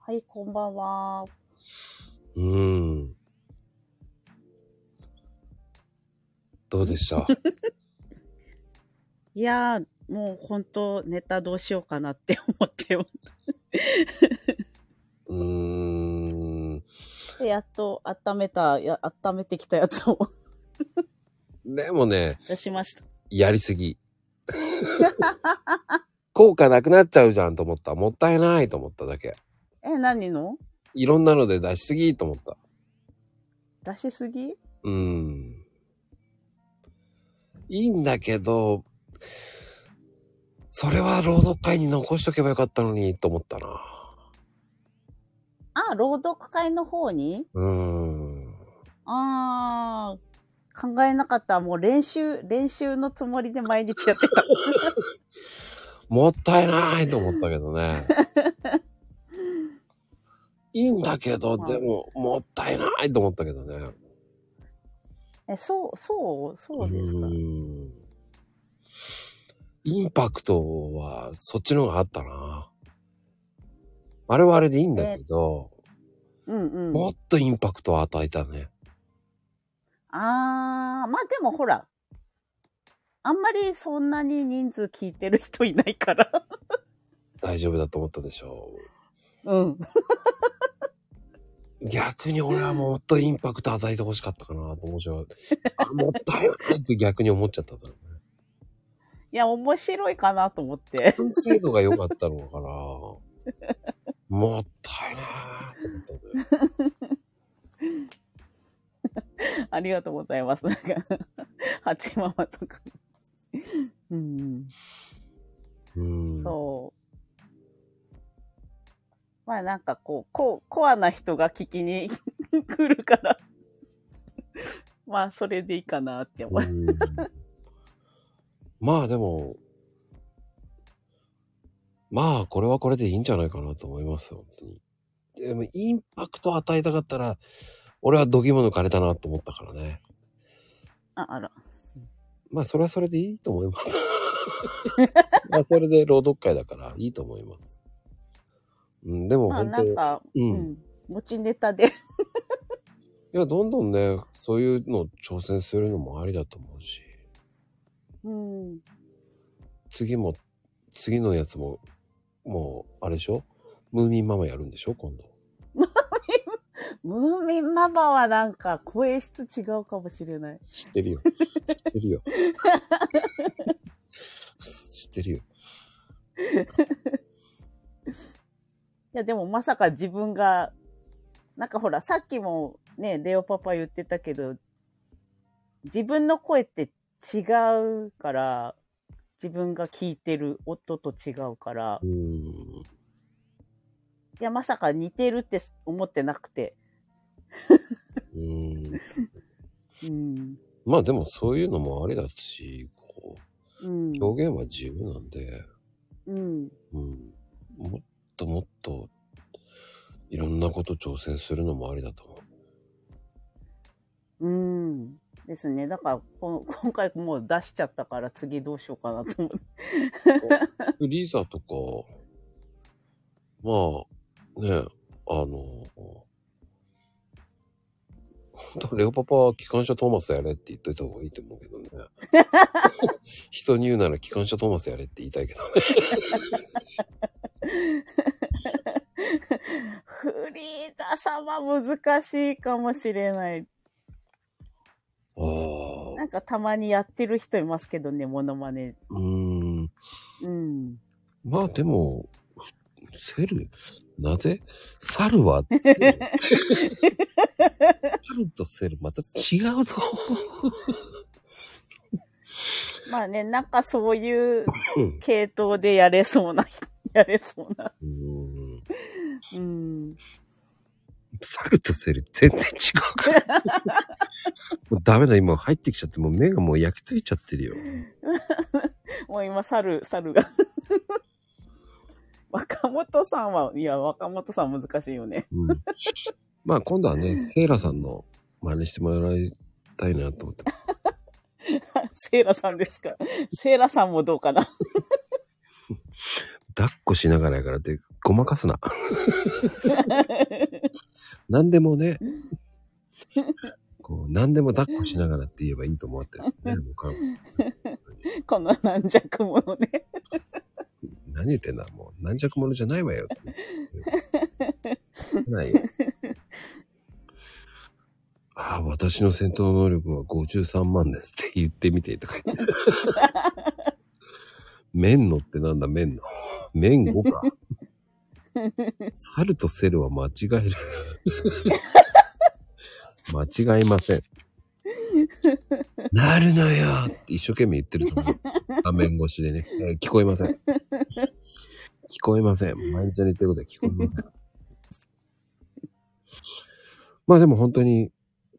[SPEAKER 24] はい、こんばんは。
[SPEAKER 1] うーん。どうでした
[SPEAKER 25] いやー、もう本当ネタどうしようかなって *laughs* 思ってます
[SPEAKER 1] うーん。
[SPEAKER 25] でやっと温めた、や温めてきたやつを
[SPEAKER 1] でもね、
[SPEAKER 25] 出しました。
[SPEAKER 1] やりすぎ。 *laughs* 効果なくなっちゃうじゃんと思った。もったいないと思っただけ。
[SPEAKER 25] え、何の
[SPEAKER 1] いろんなので出しすぎと思った。
[SPEAKER 25] 出しすぎ
[SPEAKER 1] うーん。いいんだけど、それは朗読会に残しとけばよかったのにと思ったな。
[SPEAKER 25] あ、朗読会の方に
[SPEAKER 1] うーん。
[SPEAKER 25] あー、考えなかった。もう練習、練習のつもりで毎日やって *laughs* た。
[SPEAKER 1] もったいないと思ったけどね。いいんだけど、でも、もったいないと思ったけどね。
[SPEAKER 25] え、そう、そう、そうですか。
[SPEAKER 1] うんインパクトは、そっちの方があったな。あれはあれでいいんだけど、
[SPEAKER 25] うんうん。
[SPEAKER 1] もっとインパクトを与えたね。
[SPEAKER 25] あー、まあでもほら、あんまりそんなに人数聞いてる人いないから。
[SPEAKER 1] 大丈夫だと思ったでしょ
[SPEAKER 25] うん。
[SPEAKER 1] う。逆に俺はもっとインパクト与えてほしかったかなと思うし、あもったいないって逆に思っちゃったんだろうね。
[SPEAKER 25] いや、面白いかなと思って。
[SPEAKER 1] 完成度が良かったのかな。もったいないと思ったんだよ。
[SPEAKER 25] *laughs* ありがとうございます。なんか、八ママとか。うん。そう。まあなんかこう、こうコアな人が聞きに来るから。 *laughs* まあ、それでいいかなって思う。
[SPEAKER 1] まあでも、まあこれはこれでいいんじゃないかなと思いますよ、本当に。でもインパクトを与えたかったら、俺は度肝抜かれたなと思ったからね。
[SPEAKER 25] あ、あら。
[SPEAKER 1] まあ、それはそれでいいと思い
[SPEAKER 25] *laughs*
[SPEAKER 1] ます。まあ、それで朗読会だからいいと思います。うん、でも
[SPEAKER 25] まあ
[SPEAKER 1] 本
[SPEAKER 25] な
[SPEAKER 1] 当
[SPEAKER 25] んか、
[SPEAKER 1] う
[SPEAKER 25] うんん。持ちネタで。
[SPEAKER 1] いや、どんどんね、そういうの挑戦するのもありだと思うし、
[SPEAKER 25] うん。
[SPEAKER 1] 次も、次のやつも、もう、あれでしょムーミンママやるんでしょ今度。
[SPEAKER 25] ムーミンママはなんか声質違うかもしれない。
[SPEAKER 1] 知ってるよ。知ってるよ。知ってるよ。
[SPEAKER 25] いや、でもまさか自分が、なんかほら、さっきもね、レオパパ言ってたけど、自分の声って違うから、自分が聞いてる音と違うから、
[SPEAKER 1] い
[SPEAKER 25] や、まさか似てるって思ってなくて。
[SPEAKER 1] うん。
[SPEAKER 25] *laughs* うん。
[SPEAKER 1] まあでもそういうのもありだし、
[SPEAKER 25] うん。
[SPEAKER 1] 表現は自由なんで、
[SPEAKER 25] うん。
[SPEAKER 1] うん。もっともっと、いろんなこと挑戦するのもありだと思う。
[SPEAKER 25] うん。ですね。だからこの、今回もう出しちゃったから次どうしようかなと思って。 *laughs*
[SPEAKER 1] リーザとか、まあ、ね、あの、本当レオパパは機関車トーマスやれって言っといた方がいいと思うけどね。人に言うなら機関車トーマスやれって言いたいけどね。
[SPEAKER 25] フリーザ様難しいかもしれない。なんかたまにやってる人いますけどね、モノマネ。
[SPEAKER 1] うーん。
[SPEAKER 25] うん。
[SPEAKER 1] まあでも、セル、なぜ猿は、猿とセルまた違うぞ。
[SPEAKER 25] まあね、なんかそういう系統でやれそうな、やれそうな。うん。
[SPEAKER 1] 猿とセル全然違うから。もうダメだ、今入ってきちゃって、もう目がもう焼きついちゃってるよ。
[SPEAKER 25] *laughs* もう今、猿、猿が。 *laughs* 若本さんは、いや、若本さん難しいよね。
[SPEAKER 1] うん、まあ今度はね、セイラさんの真似してもらいたいなと思って。
[SPEAKER 25] *laughs* セイラさんですか。セイラさんもどうかな。 *laughs*
[SPEAKER 1] 抱っこしながらやからって、ごまかすな。何でもね、こう、何でも抱っこしながらって言えばいいと思ってる、ね。もうか
[SPEAKER 25] この軟弱者ね。
[SPEAKER 1] 何言ってんだ、もう軟弱者じゃないわよって。ないよ。ああ、私の戦闘能力は53万ですって言ってみてとか言って。 *laughs* 麺のってなんだ、麺の。麺5か。
[SPEAKER 25] *laughs*
[SPEAKER 1] 猿とセルは間違える。間違いません。なるのよーって一生懸命言ってると思う。画面越しでね、えー聞こえません。聞こえません。毎日の言ってることは聞こえません。まあでも本当に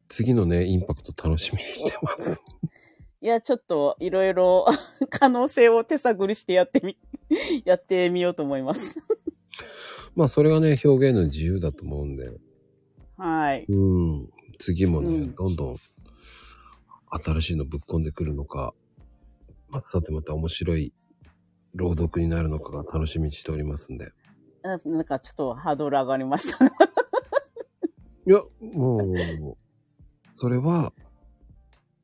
[SPEAKER 1] 次のね、インパクト楽しみにしてます。
[SPEAKER 25] いや、ちょっと、いろいろ、 *laughs* 可能性を手探りしてやってみ、 *laughs* やってみようと思います。
[SPEAKER 1] まあそれがね、表現の自由だと思うんで、
[SPEAKER 25] *laughs* はい。
[SPEAKER 1] うん。次もね、
[SPEAKER 25] うん
[SPEAKER 1] どんどん新しいのぶっ込んでくるのか、まあさてまた面白い朗読になるのかが楽しみにしておりますんで。
[SPEAKER 25] あなんか、ちょっとハードル上がりました。 *laughs*
[SPEAKER 1] いや、もう、それは、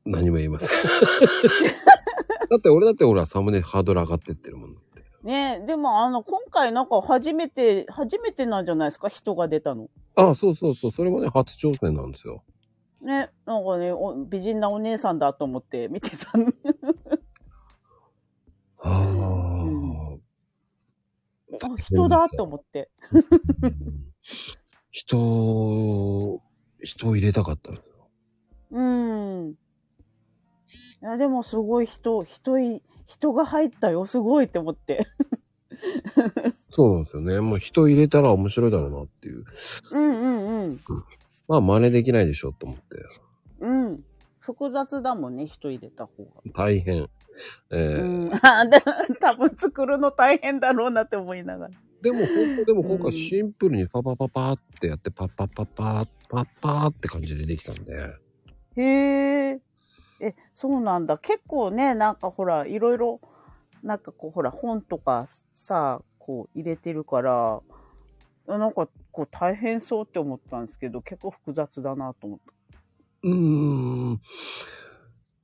[SPEAKER 1] 何も言えません。だって俺だって俺はサムネハードル上がってってるもん。
[SPEAKER 25] ねえでも、あの、今回なんか初めて、初めてなんじゃないですか人が出たの。
[SPEAKER 1] ああ、そうそうそう、それはね、初挑戦なんですよ。
[SPEAKER 25] ね、なんかね、お美人なお姉さんだと思って見て *laughs* たの。あ人だと思 *laughs* って。
[SPEAKER 1] 人を、人を入れたかった。
[SPEAKER 25] うん。いや、でもすごい人、人い、人が入ったよ、すごいって思 *laughs* って。
[SPEAKER 1] そうなんですよね。もう人入れたら面白いだろうなっていう。
[SPEAKER 25] うんうんうん。
[SPEAKER 1] まあ真似できないでしょと思って。
[SPEAKER 25] うん。複雑だもんね、人入れた方が。
[SPEAKER 1] 大変。えー
[SPEAKER 25] うん。 *laughs* あ、で、多分作るの大変だろうなって思いながら。
[SPEAKER 1] でも、でも今回シンプルにパパパパーってやって、パッパッパッパー、パッパーって感じでできたんで。
[SPEAKER 25] へえ。え、え、そうなんだ。結構ね、なんかほら、いろいろ、なんかこう、ほら、本とかさ、こう入れてるから、なんかこう大変そうって思ったんですけど、結構複雑だなと思った。
[SPEAKER 1] うーん。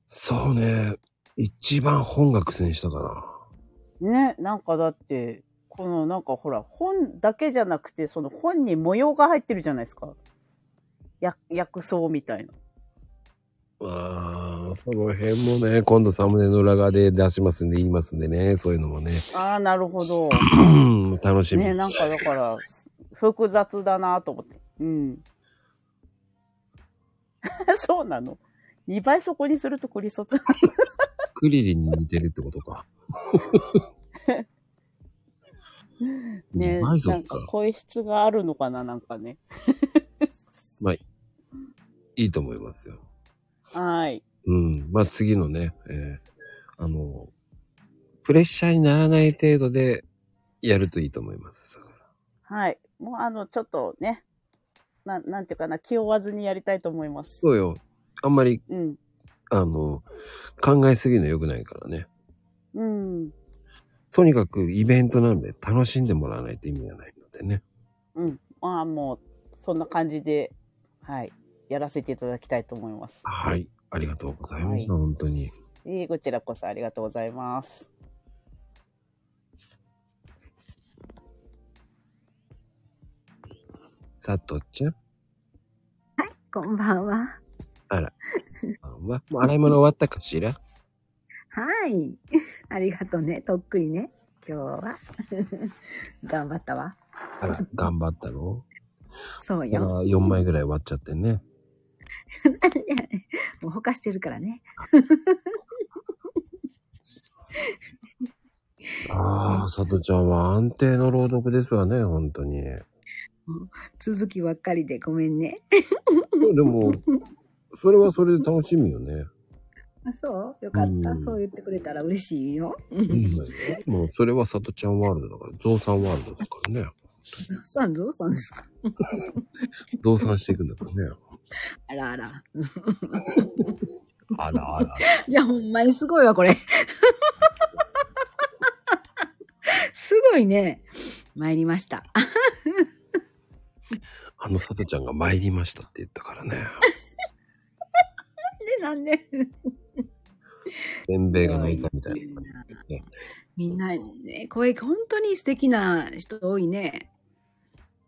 [SPEAKER 1] そうね。一番本が苦戦したかな。
[SPEAKER 25] ね、なんかだって、このなんかほら、本だけじゃなくて、その本に模様が入ってるじゃないですか。や薬草みたいな。
[SPEAKER 1] ああ、その辺もね、今度サムネの裏側で出しますんで、言いますんでね、そういうのもね、
[SPEAKER 25] ああ、なるほど。
[SPEAKER 1] うん楽しみ
[SPEAKER 25] ね、
[SPEAKER 1] です。
[SPEAKER 25] なんかだから、複雑だなと思って。うん。 *laughs* そうなの ?2 倍そこにするとクリソ
[SPEAKER 1] *laughs*
[SPEAKER 25] ツ。
[SPEAKER 1] クリリンに似てるってことか。
[SPEAKER 25] ね
[SPEAKER 1] うまいぞ
[SPEAKER 25] なんか声質があるのかななんかね。 *laughs*
[SPEAKER 1] まあ、いいと思いますよ。
[SPEAKER 25] はい。
[SPEAKER 1] うん。まあ次のね、えーあの、プレッシャーにならない程度でやるといいと思います。
[SPEAKER 25] はい。もうあの、ちょっとね、ななんていうかな、気負わずにやりたいと思います。
[SPEAKER 1] そうよ。あんまり、
[SPEAKER 25] うん。
[SPEAKER 1] あの、考えすぎるの良くないからね。
[SPEAKER 25] うん。
[SPEAKER 1] とにかくイベントなんで楽しんでもらわないと意味がないのでね。
[SPEAKER 25] うん。まあもう、そんな感じで、はい。やらせていただきたいと思います。
[SPEAKER 1] はい。ありがとうございました、
[SPEAKER 25] はい
[SPEAKER 1] 本当に。
[SPEAKER 25] えーこちらこそありがとうございます。
[SPEAKER 1] さとちゃん、
[SPEAKER 20] こんばんは。
[SPEAKER 1] あら。あまもう洗い物終わったかしら
[SPEAKER 20] はい。 *laughs* ありがとうね。とっくりね。今日は。 *laughs* 頑張ったわ。
[SPEAKER 1] あら、頑張ったの
[SPEAKER 20] そう
[SPEAKER 1] だから
[SPEAKER 20] よ。
[SPEAKER 1] 4枚ぐらい割っちゃってね。
[SPEAKER 20] *laughs* もうほかしてるからね。
[SPEAKER 1] ああ、さとちゃんは安定の朗読ですわね、本当に。
[SPEAKER 20] 続きばっかりでごめんね。
[SPEAKER 1] でも、それはそれで楽しみよね。
[SPEAKER 20] *laughs* あそうよかった
[SPEAKER 1] う。ん
[SPEAKER 20] そう言ってくれたら嬉しいよ。
[SPEAKER 1] もうそれはさとちゃんワールドだから、ゾウさんワールドだからね。
[SPEAKER 20] さんぞさんですか。
[SPEAKER 1] ゾウさんしていくんだからね。
[SPEAKER 20] *laughs* あらあら。
[SPEAKER 1] *laughs* あらあら。
[SPEAKER 20] いや、ほんまにすごいわ、
[SPEAKER 1] *laughs*
[SPEAKER 20] これ。すごいね。参りました。 *laughs*
[SPEAKER 1] あのさとちゃんが参りましたって言ったからね。
[SPEAKER 20] なんでなんで
[SPEAKER 1] せんべいが泣いたみたいな感じ、ね。
[SPEAKER 20] みんなね、声、本当に素敵な人多いね。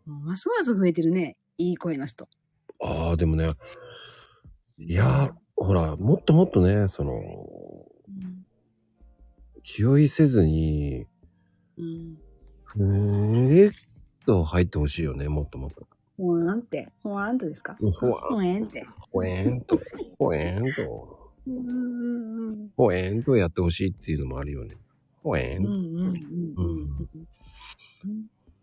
[SPEAKER 20] もうますます増えてるね。いい声の人。
[SPEAKER 1] ああ、でもね、いやー、ほら、もっともっとね、その、気負いせずに、ふーっと入ってほしいよね、もっともっと。
[SPEAKER 20] ほわーんって、ほわーんとですか
[SPEAKER 1] ほわーん
[SPEAKER 20] ほえんって。
[SPEAKER 1] ほえんと、ほえんと、
[SPEAKER 20] うんうんうん
[SPEAKER 1] ほえんとやってほしいっていうのもあるよね。ほえ
[SPEAKER 20] うん
[SPEAKER 1] ん。
[SPEAKER 20] うん
[SPEAKER 1] うん。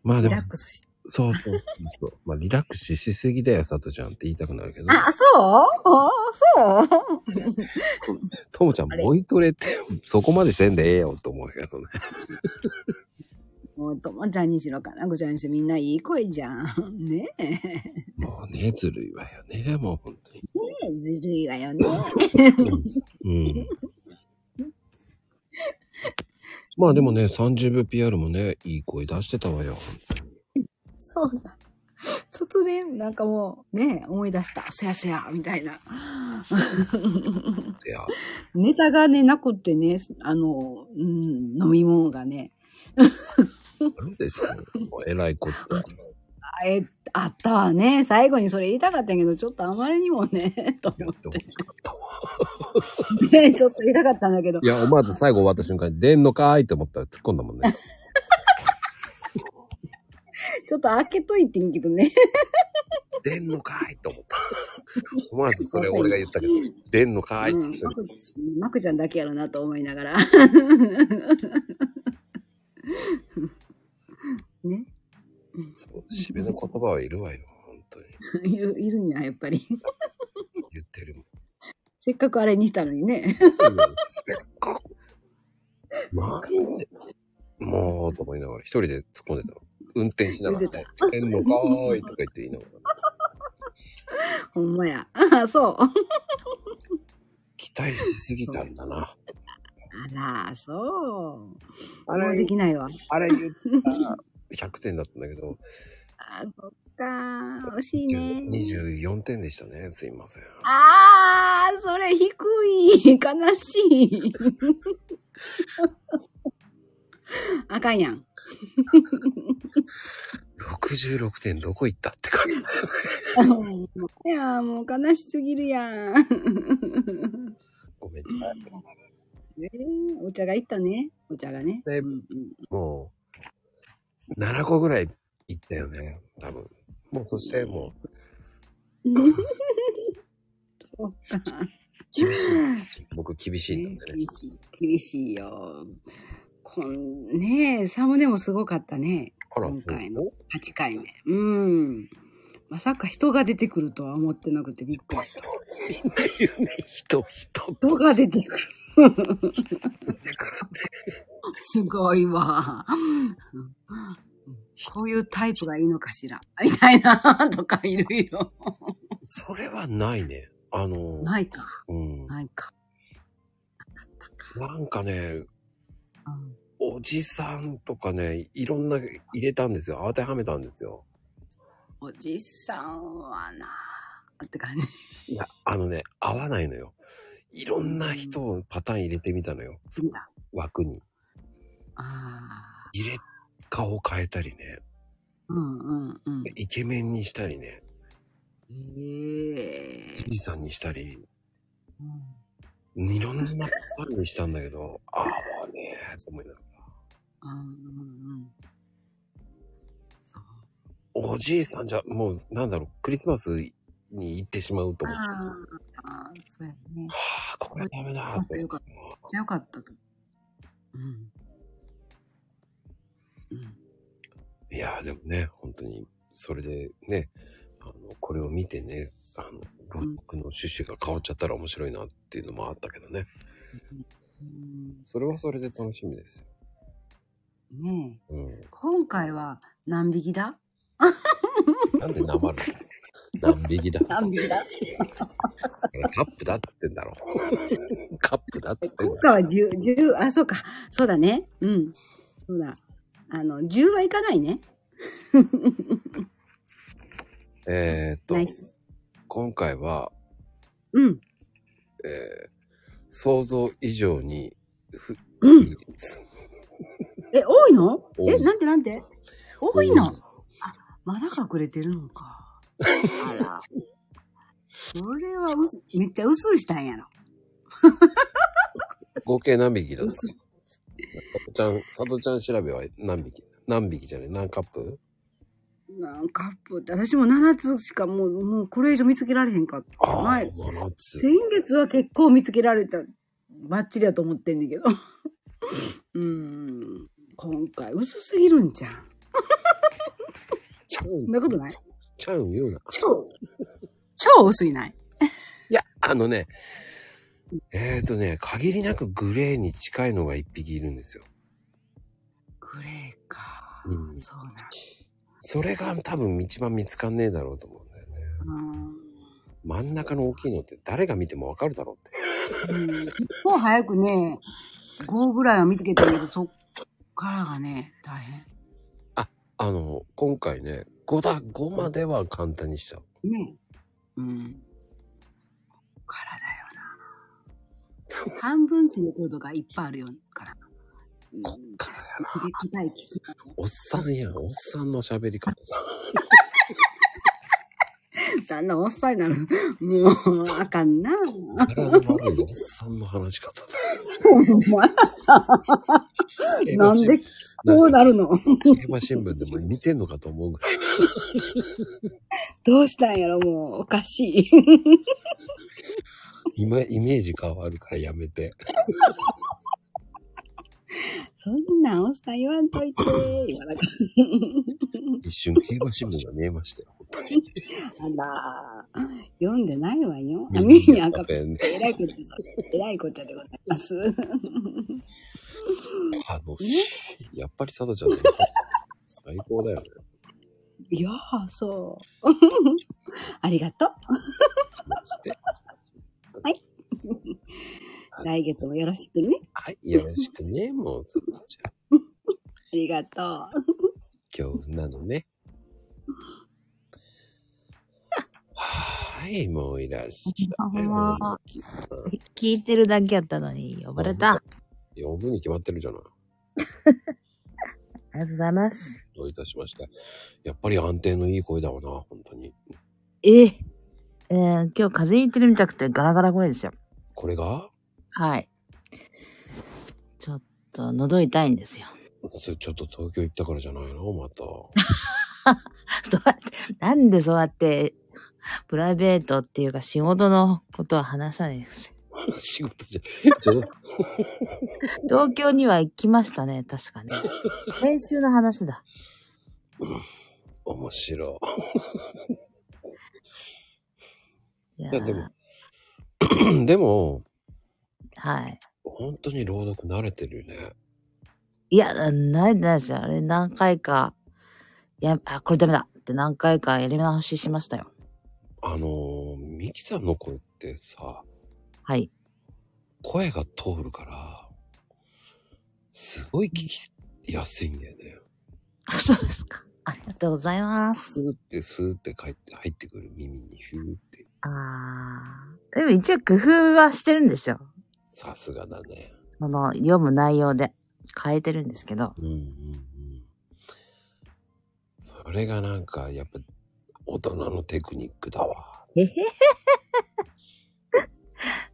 [SPEAKER 1] まあでも、
[SPEAKER 20] リラックスし
[SPEAKER 1] そうそうそうそう。まあリラックスしすぎだよ、さとちゃんって言いたくなるけど。
[SPEAKER 20] あ、そうあ、そう
[SPEAKER 1] ともちゃん、ボイトレって、そこまでしてんでええよと思うけどね。
[SPEAKER 20] もうともちゃんにしろかなごちゃんにしろみんないい声じゃん。ねえ。ね
[SPEAKER 1] もうね、ずるいわよね、もう本当に。
[SPEAKER 20] え、ずるいわよね。
[SPEAKER 1] うん。まあでもね、30秒 PR もね、いい声出してたわよ。
[SPEAKER 20] そうだ。突然、なんかもう、ねえ、思い出した。そやそや、みたいな。ネタがね、なくってね、あの、うん、飲み物がね、
[SPEAKER 1] なんでしょもう偉いこ
[SPEAKER 20] あえ、あったわね。最後にそれ言いたかったんやけど、ちょっとあまりにもね、と思って。ねちょっと言いたかったんだけど
[SPEAKER 1] と。い。や、思わず最後終わった瞬間に、出んのかーいって思ったら突っ込んだもんね。
[SPEAKER 20] ちょっと開けといてんけどね。
[SPEAKER 1] 出んのかーいって思った。思わずそれ俺が言ったけど、出んのかーいって言った。
[SPEAKER 20] マクちゃんだけやろなと思いながら。ね。
[SPEAKER 1] そう、締めの言葉はいるわよ。
[SPEAKER 20] *laughs* いる、いるんや、やっ
[SPEAKER 1] *laughs*
[SPEAKER 20] ぱり。
[SPEAKER 1] 言ってるもん。
[SPEAKER 20] せっかくあれにしたのにね。
[SPEAKER 1] なんでもう、と思いながら、一人で突っ込んでたの。運転しながらね、出んのかーいとか言って言い
[SPEAKER 20] *laughs*
[SPEAKER 1] ながら。
[SPEAKER 20] ほんまや。ああ、そう。
[SPEAKER 1] 期待しすぎたんだな。
[SPEAKER 20] あら、そう。
[SPEAKER 1] あれ
[SPEAKER 20] もうできないわ。
[SPEAKER 1] あれ言ったら100点だったんだけど、
[SPEAKER 20] あ、そっかー。惜しいね。
[SPEAKER 1] 24点でしたね。すいません。
[SPEAKER 20] あー、それ低い。悲しい。 *laughs* あかん *laughs* やん。
[SPEAKER 1] 66点どこ行ったって感じだよね。
[SPEAKER 20] いやーもう悲しすぎるやん。
[SPEAKER 1] ごめんなさい。
[SPEAKER 20] *laughs* えーお茶がいったね。お茶がね。
[SPEAKER 1] もう、7個ぐらい行ったよね。多分。もうそしてもう、
[SPEAKER 20] そうか
[SPEAKER 1] 僕厳しいんだね。
[SPEAKER 20] 厳しい。厳しいよ。こんねえ、サムネもすごかったね。今回の8回目。うん。まさか人が出てくるとは思ってなくてびっくりした。
[SPEAKER 1] 人、人。
[SPEAKER 20] 人が出てくる。すごいわ。こういうタイプがいいのかしら。みたいな、とかいろいろ。
[SPEAKER 1] それはないね。あの、
[SPEAKER 20] ないか。
[SPEAKER 1] うん。
[SPEAKER 20] ないか。
[SPEAKER 1] なんかね、おじさんとかね、いろんな入れたんですよ。当てはめたんですよ。
[SPEAKER 20] おじさんはなーって感じ。
[SPEAKER 1] いや、あのね、合わないのよ。いろんな人をパターン入れてみたのよ。枠に。入れ、顔を変えたりね。
[SPEAKER 20] うんうんうん。
[SPEAKER 1] イケメンにしたりね。
[SPEAKER 20] ええ
[SPEAKER 1] じいさんにしたり。いろんなパターンにしたんだけど、ああ、もうねーと思いながら。
[SPEAKER 20] うんうん
[SPEAKER 1] おじいさんじゃ、もう、なんだろう、クリスマスに行ってしまうと
[SPEAKER 20] うん。
[SPEAKER 1] 思う。
[SPEAKER 20] ああ、ああそうやね。
[SPEAKER 1] はあ、これダメだーって。
[SPEAKER 20] よかった。めっちゃよかったと。
[SPEAKER 1] いやーでもね、本当に、それでね、あの、これを見てね、あの、僕の趣旨が変わっちゃったら面白いなっていうのもあったけどね。それはそれで楽しみですよ。
[SPEAKER 20] ねえ。
[SPEAKER 1] うん。
[SPEAKER 20] 今回は何匹だ
[SPEAKER 1] なんでなまる
[SPEAKER 20] *laughs*
[SPEAKER 1] の何匹だ
[SPEAKER 20] 何匹だ
[SPEAKER 1] カップだって言ってんだろ。カップだって言ってんだ
[SPEAKER 20] 今回は10、10、あ、そうか。そうだね。うん。そうだ。あの、10はいかないね。
[SPEAKER 1] えー、っと
[SPEAKER 20] ナイス、
[SPEAKER 1] 今回は、
[SPEAKER 20] うん。
[SPEAKER 1] えー、想像以上に、ふ、いいです
[SPEAKER 20] え、多いの
[SPEAKER 1] 多い
[SPEAKER 20] え、なんてなんて多いの
[SPEAKER 1] 多
[SPEAKER 20] あ、まだ隠れてるのか。あら。それはうす、めっちゃ薄いしたんやろ。
[SPEAKER 1] 合計何匹だったさとちゃん、さとちゃん調べは何匹何匹じゃね何カップ
[SPEAKER 20] なんかカップって、私も7つしかもう、もうこれ以上見つけられへんかった。前、
[SPEAKER 1] ?7 つ。
[SPEAKER 20] 先月は結構見つけられた。バッチリだと思ってんだけど。 *laughs* うーん。今回、薄すぎるんじゃん。
[SPEAKER 1] そん
[SPEAKER 20] なことない
[SPEAKER 1] ちゃうん言うな。
[SPEAKER 20] 超、超薄いない。
[SPEAKER 1] いや、あのね、えっ、ー、とね、限りなくグレーに近いのが1匹いるんですよ。
[SPEAKER 20] グレーか。
[SPEAKER 1] うん。
[SPEAKER 20] そうなん。
[SPEAKER 1] それが多分一番見つかんねえだろうと思う。真ん中の大きいのって誰が見てもわかるだろうって。
[SPEAKER 20] うん結構早くね、5ぐらいは見つけたけど、そっからがね、大変。
[SPEAKER 1] あの、今回ね、5だ、5までは簡単にした。
[SPEAKER 20] ねうん。半分過ぎとるとかいっぱいあるよから。こっ
[SPEAKER 1] から
[SPEAKER 20] やな。で、硬い聞き方
[SPEAKER 1] おっさんやん、おっさんの喋り方さ。
[SPEAKER 20] だんだんおっさんになる。もう、あかんな。
[SPEAKER 1] 体の悪いおっさんの話し方だ。
[SPEAKER 20] *laughs* ほんま *laughs* なんで、こうなるの
[SPEAKER 1] 競馬新聞でも見てんのかと思うぐらい。
[SPEAKER 20] どうしたんやろ、もう、おかしい。
[SPEAKER 1] 今、イメージ変わるからやめて。
[SPEAKER 20] *laughs* そんなんおっさん言わんといて、言わなかった。
[SPEAKER 1] 一瞬競馬新聞が見えましたよ。
[SPEAKER 20] あらー、読んでないわよ。あ、
[SPEAKER 1] み
[SPEAKER 20] み
[SPEAKER 1] ん
[SPEAKER 20] ん
[SPEAKER 1] な
[SPEAKER 20] な
[SPEAKER 1] 赤
[SPEAKER 20] 赤
[SPEAKER 1] ペ
[SPEAKER 20] ペ
[SPEAKER 1] ン
[SPEAKER 20] ン。えらいこっちゃ、えらいこっちゃでございます。 *laughs*
[SPEAKER 1] 楽しい。やっぱりサトちゃんね、最高だよね。
[SPEAKER 20] いやー、そう。 *laughs* ありがとう。
[SPEAKER 1] して
[SPEAKER 20] はい。来月もよろしくね。
[SPEAKER 1] はい。よろしくね、もう、そんなじゃ
[SPEAKER 20] ありが *laughs* とう。
[SPEAKER 1] 今日なのね。はい、もういらっしゃい。
[SPEAKER 26] もう聞いてるだけやったのに呼ばれた。あ
[SPEAKER 1] 呼ぶに決まってるじゃない。
[SPEAKER 26] りがとうございます。
[SPEAKER 1] どういたしまして。やっぱり安定のいい声だわな、本当に。
[SPEAKER 26] えええー今日風邪ひいてるみたくてガラガラ声ですよ。
[SPEAKER 1] これが
[SPEAKER 26] はい。ちょっと喉痛いんですよ。 *laughs*
[SPEAKER 1] それちょっと東京行ったからじゃないのまた。 *laughs*
[SPEAKER 26] なんでそうやって、プライベートっていうか仕事のことは話さない *laughs* です。
[SPEAKER 1] 仕事じゃ、ちょっと
[SPEAKER 26] 東京には行きましたね、確かね。先週の話だ。
[SPEAKER 1] 面白い。
[SPEAKER 26] いや
[SPEAKER 1] いや、でも、 *clears throat* でも、
[SPEAKER 26] はい。
[SPEAKER 1] 本当に朗読慣れてるよね。
[SPEAKER 26] いや、ないないですよ。あれ何回か、いや、あ、これダメだって何回かやり直ししましたよ。
[SPEAKER 1] あのー、ミキさんの声ってさ、
[SPEAKER 26] はい。
[SPEAKER 1] 声が通るから、すごい聞きやすいんだよね。
[SPEAKER 26] *laughs* そうですか。ありがとうございます。
[SPEAKER 1] で、スーって帰って入ってくる耳にヒューって。
[SPEAKER 26] あー。でも一応工夫はしてるんですよ。
[SPEAKER 1] さすがだね。
[SPEAKER 26] その、読む内容で変えてるんですけど。
[SPEAKER 1] それがなんか、やっぱ、大人のテクニックだわ。 *laughs*
[SPEAKER 26] えへへ *laughs* へへ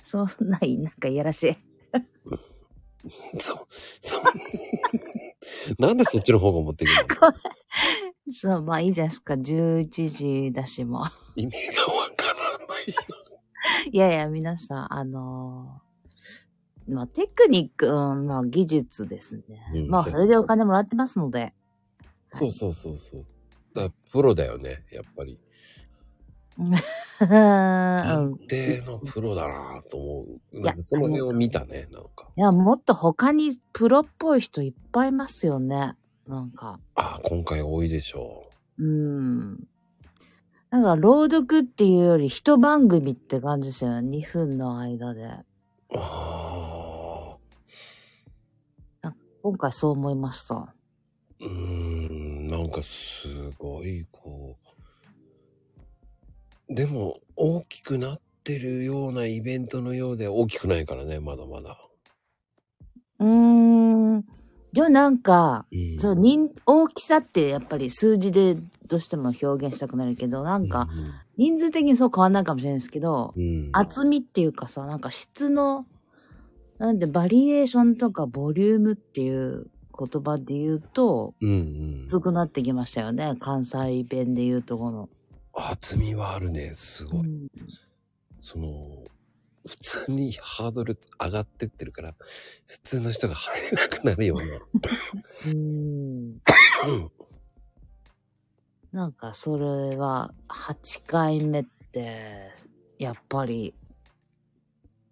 [SPEAKER 26] そんな、なんかいやらし *laughs* い。
[SPEAKER 1] そ、そ、なんでそっちの方が持ってくる
[SPEAKER 26] そう、まあいいじゃないですか。11時だしも。
[SPEAKER 1] の *laughs* 意味がわからないよ。
[SPEAKER 26] いやいや、皆さん、あのーまあテクニック、うんまあ技術ですね。
[SPEAKER 1] うん
[SPEAKER 26] まあそれでお金もらってますので。
[SPEAKER 1] そうそうそうそう。だからプロだよね、やっぱり。
[SPEAKER 26] うん
[SPEAKER 1] 一定のプロだなぁと思う。なんかその辺を見たね。なんか
[SPEAKER 26] いや、もっと他にプロっぽい人いっぱいいますよね。なんか。
[SPEAKER 1] あ、今回多いでしょ
[SPEAKER 26] うん。なんか朗読っていうより一番組って感じですよね。2分の間で。なんか今回そう思いました。
[SPEAKER 1] う。うーん、なんかすごい、こう。でも、大きくなってるようなイベントのようで大きくないからね、まだまだ。
[SPEAKER 26] うーん。でもなんか、そう人大きさってやっぱり数字でどうしても表現したくなるけど、なんか人数的にそう変わんないかもしれないですけど、厚みっていうかさ、なんか質の、なんでバリエーションとかボリュームっていう言葉で言うと、
[SPEAKER 1] うん
[SPEAKER 26] 薄くなってきましたよね。関西弁で言うとこの。
[SPEAKER 1] 厚みはあるね、すごい。その、普通にハードル上がってってるから、普通の人が入れなくなるよ *laughs* ね。うん。
[SPEAKER 26] なんかそれは8回目ってやっぱり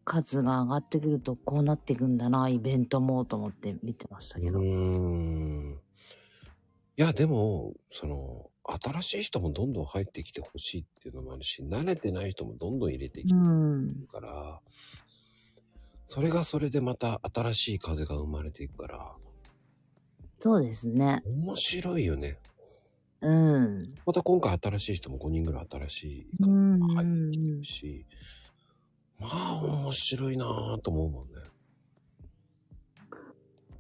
[SPEAKER 26] 数が上がってくるとこうなっていくんだなイベントもと思って見てましたけど。
[SPEAKER 1] うん。いや、でも、その、新しい人もどんどん入ってきてほしいっていうのもあるし、慣れてない人もどんどん入れてきて
[SPEAKER 26] うん。
[SPEAKER 1] るから、それがそれでまた新しい風が生まれていくから、
[SPEAKER 26] そうですね。
[SPEAKER 1] 面白いよね。
[SPEAKER 26] うん。
[SPEAKER 1] また今回新しい人も5人ぐらい新しい
[SPEAKER 26] うん
[SPEAKER 1] し、まあ面白いなぁと思うもんね。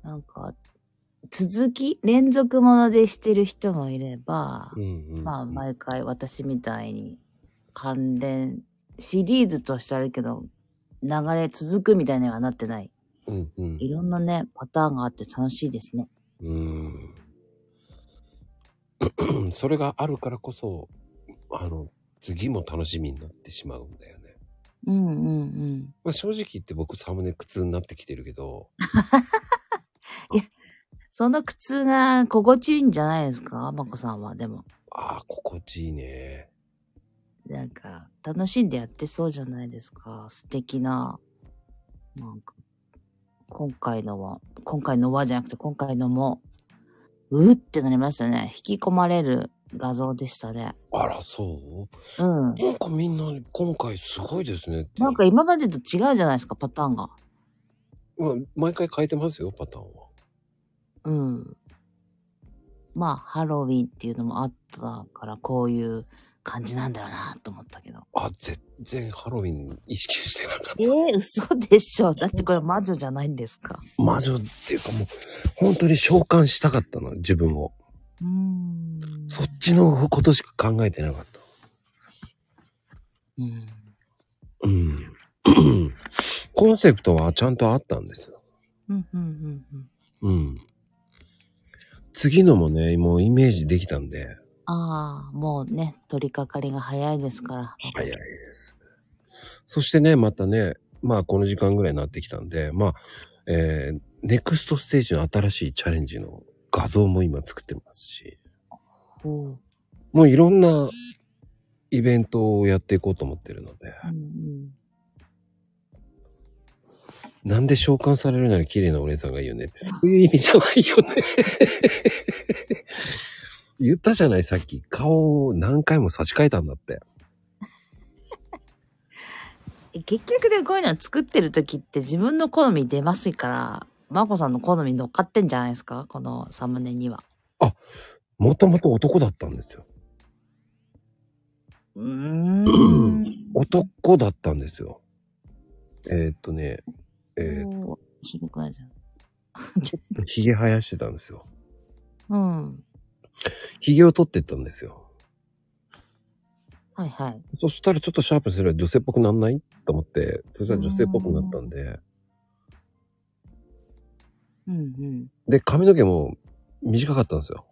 [SPEAKER 26] なんか続き連続ものでしてる人もいれば、まあ毎回私みたいに関連シリーズとしてあるけど流れ続くみたいにはなってない。
[SPEAKER 1] うんうん。
[SPEAKER 26] いろんなね、パターンがあって楽しいですね。
[SPEAKER 1] うん。 *clears throat* それがあるからこそ、あの、次も楽しみになってしまうんだよね。
[SPEAKER 26] うんうんうん。
[SPEAKER 1] まあ、正直言って僕サムネ苦痛になってきてるけど、
[SPEAKER 26] その苦痛が心地いいんじゃないですかまこさんは、でも。
[SPEAKER 1] ああ、心地いいね。
[SPEAKER 26] なんか、楽しんでやってそうじゃないですか。素敵な、なんか、今回のは、今回のはじゃなくて、今回のも、うーってなりましたね。引き込まれる画像でしたね。
[SPEAKER 1] あら、そう
[SPEAKER 26] うん。
[SPEAKER 1] なんかみんな今回すごいですね。
[SPEAKER 26] なんか今までと違うじゃないですか、パターンが。
[SPEAKER 1] まあ、毎回変えてますよ、パターンは。
[SPEAKER 26] うん。まあ、ハロウィンっていうのもあったから、こういう感じなんだろうなと思ったけど。
[SPEAKER 1] あ、全然ハロウィン意識してなかった。
[SPEAKER 26] えー、嘘でしょ。だってこれ魔女じゃないんですか。
[SPEAKER 1] 魔女っていうかもう、本当に召喚したかったの、自分を。そっちのことしか考えてな
[SPEAKER 26] *clears throat*
[SPEAKER 1] かった。うん。うん。コンセプトはちゃんとあったんですよ。
[SPEAKER 26] うんうんうんうん。
[SPEAKER 1] うん。次のもね、もうイメージできたんで。
[SPEAKER 26] ああ、もうね、取り掛かりが早いですから。
[SPEAKER 1] 早いです。そしてね、またね、まあこの時間ぐらいになってきたんで、まあ、えー、ネクストステージの新しいチャレンジの画像も今作ってますし、
[SPEAKER 26] ほ
[SPEAKER 1] もういろんなイベントをやっていこうと思ってるので、なんで召喚されるなら綺麗なお姉さんがいいよねって、そういう意味じゃない *laughs* よね。言ったじゃない、さっき。顔を何回も差し替えたんだって。
[SPEAKER 26] う。結局でもこういうのは作ってる時って自分の好み出ますから、まこさんの好みに乗っかってんじゃないですかこのサムネには。
[SPEAKER 1] もともと男だったんですよ。男だったんですよ。えーっとね、えーっと。
[SPEAKER 26] 白くないじゃん。
[SPEAKER 1] ちょっと髭生やしてたんですよ。
[SPEAKER 26] うん。
[SPEAKER 1] 髭を取ってったんですよ。
[SPEAKER 26] はいはい。
[SPEAKER 1] そしたらちょっとシャープにすれば女性っぽくなんないと思って、そしたら女性っぽくなったんで。
[SPEAKER 26] うんうん。
[SPEAKER 1] で、髪の毛も短かったんですよ。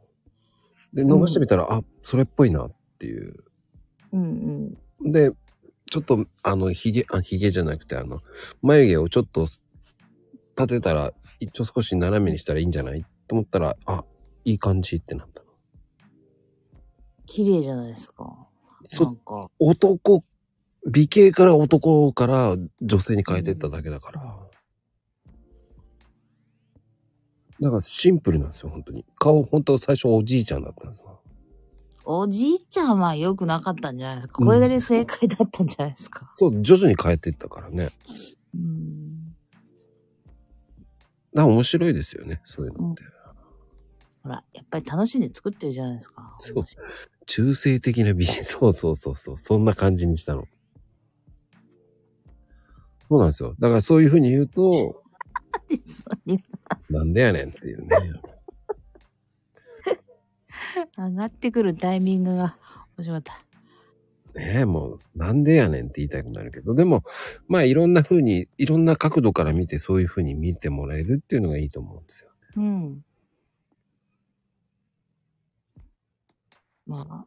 [SPEAKER 1] で、伸ばしてみたら、あ、それっぽいなっていう。
[SPEAKER 26] うんうん。
[SPEAKER 1] で、ちょっと、あの、ひげ、あ、ひげじゃなくて、あの、眉毛をちょっと立てたら、一応少し斜めにしたらいいんじゃないと思ったら、あ、いい感じってなった。
[SPEAKER 26] 綺麗じゃないですか。
[SPEAKER 1] そ男、美形から男から女性に変えてっただけだから。だからシンプルなんですよ、本当に。顔、本当最初おじいちゃんだったんですよ。
[SPEAKER 26] おじいちゃんは良くなかったんじゃないですか。これだけ正解だったんじゃないですか。
[SPEAKER 1] そう、徐々に変えてったからね。だから面白いですよね、そういうの。
[SPEAKER 26] ほら、やっぱり楽しんで作ってるじゃないですか。
[SPEAKER 1] そう。中性的な美人。そうそうそうそう。そんな感じにしたの。そうなんですよ。だからそういうふうに言うと、なんでやねんっていうね。
[SPEAKER 26] *laughs* 上がってくるタイミングが面白かった。
[SPEAKER 1] ねえ、もう、なんでやねんって言いたくなるけど、でも、まあいろんなふうに、いろんな角度から見て、そういうふうに見てもらえるっていうのがいいと思うんですよ。
[SPEAKER 26] うん。ま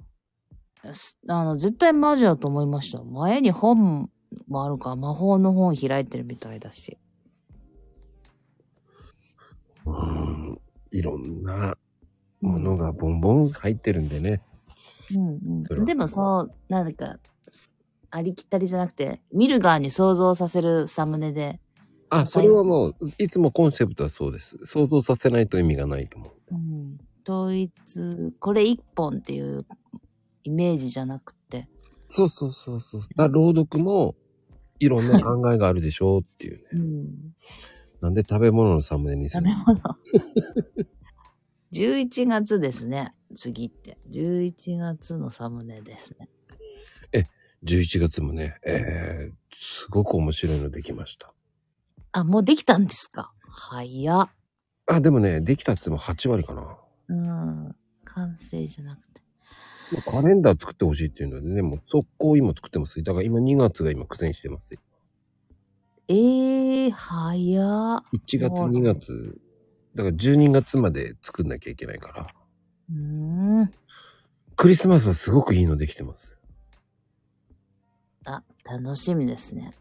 [SPEAKER 26] あ、すあの、絶対魔女だと思いました。前に本もあるから、魔法の本開いてるみたいだし。
[SPEAKER 1] うん。いろんなものがボンボン入ってるんでね。
[SPEAKER 26] うん
[SPEAKER 1] そうれ
[SPEAKER 26] ん。
[SPEAKER 1] は
[SPEAKER 26] でもそう、なんか、ありきたりじゃなくて、見る側に想像させるサムネで、
[SPEAKER 1] あ、それはもう、いつもコンセプトはそうです。想像させないと意味がないと思う。
[SPEAKER 26] うん、統一、これ一本っていうイメージじゃなくて、
[SPEAKER 1] そうそうそうそう。だから朗読も、いろんな考えがあるでしょうっ
[SPEAKER 26] *laughs*
[SPEAKER 1] ていうね。なんで食べ物のサムネにす
[SPEAKER 26] *laughs*
[SPEAKER 1] るの
[SPEAKER 26] 11月ですね、次って。11月のサムネですね。
[SPEAKER 1] 11月もね、えー、すごく面白いのできました。
[SPEAKER 26] あ、もうできたんですか早っ。
[SPEAKER 1] あ、でもね、できたっつっても8割かな。も
[SPEAKER 26] うん。完成じゃなくて。
[SPEAKER 1] うカレンダー作ってほしいっていうのでね、もう速攻今作ってます。だから今2月が今苦戦してます。
[SPEAKER 26] ええー、早っ。
[SPEAKER 1] 1月、2月、だから12月まで作んなきゃいけないから。
[SPEAKER 26] うん。
[SPEAKER 1] クリスマスはすごくいいのできてます。
[SPEAKER 26] あ、楽しみですね。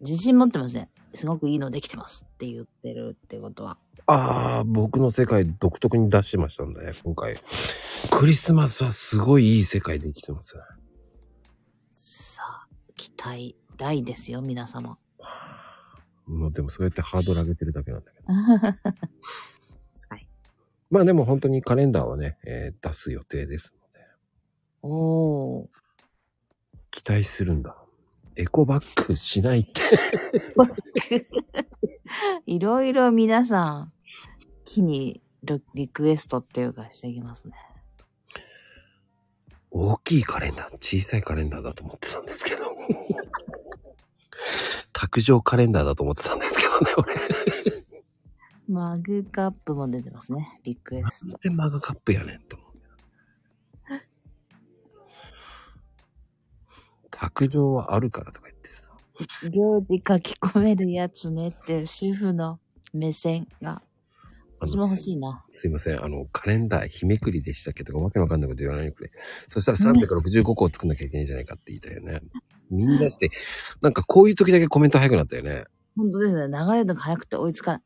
[SPEAKER 26] 自信持ってますね。すごくいいのできてますって言ってるってことは。
[SPEAKER 1] ああ、僕の世界独特に出してましたんだね、今回。クリスマスはすごいいい世界できてます。
[SPEAKER 26] さあ、期待大ですよ、皆
[SPEAKER 1] *laughs*
[SPEAKER 26] 様。 *laughs*
[SPEAKER 1] もうでもそうやってハードル上げてるだけなんだけど。
[SPEAKER 26] はい。
[SPEAKER 1] まあでも本当にカレンダーはね、えー出す予定です。
[SPEAKER 26] おお。
[SPEAKER 1] 期待するんだ。エコバッグしないって。
[SPEAKER 26] *laughs* いろいろ皆さん、木にリリクエストっていうかしてきますね。
[SPEAKER 1] 大きいカレンダー、小さいカレンダーだと思ってたんですけど。 *laughs* 卓上カレンダーだと思ってたんですけどね、俺。
[SPEAKER 26] マグカップも出てますね。リクエスト。
[SPEAKER 1] で、マグカップやねんと思って。卓上はあるからとか言ってさ。
[SPEAKER 26] 行事書き込めるやつねっていう主婦の目線が。私も欲しいな。
[SPEAKER 1] すいません。あの、カレンダー、日めくりでしたっけとか、わけのわかんないこと言わないでくれ。そしたら365個を作んなきゃいけないんじゃないかって言いたいよね。みんなして、なんかこういう時だけコメント早くなったよね。
[SPEAKER 26] 本当ですね。流れるのが早くて追いつかない。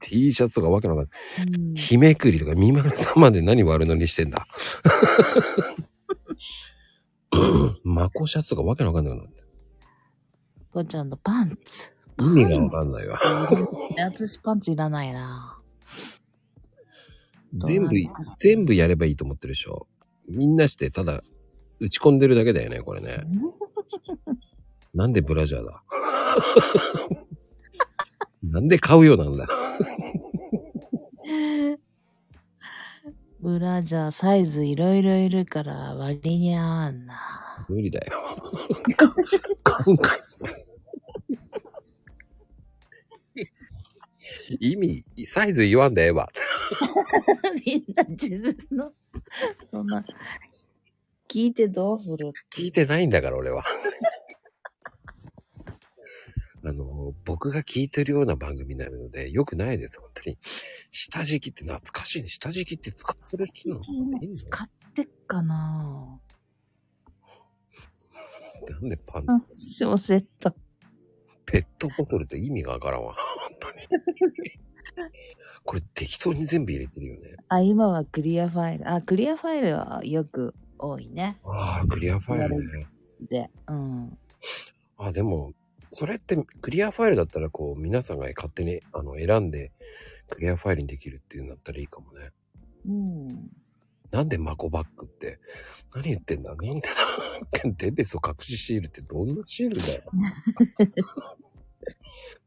[SPEAKER 1] T シャツとかわけのわかんない。日めくりとか、みまるさんまで何悪乗りしてんだ。マコシャツとかわけのわかんないなって。
[SPEAKER 26] こうちゃんのパンツ。
[SPEAKER 1] *laughs* 意味がわかんないわ。
[SPEAKER 26] 私パンツいらないな。
[SPEAKER 1] 全部、全部やればいいと思ってるでしょ。みんなして、ただ、打ち込んでるだけだよね、これね。なんでブラジャーだなんで買うようなんだ。
[SPEAKER 26] *laughs* ブラジャーサイズいろいろいるから割に合わんな。
[SPEAKER 1] 無理だよ。
[SPEAKER 26] *laughs*
[SPEAKER 1] 買うんかい意味、サイズ言わんでええわ。
[SPEAKER 26] みんな自分の、そんな、聞いてどうする
[SPEAKER 1] 聞いてないんだから、俺は。 *laughs* あの、僕が聞いてるような番組になるので、よくないです、本当に。下敷きって懐かしいね。下敷きって使ってる人なの
[SPEAKER 26] 使ってっかな
[SPEAKER 1] なんでパン
[SPEAKER 26] あ
[SPEAKER 1] ツ、
[SPEAKER 26] 小説と。
[SPEAKER 1] ペットボトルって意味がわからんわ。本当に。これ適当に全部入れてるよね。
[SPEAKER 26] あ、今はクリアファイル。あ、クリアファイルはよく多いね。
[SPEAKER 1] ああ、クリアファイルね。
[SPEAKER 26] で、
[SPEAKER 1] *laughs*
[SPEAKER 26] うん。
[SPEAKER 1] あ、でも、それってクリアファイルだったら、こう、皆さんが勝手にあの選んで、クリアファイルにできるっていうんだったらいいかもね。
[SPEAKER 26] うん。
[SPEAKER 1] なんでマコバッグって、何言ってんだなんでだデベソ隠しシールってどんなシールだよ。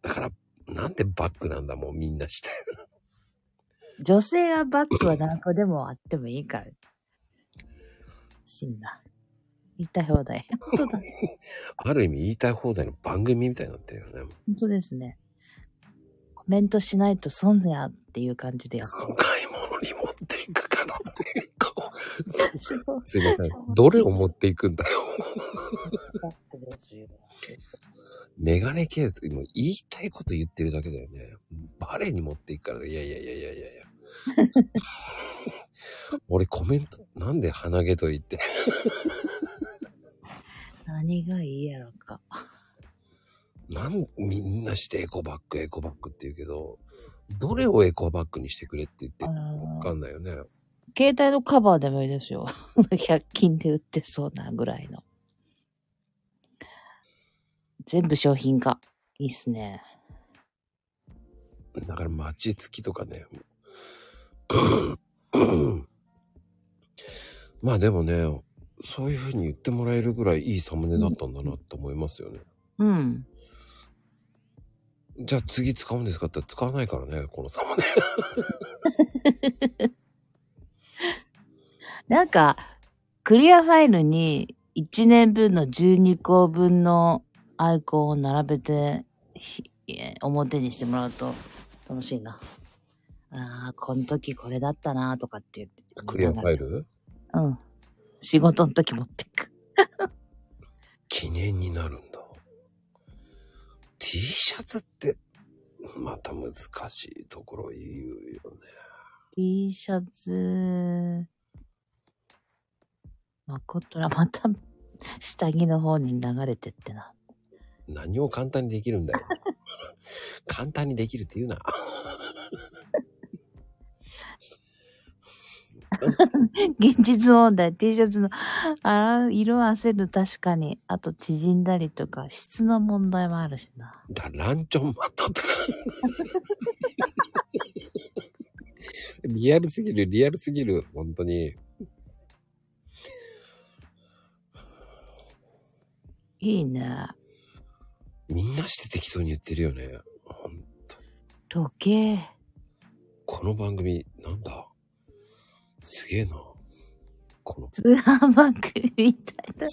[SPEAKER 1] だから、なんでバッグなんだもうみんなして。 *laughs*
[SPEAKER 26] 女性はバッグは何個でもあってもいいから。死んだ。言った放題。本当
[SPEAKER 1] *laughs*
[SPEAKER 26] だ。
[SPEAKER 1] ある意味言いたい放題の番組みたいになってるよね。
[SPEAKER 26] 本当ですね。コメントしないと損だよっていう感じでやってる。
[SPEAKER 1] 買い物に持っていくからっていう顔。すいません。どれを持っていくんだよ。メガネケースって、もう言いたいこと言ってるだけだよね。バレに持っていくからね、いやいやいやいやいやいや。俺コメント、なんで鼻毛と言って。
[SPEAKER 26] *laughs* 何がいいやろか。
[SPEAKER 1] なん、みんなしてエコバッグ、エコバッグって言うけど、どれをエコバッグにしてくれって言ってるのかわかんないよね。
[SPEAKER 26] 携帯のカバーでもいいですよ。100均で売ってそうなぐらいの。全部商品化。いいっすね。
[SPEAKER 1] だから餅つきとかね。 *coughs* まあでもね、そういうふうに言ってもらえるぐらいいいサムネだったんだなって思いますよね。
[SPEAKER 26] うん。
[SPEAKER 1] じゃあ次使うんですかって言ったら使わないからね、このサムネ。
[SPEAKER 26] なんか、クリアファイルに1年分の12個分のアイコンを並べて、ひえ表にしてもらうと楽しいな。ああ、この時これだったなとかって言って。
[SPEAKER 1] クリアファイル
[SPEAKER 26] うん。仕事の時持ってく。
[SPEAKER 1] 記念になるんだ。T シャツって、また難しいところ言うよね。
[SPEAKER 26] T シャツ、まことらまた下着の方に流れてってな。
[SPEAKER 1] 何を簡単にできるんだよ。簡単にできるって言うな。
[SPEAKER 26] 現実問題、T シャツの、あら、色あせる確かに。あと縮んだりとか、質の問題もあるしな。
[SPEAKER 1] だランチョンマットとか。 *laughs* リアルすぎる、リアルすぎる、本当に。
[SPEAKER 26] いいね。
[SPEAKER 1] みんなして適当に言ってるよね。ほん
[SPEAKER 26] 時計。
[SPEAKER 1] この番組、なんだすげえな。この、
[SPEAKER 26] ツアーバックみたいだ。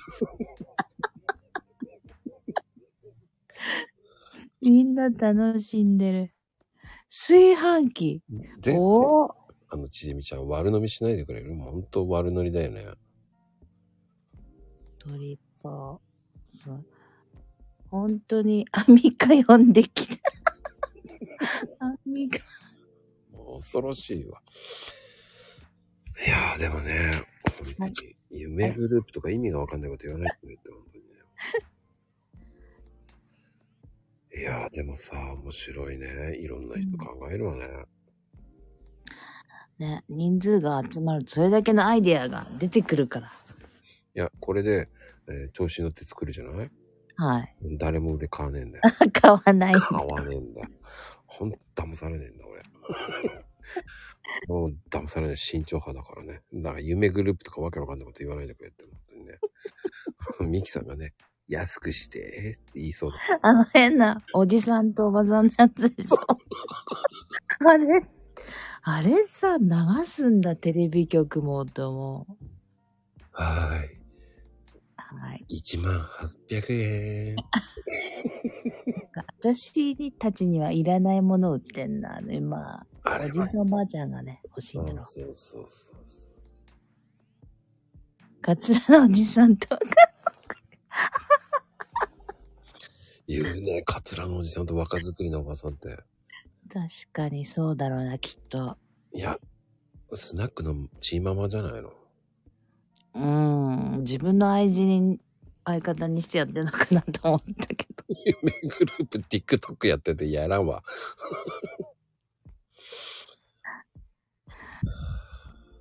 [SPEAKER 26] みんな楽しんでる。炊飯器。
[SPEAKER 1] 全
[SPEAKER 26] おー
[SPEAKER 1] あの、ちじみちゃん、悪飲みしないでくれるほんと悪ノリだよね。
[SPEAKER 26] トリッパー。そう本当に、 *laughs* アミカ呼んできた。アミカ。
[SPEAKER 1] もう恐ろしいわ。いやー、でもね、本当に、夢グループとか意味がわかんないこと言わないでくれって、本当にね。いやー、でもさ、面白いね。いろんな人考えるわね。
[SPEAKER 26] ね、人数が集まるとそれだけのアイデアが出てくるから。
[SPEAKER 1] いや、これで、えー調子に乗って作るじゃない
[SPEAKER 26] はい。
[SPEAKER 1] 誰も売れ買わねえんだよ。
[SPEAKER 26] *laughs* 買わない。
[SPEAKER 1] 買わねえんだ。ほんと騙されねえんだ、俺。 *laughs* もう騙されない慎重派だからね。だから夢グループとかわけわかんないこと言わないでくれって、本当 *laughs* にね。ミキさんがね、安くしてって言いそうだ。
[SPEAKER 26] あの変なおじさんとおばさんのやつでしょ。あれあれさ、流すんだ、テレビ局もと思う。
[SPEAKER 1] は
[SPEAKER 26] は
[SPEAKER 1] ーい。1万800円。
[SPEAKER 26] 私たちにはいらないものを売ってんな、あの今。おじいちゃんおばあちゃんがね、欲しいんだろう。
[SPEAKER 1] *laughs* そうそうそう。
[SPEAKER 26] カツラのおじさんと。
[SPEAKER 1] 言うね、カツラのおじさんと若作りのおばさんって。
[SPEAKER 26] 確かにそうだろうな、きっと。
[SPEAKER 1] いや、スナックのチーママじゃないの。
[SPEAKER 26] うーん、自分の愛人、相方にしてやってんのかなと思ったけど。
[SPEAKER 1] 夢グループ TikTok やっててやらんわ。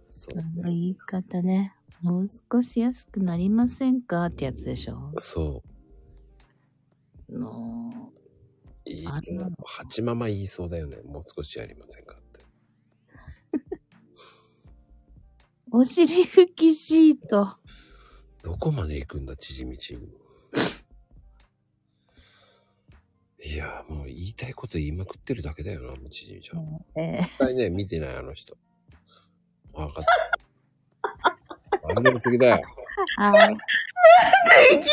[SPEAKER 1] そ
[SPEAKER 26] の言い方ね。もう少し安くなりませんかってやつでしょ。。
[SPEAKER 1] そう
[SPEAKER 26] の
[SPEAKER 1] いいそう八ママ言いそうだよね。もう少しやりませんか。
[SPEAKER 26] お尻拭きシート。
[SPEAKER 1] どこまで行くんだ、ちじみちん。いや、もう言いたいこと言いまくってるだけだよな、もうちじみちゃん。
[SPEAKER 26] え
[SPEAKER 1] 絶対ね、見てない、あの人。わかった。あんなりすぎだよ。
[SPEAKER 26] はい。なんで
[SPEAKER 27] いきなり押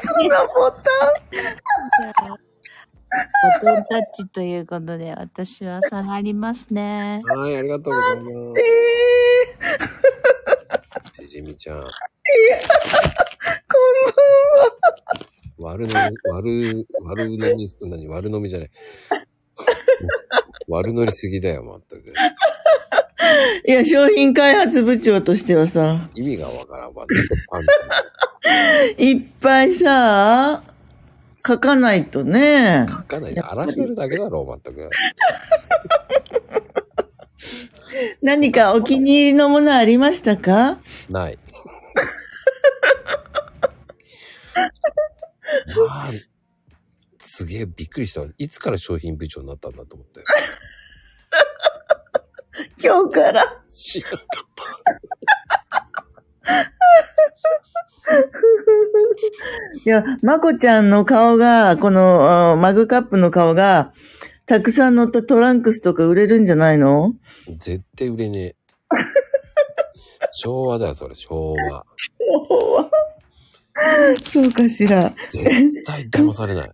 [SPEAKER 27] すのボタン。
[SPEAKER 26] ボトンタッチということで、私は下がりますね。
[SPEAKER 1] はい、ありがとうございます。ちじみちゃん、
[SPEAKER 27] いや、こんばんは。
[SPEAKER 1] 悪の、悪、悪飲み、何、悪飲みじゃない。悪乗りすぎだよ、まったく。
[SPEAKER 27] いや、商品開発部長としてはさ、
[SPEAKER 1] 意味がわからんわ。
[SPEAKER 27] いっぱいさ、書かないとね。
[SPEAKER 1] 書かないで荒らしてるだけだろ、まったく。
[SPEAKER 27] 何かお気に入りのものありましたか
[SPEAKER 1] ない。まあ、すげえびっくりした。いつから商品部長になったんだと思って。
[SPEAKER 27] 今日から。
[SPEAKER 1] 知らなかった。
[SPEAKER 27] *laughs* いや、まこちゃんの顔が、このあマグカップの顔が、たくさん乗ったトランクスとか売れるんじゃないの
[SPEAKER 1] 絶対売れねえ。昭和だよ、それ、昭和。
[SPEAKER 27] *laughs* そうかしら。
[SPEAKER 1] 絶対騙されない。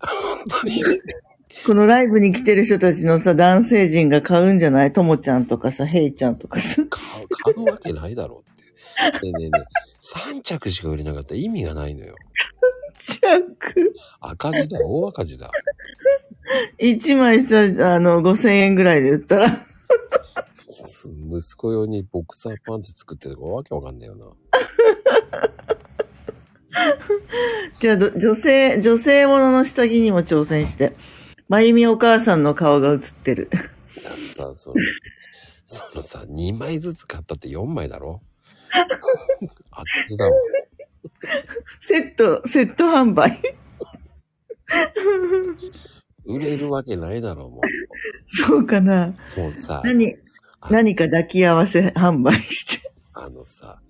[SPEAKER 27] このライブに来てる人たちのさ、男性陣が買うんじゃないともちゃんとかさ、へいちゃんとかさ。
[SPEAKER 1] 買うわけないだろうって。ねえねえねえ、3着しか売れなかったら意味がないのよ。赤字だ、大赤字だ。
[SPEAKER 27] 1枚さ、あの、5000円ぐらいで売った
[SPEAKER 1] *laughs*
[SPEAKER 27] ら。
[SPEAKER 1] 息子用にボクサーパンツ作ってるとかわけわかんないよな。
[SPEAKER 27] じゃあ、ど女性、女性ものの下着にも挑戦して。まゆみお母さんの顔が映ってる。
[SPEAKER 1] だってさ、その、そのさ、2枚ずつ買ったって4枚だろ *laughs* 赤字だわ。
[SPEAKER 27] セット、セット販売。
[SPEAKER 1] 売れるわけないだろう、も
[SPEAKER 27] *laughs* そうかな。
[SPEAKER 1] う。もうさ、
[SPEAKER 27] 何、何か抱き合わせ販売して。
[SPEAKER 1] あのさ、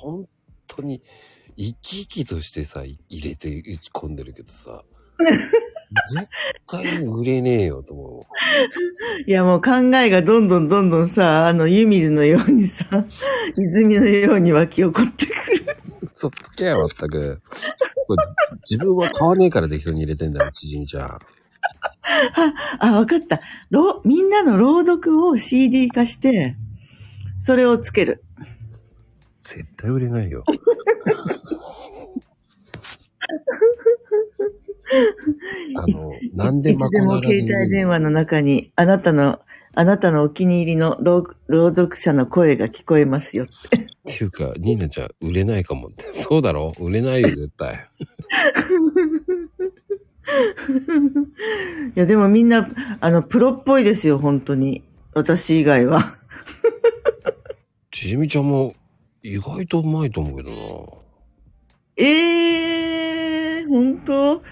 [SPEAKER 1] 本当に生き生きとしてさ、い入れて打ち込んでるけどさ、絶対に売れねえよと思
[SPEAKER 27] *laughs* いやもう考えがどんどんどんどんさ、あの湯水のようにさ、 *laughs* 泉のように湧き起こって *laughs* くる。
[SPEAKER 1] う。そっつけよ、まったく。これ自分は買わねえから適当に入れてんだよ、知人ちゃん。
[SPEAKER 27] あ、あわかった。ろ、みんなの朗読を CD 化して、それをつける。
[SPEAKER 1] 絶対売れないよ。 *laughs* あの、なんで
[SPEAKER 27] い
[SPEAKER 1] ま
[SPEAKER 27] つ
[SPEAKER 1] こ
[SPEAKER 27] でも
[SPEAKER 1] なら
[SPEAKER 27] 携
[SPEAKER 1] に
[SPEAKER 27] 帯電話の中に、あなたの、あなたのお気に入りの朗朗読者の声が聞こえますよって。 *laughs*
[SPEAKER 1] っていうか、ニーナちゃん、売れないかもって。そうだろ売れないよ、絶対。
[SPEAKER 27] いや、でもみんな、あの、プロっぽいですよ、本当に。私以外は。
[SPEAKER 1] ちじみちゃんも、意外とうまいと思うけど
[SPEAKER 27] ええー、本当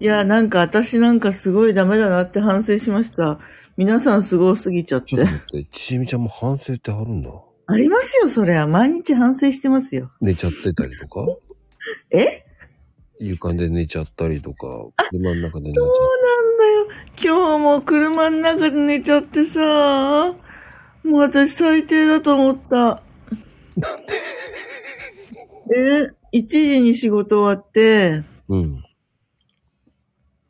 [SPEAKER 27] いや、なんか私なんかすごいダメだなって反省しました。皆さんすごすぎちゃって。
[SPEAKER 1] な。でちじみちゃんも反省ってあるんだ。
[SPEAKER 27] ありますよ、そりゃ。毎日反省してますよ。
[SPEAKER 1] 寝ちゃってたりとか
[SPEAKER 27] *laughs* え
[SPEAKER 1] 床で寝ちゃったりとか、車の中で寝ち
[SPEAKER 27] そうなんだよ。今日も車の中で寝ちゃってさ。もう私最低だと思った。なんでえ、1時に仕事終わって、
[SPEAKER 1] うん。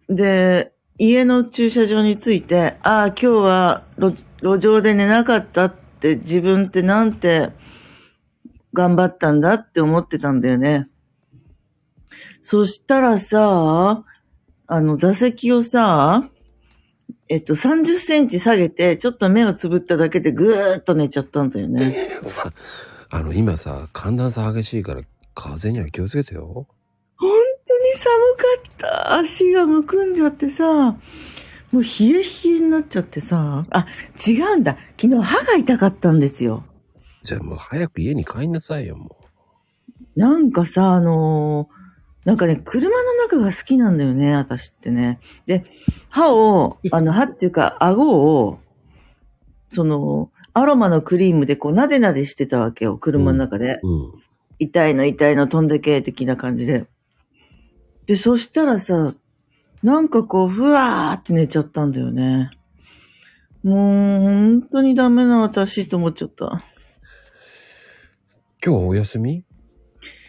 [SPEAKER 27] で、家の駐車場に着いて、ああ、今日は路路上で寝なかったって自分ってなんて頑張ったんだって思ってたんだよね。そしたらさ、あの座席をさ、えっと30センチ下げて、ちょっと目をつぶっただけでぐーっと寝ちゃったんだよね。
[SPEAKER 1] さ、 *laughs* あの、今さ、寒暖差激しいから、風邪には気をつけてよ。
[SPEAKER 27] 本当に寒かった。足がむくんじゃってさ、もう冷え冷えになっちゃってさ、あ、違うんだ。昨日歯が痛かったんですよ。
[SPEAKER 1] じゃあもう早く家に帰んなさいよ、も
[SPEAKER 27] なんかさ、あのーなんかね、車の中が好きなんだよね、私ってね。で、歯を、あの、歯っていうか、顎を、その、アロマのクリームでこう、なでなでしてたわけよ、車の中で。痛いの痛いの飛んでけ、的な感じで。で、そしたらさ、なんかこう、ふわーって寝ちゃったんだよね。もう、本当にダメな私と思っちゃった。
[SPEAKER 1] う。今日はお休み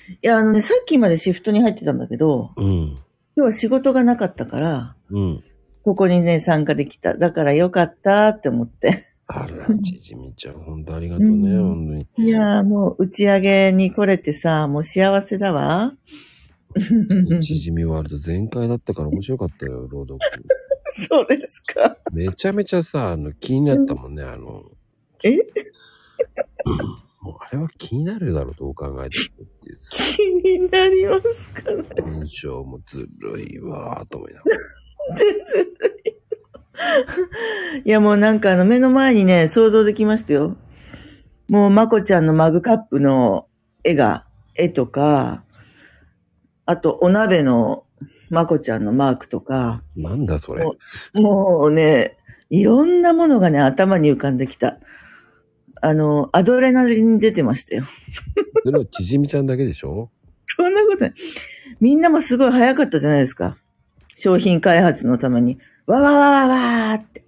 [SPEAKER 27] いや、あのね、さっきまでシフトに入ってたんだけど、
[SPEAKER 1] うん。
[SPEAKER 27] 今日は仕事がなかったから、
[SPEAKER 1] うん。
[SPEAKER 27] ここにね、参加できた。だからよかったって思って。
[SPEAKER 1] あら、ちじみちゃん、本当ありがとうね、本当に。
[SPEAKER 27] いやーもう打ち上げに来れてさ、もう幸せだわ。
[SPEAKER 1] ちじみワールド全開だったから面白かったよ、朗読。
[SPEAKER 27] *laughs* そうですか。
[SPEAKER 1] めちゃめちゃさ、あの、気になったもんね、あの、
[SPEAKER 27] え
[SPEAKER 1] もうあれは気になるだろう、どう考えて
[SPEAKER 27] *laughs*
[SPEAKER 1] もっていう
[SPEAKER 27] 気になりますかね。
[SPEAKER 1] 印象もずるいわーと思いなが
[SPEAKER 27] い *laughs* やもうなんかあの目の前にね、想像できましたよ。もうまこちゃんのマグカップの絵が、絵とか、あとお鍋のまこちゃんのマークとか。
[SPEAKER 1] ら。なんだそれ。
[SPEAKER 27] もうもうね、いろんなものがね、頭に浮かんできた。あの、アドレナリン出てましたよ。 *laughs*
[SPEAKER 1] それはちじみちゃんだけでしょ
[SPEAKER 27] そんなことない。みんなもすごい早かったじゃないですか。商品開発のために。わわわわわーって。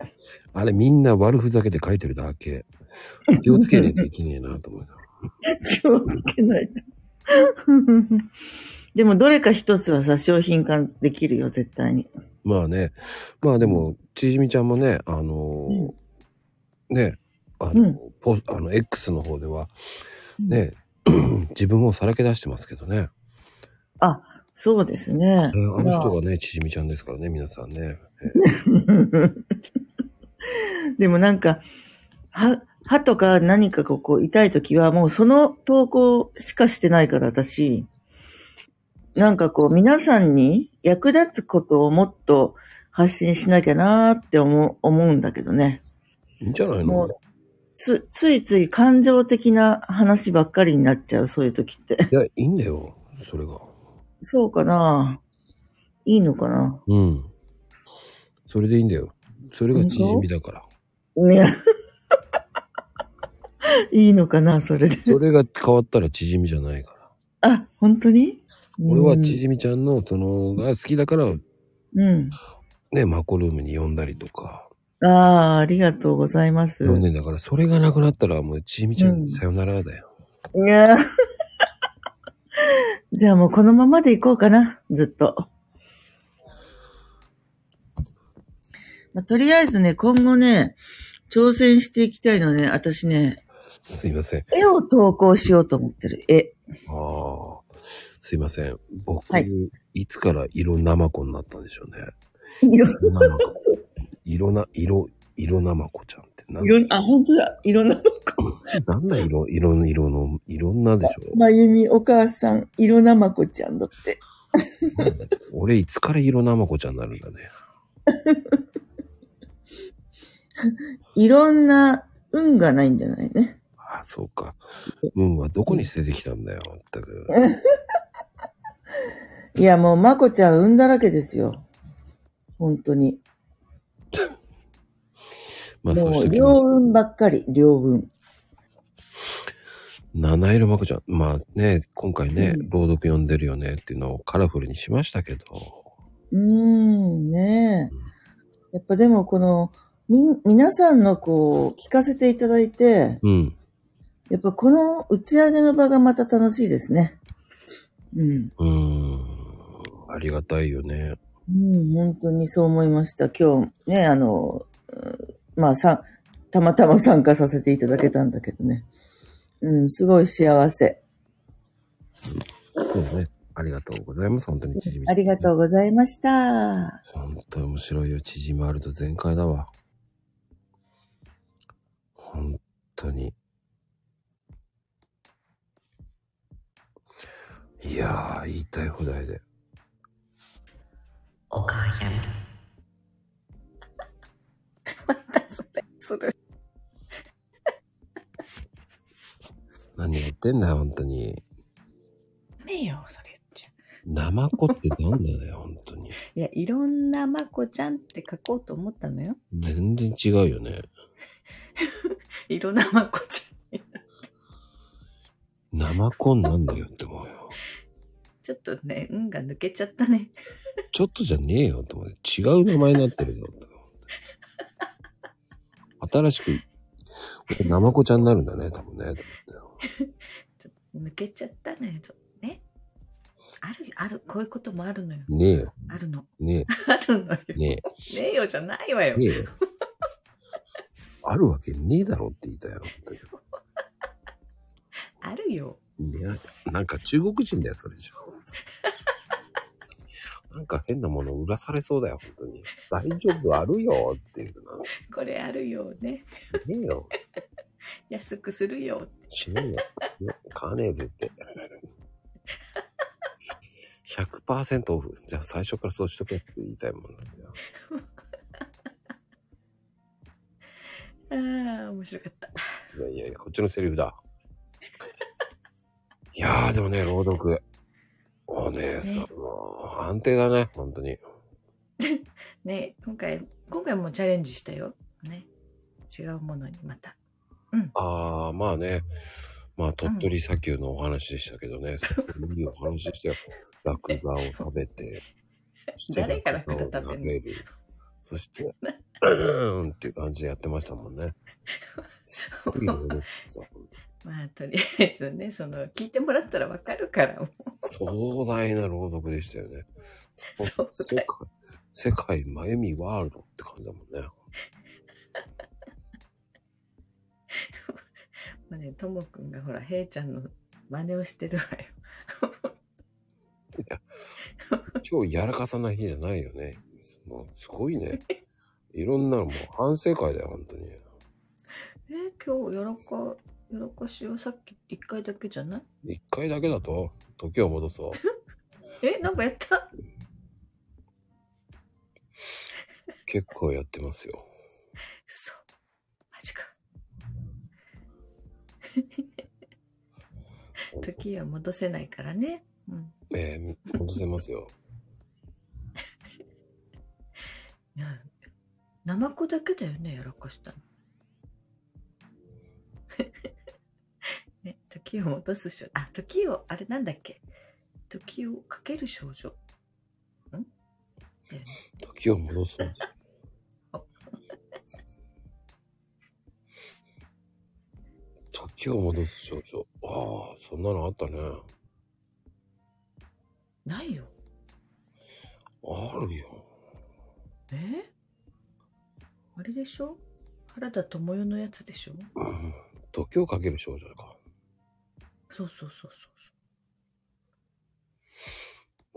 [SPEAKER 1] あれみんな悪ふざけて書いてるだけ。気をつけねえといけねえなと思う。
[SPEAKER 27] 気をつけないと。 *laughs* でもどれか一つはさ、商品化できるよ、絶対に。
[SPEAKER 1] まあね。まあでも、ちじみちゃんもね、あのーね、あの、ポあの、X の方では、ね、 *clears throat* 自分をさらけ出してますけどね。
[SPEAKER 27] あ、そうですね。
[SPEAKER 1] えーあの人がね、ちじみちゃんですからね、皆さんね。
[SPEAKER 27] *laughs* でもなんか、は、歯とか何かここ痛いときはもうその投稿しかしてないから私、なんかこう皆さんに役立つことをもっと発信しなきゃなーって思う、思うんだけどね。
[SPEAKER 1] いいんじゃない
[SPEAKER 27] も
[SPEAKER 1] の
[SPEAKER 27] うつ、ついつい感情的な話ばっかりになっちゃう、そういう時って。
[SPEAKER 1] いや、いいんだよ、それが。
[SPEAKER 27] そうかないいのかな
[SPEAKER 1] うん。それでいいんだよ。それがちじみだから。
[SPEAKER 27] ね *laughs* いいのかなそれで。
[SPEAKER 1] それが変わったら縮みじゃないから。
[SPEAKER 27] あ、本当に
[SPEAKER 1] 俺はちじみちゃんの、その、が好きだから、
[SPEAKER 27] うん。
[SPEAKER 1] ね、マコルームに呼んだりとか、
[SPEAKER 27] ああ、ありがとうございます。
[SPEAKER 1] 呼んでんだから、それがなくなったら、もうちじみちゃ、
[SPEAKER 27] うんん
[SPEAKER 1] さよならだよ。
[SPEAKER 27] いや *laughs* ーじゃあもうこのままでいこうかな、ずっと。まあ、とりあえずね、今後ね、挑戦していきたいのはね、私ね、
[SPEAKER 1] すいません。
[SPEAKER 27] 絵を投稿しようと思ってる。絵。
[SPEAKER 1] ああ、すいません。僕、い、つから色ナマコになったんでしょうね。
[SPEAKER 27] 色
[SPEAKER 1] ナマコ。色な、色、色ナマコちゃんってなん
[SPEAKER 27] いろん、あ、本当だ。いろんなの *laughs*
[SPEAKER 1] なんだ色、色の色の、いろんなでしょ。
[SPEAKER 27] まゆみお母さん、いろなまこちゃんだって。
[SPEAKER 1] 俺、いつから色ナマコちゃんになるんだね。
[SPEAKER 27] いろんな運がないんじゃないね。
[SPEAKER 1] あ、そうか。うんはどこに捨ててきたんだよ、まったく。
[SPEAKER 27] いや、もうまこちゃん運だらけですよ。本当に。
[SPEAKER 1] *laughs* まあ、そう
[SPEAKER 27] も
[SPEAKER 1] し
[SPEAKER 27] う、
[SPEAKER 1] とき
[SPEAKER 27] 両
[SPEAKER 1] ます。
[SPEAKER 27] 運ばっかり、両運。
[SPEAKER 1] 七色まこちゃん。まあね、今回ね、朗読読んでるよねっていうのをカラフルにしましたけど。
[SPEAKER 27] うーん、ねえ。やっぱでもこの、みん、皆さんのこう、聞かせていただいて、
[SPEAKER 1] うん。
[SPEAKER 27] やっぱこの打ち上げの場がまた楽しいですね。うん。
[SPEAKER 1] うーん。ありがたいよね。
[SPEAKER 27] うん、本当にそう思いました。今日、ね、あの、うんまあさ、たまたま参加させていただけたんだけどね。うん、すごい幸せ。
[SPEAKER 1] そうね。ありがとうございます。本当に縮み。
[SPEAKER 27] ありがとうございました。
[SPEAKER 1] 本当に面白いよ。縮まると全開だわ。本当に。いやー、言いたい放題で。
[SPEAKER 6] お母やめる。
[SPEAKER 20] する。
[SPEAKER 1] 何言ってんだよ、本当に。
[SPEAKER 6] ねえよ、それ。
[SPEAKER 1] ナマコってなんだよ、本当に。
[SPEAKER 6] いや、いろんなまこちゃんって書こうと思ったのよ。
[SPEAKER 1] 全然違うよね。
[SPEAKER 6] いろんなまこちゃん。
[SPEAKER 1] ナマコなんだよって思うよ。
[SPEAKER 6] *laughs* ちょっとね、運が抜けちゃったね。
[SPEAKER 1] *laughs* ちょっとじゃねえよって思う。違う名前になってるよ。新しく、俺ナマコちゃんになるんだね、多分ね。
[SPEAKER 6] *laughs* 抜けちゃったのよ、ちょっとね。ある、ある、こういうこともあるのよ。
[SPEAKER 1] ねえよ。
[SPEAKER 6] あるの。 *laughs*
[SPEAKER 1] ね
[SPEAKER 6] あるのよ。
[SPEAKER 1] え。ね
[SPEAKER 6] ねえよじゃないわ
[SPEAKER 1] え。
[SPEAKER 6] よ。
[SPEAKER 1] ねえよ。あるわけねえだろって言いたいよ。本
[SPEAKER 6] あるよ。
[SPEAKER 1] 当にねなんか中国人だよ、そ
[SPEAKER 6] *laughs*
[SPEAKER 1] れじゃ。なんか変なもの売らされそうだよ、本当に。大丈夫あるよっていうな。ね
[SPEAKER 6] これあるよね。
[SPEAKER 1] えよ。
[SPEAKER 6] 安くするよ。 *laughs*
[SPEAKER 1] 死ぬよ。ね、買わねえぜって。100%オフ。じゃあ最初からそうしとけって言いたいもんなんだよ。
[SPEAKER 6] ああ、面白かった。
[SPEAKER 1] いやいやいや、こっちのセリフだ。いやー、でもね、朗読。お姉さん、
[SPEAKER 6] ね
[SPEAKER 1] もう安定だね、本当に。
[SPEAKER 6] ね今回、今回もチャレンジしたよ。ね。違うものにまた。
[SPEAKER 1] ああ、まあね。まあ、鳥取砂丘のお話でしたけど
[SPEAKER 6] *laughs*
[SPEAKER 1] ね。いいお話でしたよ。ラクダを食べて、そして
[SPEAKER 6] *laughs* 誰が
[SPEAKER 1] ラ
[SPEAKER 6] ラ
[SPEAKER 1] ク
[SPEAKER 6] ク
[SPEAKER 1] ダを
[SPEAKER 6] ダ
[SPEAKER 1] 投
[SPEAKER 6] 食べんの
[SPEAKER 1] げる。そして、う
[SPEAKER 6] *laughs*
[SPEAKER 1] ーんっていう感じでやってましたもんね。すごい朗読
[SPEAKER 6] まあ、とりあえずね、その、聞いてもらったらわかるから。も
[SPEAKER 1] 壮大な朗読でしたよね。そう世界、世界まゆみワールドって感じだもんね。
[SPEAKER 6] うね、ともくんがほら、へいちゃんの真似をしてるわよ。 *laughs*
[SPEAKER 1] 今日やらかさない日じゃないよね。もうすご
[SPEAKER 6] *laughs*
[SPEAKER 1] いね。いろんなのもう反省会だよ、本当に。
[SPEAKER 6] え今日、やらか、やらかしをさっき一回だけじゃない
[SPEAKER 1] 一回だけだと、時を戻そう。
[SPEAKER 6] え、なんかやった
[SPEAKER 1] 結構やってますよ。
[SPEAKER 6] 嘘。マジか。時は戻せないからね。うん。
[SPEAKER 1] えー、戻せますよ。
[SPEAKER 6] ナマコだけ *laughs* だよね、やらかしたの。ね、時を戻す少女。あ、時を、あれなんだっけ時をかける少女。んだよね
[SPEAKER 1] 時を戻すんです。時を戻す少女。ああ、そんなのあったね。
[SPEAKER 6] ないよ。
[SPEAKER 1] あるよ。
[SPEAKER 6] えあれでしょ原田知世のやつでしょ
[SPEAKER 1] うん時をかける少女か。
[SPEAKER 6] そうそうそう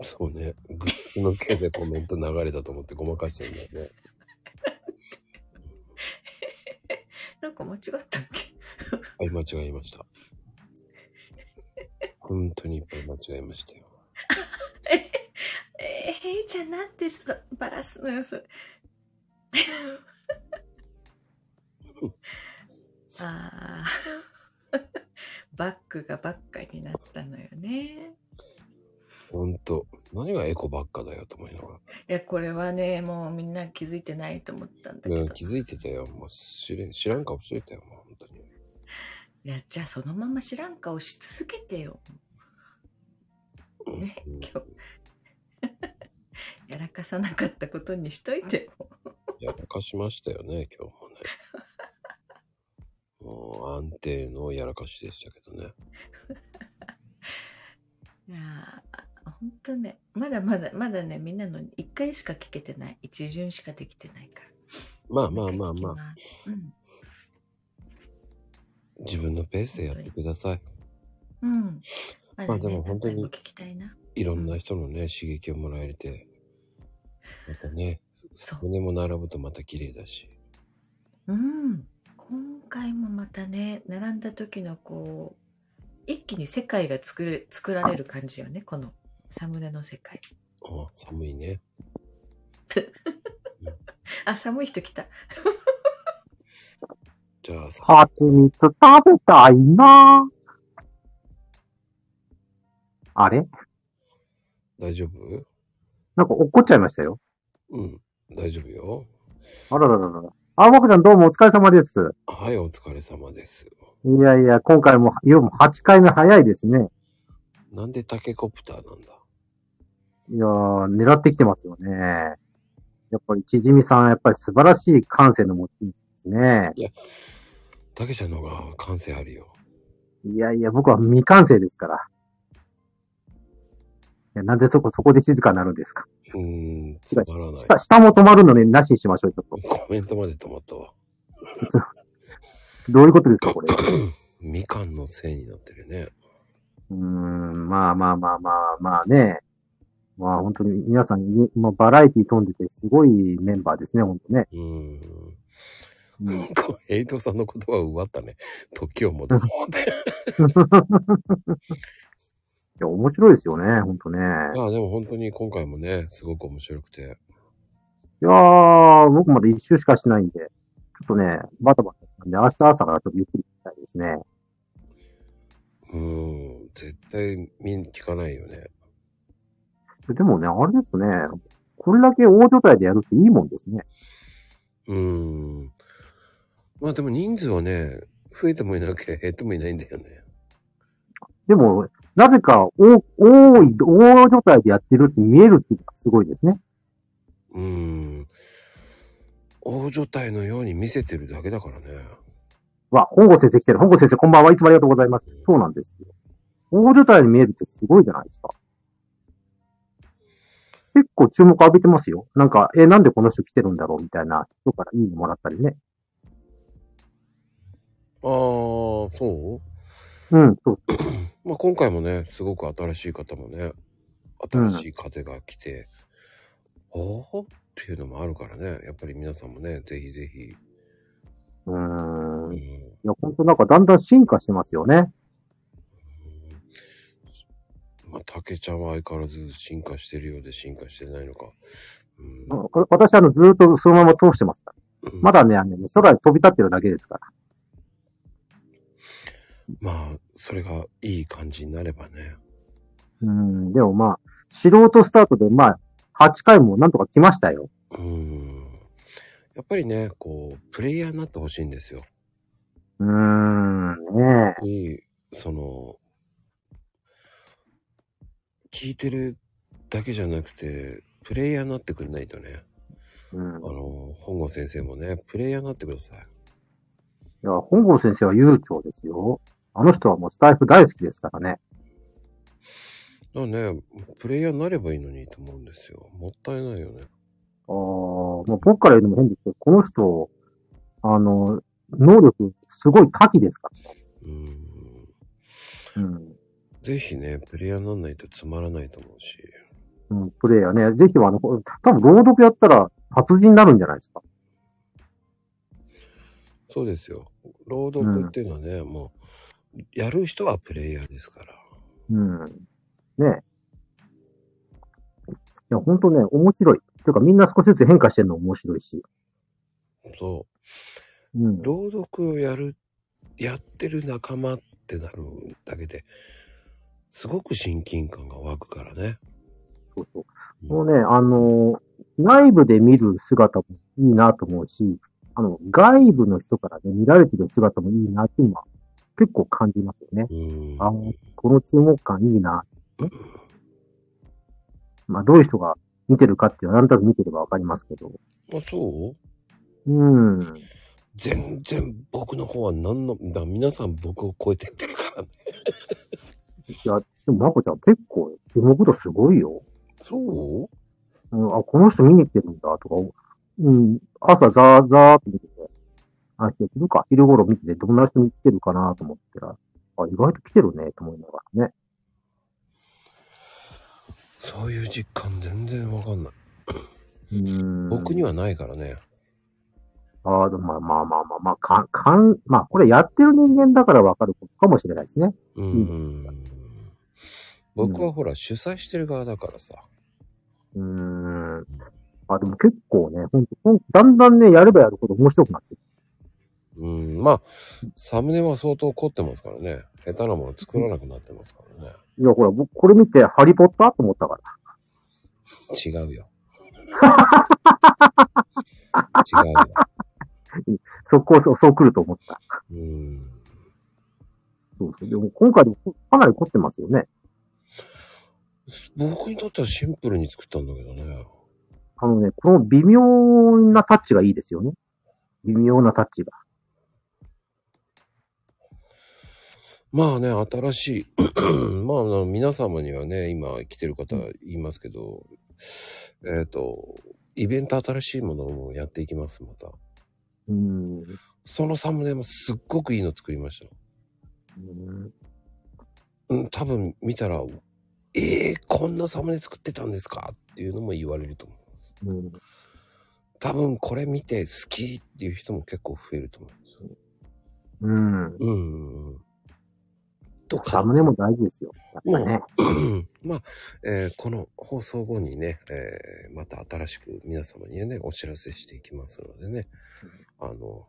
[SPEAKER 1] そうね。グッズの件でコメント流れたと思ってごまかしてるんだよね。
[SPEAKER 6] そう。なんか間違ったっけ
[SPEAKER 1] はい、間違えました。本当にいっぱい間違えましたよ。
[SPEAKER 6] えー、へいちゃんなんてそバラすのよ、それ。ああ。 *laughs* バックがばっかになったのよね。
[SPEAKER 1] ほんと。何がエコばっかだよと思いなが
[SPEAKER 6] いや、これはね、もうみんな気づいてないと思ったんだけ
[SPEAKER 1] ら。
[SPEAKER 6] ど。
[SPEAKER 1] うん、気づいてたよ。もう知れん知らん顔しといたよ。もう本当に。
[SPEAKER 6] いや、じゃあそのまま知らん顔し続けてよ。ね、今日。 *laughs* やらかさなかったことにしといてよ。
[SPEAKER 1] やらかしましたよね、今
[SPEAKER 6] *laughs*
[SPEAKER 1] 日もね。もう安定のやらかしでしたけどね。
[SPEAKER 6] いやー、ほんとね、まだまだ、まだね、みんなの一回しか聞けてない。一巡しかできてないから。
[SPEAKER 1] まあまあまあまあ、
[SPEAKER 6] うん。
[SPEAKER 1] 自分のペースでやってください。
[SPEAKER 6] うん。だね
[SPEAKER 1] まあでも本当に
[SPEAKER 6] 何回も聞きたいな。
[SPEAKER 1] いろんな人のね、刺激をもらえて、またね、胸も並ぶとまた綺麗だし。
[SPEAKER 6] うん。今回もまたね、並んだ時のこう、一気に世界が作れ作られる感じよね、このサムネの世界。
[SPEAKER 1] あ寒いね。
[SPEAKER 6] あ、寒い人来た。 *laughs*
[SPEAKER 1] じゃあ、
[SPEAKER 8] 蜂蜜食べたいなあれ
[SPEAKER 1] 大丈夫
[SPEAKER 8] なんか怒っちゃいましたよ。
[SPEAKER 1] うん、大丈夫よ。
[SPEAKER 8] あららららら。あ、まこちゃんどうもお疲れ様です。
[SPEAKER 1] はい、お疲れ様です。
[SPEAKER 8] いやいや、今回も、よも8回目早いですね。
[SPEAKER 1] なんでタケコプターなんだ
[SPEAKER 8] いやー、狙ってきてますよね。やっぱり、ちじみさん、やっぱり素晴らしい感性の持ち主ですね。
[SPEAKER 1] いや、タケちゃんの方が感性あるよ。
[SPEAKER 8] いやいや、僕は未完成ですから。いや、なんでそこ、そこで静かになるんですか。
[SPEAKER 1] うーん、
[SPEAKER 8] つまらない。下、下も止まるのね、なしにしましょう、ちょっと。 *laughs*
[SPEAKER 1] コメントまで止まったわ。
[SPEAKER 8] どういうことです
[SPEAKER 1] *laughs*
[SPEAKER 8] か、これ。
[SPEAKER 1] *clears throat* みかんのせいになってるね。
[SPEAKER 8] うーん、まあまあまあまあ、まあね。まあ本当に皆さんに、まあ、バラエティ飛んでてすごいメンバーですね、本当ね。
[SPEAKER 1] なん *laughs* か、エイトさんの言葉を奪ったね。時を戻そうって。
[SPEAKER 8] *laughs* いや、面白いですよね、本当ね。
[SPEAKER 1] ああ、でも本当に今回もね、すごく面白くて。
[SPEAKER 8] いやー、僕まだ一周しかしてないんで、ちょっとね、バタバタしたんで、明日朝からちょっとゆっくり行きたいですね。
[SPEAKER 1] うーん、絶対みん聞かないよね。
[SPEAKER 8] でもね、あれですね、これだけ大所帯でやるっていいもんですね。
[SPEAKER 1] うーん。まあでも人数はね、増えてもいなきゃ減ってもいないんだよね。
[SPEAKER 8] でも、なぜか、お、多い、大所帯でやってるって見えるっていうのがすごいですね。
[SPEAKER 1] うーん。大所帯のように見せてるだけだからね。
[SPEAKER 8] わ、本郷先生来てる。本郷先生、こんばんはいつもありがとうございます。そうなんですよ。大所帯に見えるってすごいじゃないですか。結構注目浴びてますよ。なんか、え、なんでこの人来てるんだろうみたいな人からいいのもらったりね。
[SPEAKER 1] ああ、そう
[SPEAKER 8] うん、そうそう。
[SPEAKER 1] まあ今回もね、すごく新しい方もね、新しい風が来て、おおっていうのもあるからね、やっぱり皆さんもね、ぜひぜひ。
[SPEAKER 8] うーん。いや、本当なんかだんだん進化してますよね。
[SPEAKER 1] まあ、竹ちゃんは相変わらず進化してるようで進化してないのか。
[SPEAKER 8] わ私あの、ずーっとそのまま通してますから。まだね、あの、空に飛び立ってるだけですから。
[SPEAKER 1] まあ、それがいい感じになればね。
[SPEAKER 8] うん、でもまあ、素人スタートでまあ、8回もなんとか来ましたよ。
[SPEAKER 1] やっぱりね、こう、プレイヤーになってほしいんですよ。
[SPEAKER 8] うーん、ねえ。
[SPEAKER 1] いいその、聞いてるだけじゃなくて、プレイヤーになってくれないとね。あの、本郷先生もね、プレイヤーになってください。
[SPEAKER 8] いや、本郷先生は悠長ですよ。あの人はもうスタイフ大好きですからね。
[SPEAKER 1] だからね、プレイヤーになればいいのにと思うんですよ。もったいないよね。
[SPEAKER 8] ああ、もう僕から言うのも変ですけど、この人、あの、能力すごい多岐ですからね。
[SPEAKER 1] ぜひね、プレイヤーにならないとつまらないと思うし。
[SPEAKER 8] うん、プレイヤーね。ぜひは、あの、多分朗読やったら達人になるんじゃないですか。
[SPEAKER 1] そうですよ。朗読っていうのはね、もう、やる人はプレイヤーですから。
[SPEAKER 8] うん。ねいや、ほんとね、面白い。ていうかみんな少しずつ変化してるの面白いし。
[SPEAKER 1] そう。朗読をやる、やってる仲間ってなるだけで、すごく親近感が湧くからね。
[SPEAKER 8] そうそう。もうね、あの、内部で見る姿もいいなと思うし、あの、外部の人からね、見られてる姿もいいなっていうのは結構感じますよね。あこの注目感いいな。まあ、どういう人が見てるかっていうのはなんとなく見てればわかりますけど。
[SPEAKER 1] あ、そう
[SPEAKER 8] うん。
[SPEAKER 1] 全然僕の方は何の、だ皆さん僕を超えてってるからね。
[SPEAKER 8] いや、でも、まこちゃん結構注目度すごいよ。、
[SPEAKER 1] そう
[SPEAKER 8] ん、あ、この人見に来てるんだとか、うん、朝ザーザーって見てて、あ、人するか、昼頃見てて、どんな人に来てるかなと思ったら、あ、意外と来てるね、と思いながらね。
[SPEAKER 1] そういう実感全然わかんない。
[SPEAKER 8] うん。
[SPEAKER 1] 僕にはないからね。
[SPEAKER 8] ああ、でもまあまあまあまあ、まあ、かん、かん、まあ、これやってる人間だからわかることかもしれないですね。
[SPEAKER 1] うん。僕はほら、主催してる側だからさ。
[SPEAKER 8] うーん。あ、でも結構ね、ほんと、ほんだんだんね、やればやるほど面白くなってる。
[SPEAKER 1] うん、まあ、サムネは相当凝ってますからね。下手なもの作らなくなってますからね。
[SPEAKER 8] いや、ほら、僕、これ見て、ハリーポッターと思ったから。
[SPEAKER 1] 違うよ。
[SPEAKER 8] 違うよ。そこ、そう、そう来ると思った。そうそう。でも、今回でも、かなり凝ってますよね。
[SPEAKER 1] 僕にとってはシンプルに作ったんだけどね。
[SPEAKER 8] あのね、この微妙なタッチがいいですよね。微妙なタッチが。
[SPEAKER 1] まあね、新しい。 *clears throat* まああの、皆様にはね、今来てる方言いますけど、えっ、と、イベント新しいものもやっていきます、また。
[SPEAKER 8] うん。
[SPEAKER 1] そのサムネもすっごくいいの作りました。
[SPEAKER 8] うん。
[SPEAKER 1] 多分見たら、えー、こんなサムネ作ってたんですかっていうのも言われると思う。
[SPEAKER 8] うん。
[SPEAKER 1] 多分これ見て好きっていう人も結構増えると思う。
[SPEAKER 8] うん。
[SPEAKER 1] うん。と
[SPEAKER 8] サムネも大事ですよ。やっぱりね。
[SPEAKER 1] もうまあ、えーこの放送後にね、えーまた新しく皆様にね、お知らせしていきますのでね、あの、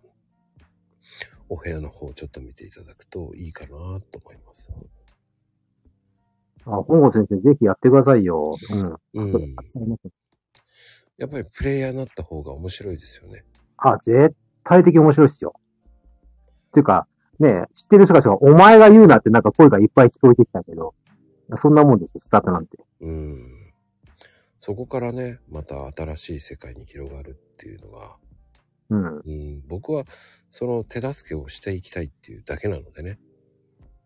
[SPEAKER 1] お部屋の方をちょっと見ていただくといいかなと思います。
[SPEAKER 8] あ、本郷先生、ぜひやってくださいよ。うん。
[SPEAKER 1] うん。やっぱりプレイヤーになった方が面白いですよね。
[SPEAKER 8] あ、絶対的に面白いっすよ。っていうか、ねえ、知ってる人がお前が言うなってなんか声がいっぱい聞こえてきたけど、いやそんなもんですよ、スタートなんて。
[SPEAKER 1] うん。そこからね、また新しい世界に広がるっていうのが、
[SPEAKER 8] うん。い
[SPEAKER 1] うん、僕はその手助けをしていきたいっていうだけなのでね。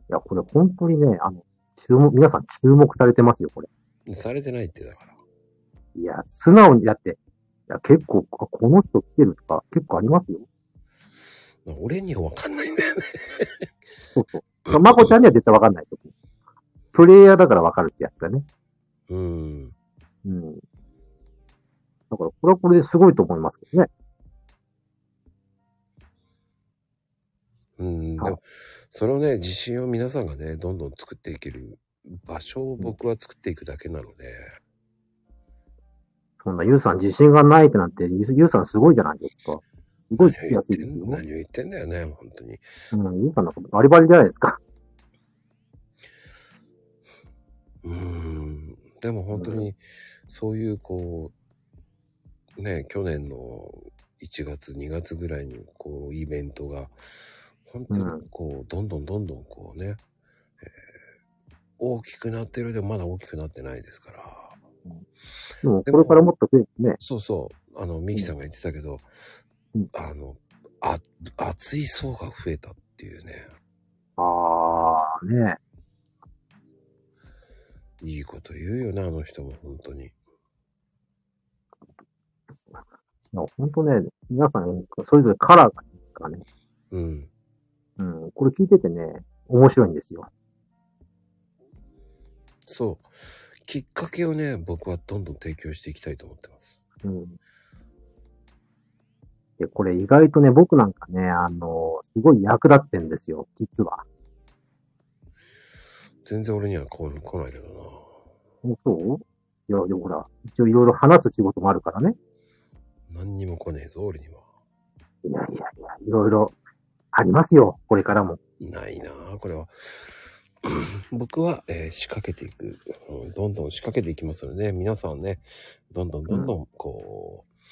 [SPEAKER 8] や、これ本当にね、あの、注目、皆さん注目されてますよ、これ。
[SPEAKER 1] されてないってだから。
[SPEAKER 8] いや、素直に、だって、いや、結構、あこの人来てるとか、結構ありますよ。
[SPEAKER 1] 俺にはわかんないんだよね。
[SPEAKER 8] そうそう。まこちゃんには絶対わかんないと思う。プレイヤーだからわかるってやつだね。
[SPEAKER 1] うん。
[SPEAKER 8] うん。だから、これはこれですごいと思いますけどね。
[SPEAKER 1] うん、でも、そのね、自信を皆さんがね、どんどん作っていける場所を僕は作っていくだけなので、
[SPEAKER 8] そんな、ゆうさん自信がないってなんて、ゆゆうさんすごいじゃないですか。すごいつきやすいですよ。
[SPEAKER 1] 何を言ってんだよね、本当に。
[SPEAKER 8] うん、ゆうさんなんかバリバリじゃないで
[SPEAKER 1] *laughs*
[SPEAKER 8] すか。
[SPEAKER 1] うん。でも本当に、そういうこう、ね、去年の1月、2月ぐらいに、こう、イベントが、本当にこう、どんどんどんどんこうね、大きくなってるでもまだ大きくなってないですから。
[SPEAKER 8] でも、これからもっと増えてね。
[SPEAKER 1] そうそう。あの、ミキさんが言ってたけど、あの、あ、厚い層が増えたっていうね。
[SPEAKER 8] ああ、ね
[SPEAKER 1] いいこと言うよね、あの人も、本当に。
[SPEAKER 8] いや本当ね、皆さん、それぞれカラーがいいですからね。
[SPEAKER 1] うん。
[SPEAKER 8] うん。これ聞いててね、面白いんですよ。
[SPEAKER 1] そう。きっかけをね、僕はどんどん提供していきたいと思ってます。
[SPEAKER 8] うん。で、これ意外とね、僕なんかね、あの、すごい役立ってんですよ、実は。
[SPEAKER 1] 全然俺にはこう来ないけど
[SPEAKER 8] おそういや、でもほら、一応いろいろ話す仕事もあるからね。
[SPEAKER 1] な。何にも来ねえぞ、俺には。
[SPEAKER 8] いやいやいや、いろいろありますよ、これからも。
[SPEAKER 1] ないなあこれは。 *clears throat* 僕は、えー仕掛けていく、うんどんどん仕掛けていきますので、皆さんね、どんどんどんどん、こう、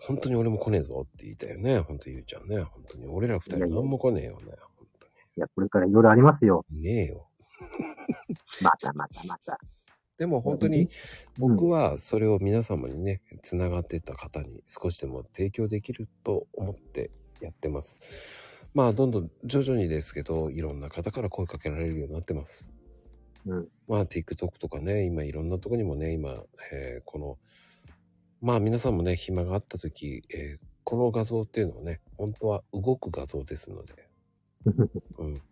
[SPEAKER 1] 本当に俺も来ねえぞって言いたいよね。本当ゆうちゃんね。本当に俺ら二人何も来ねえよね。
[SPEAKER 8] いや、これからいろいろありますよ。
[SPEAKER 1] ねえよ。
[SPEAKER 8] *laughs* またまたまた。
[SPEAKER 1] でも本当に僕はそれを皆様にね、つながってた方に少しでも提供できると思ってやってます。まあどんどん徐々にですけど、いろんな方から声かけられるようになってます。
[SPEAKER 8] うん。
[SPEAKER 1] まあ TikTok とかね、今いろんなとこにもね、今、えーこの、まあ皆さんもね、暇があった時、えーこの画像っていうのはね、本当は動く画像ですので、うん。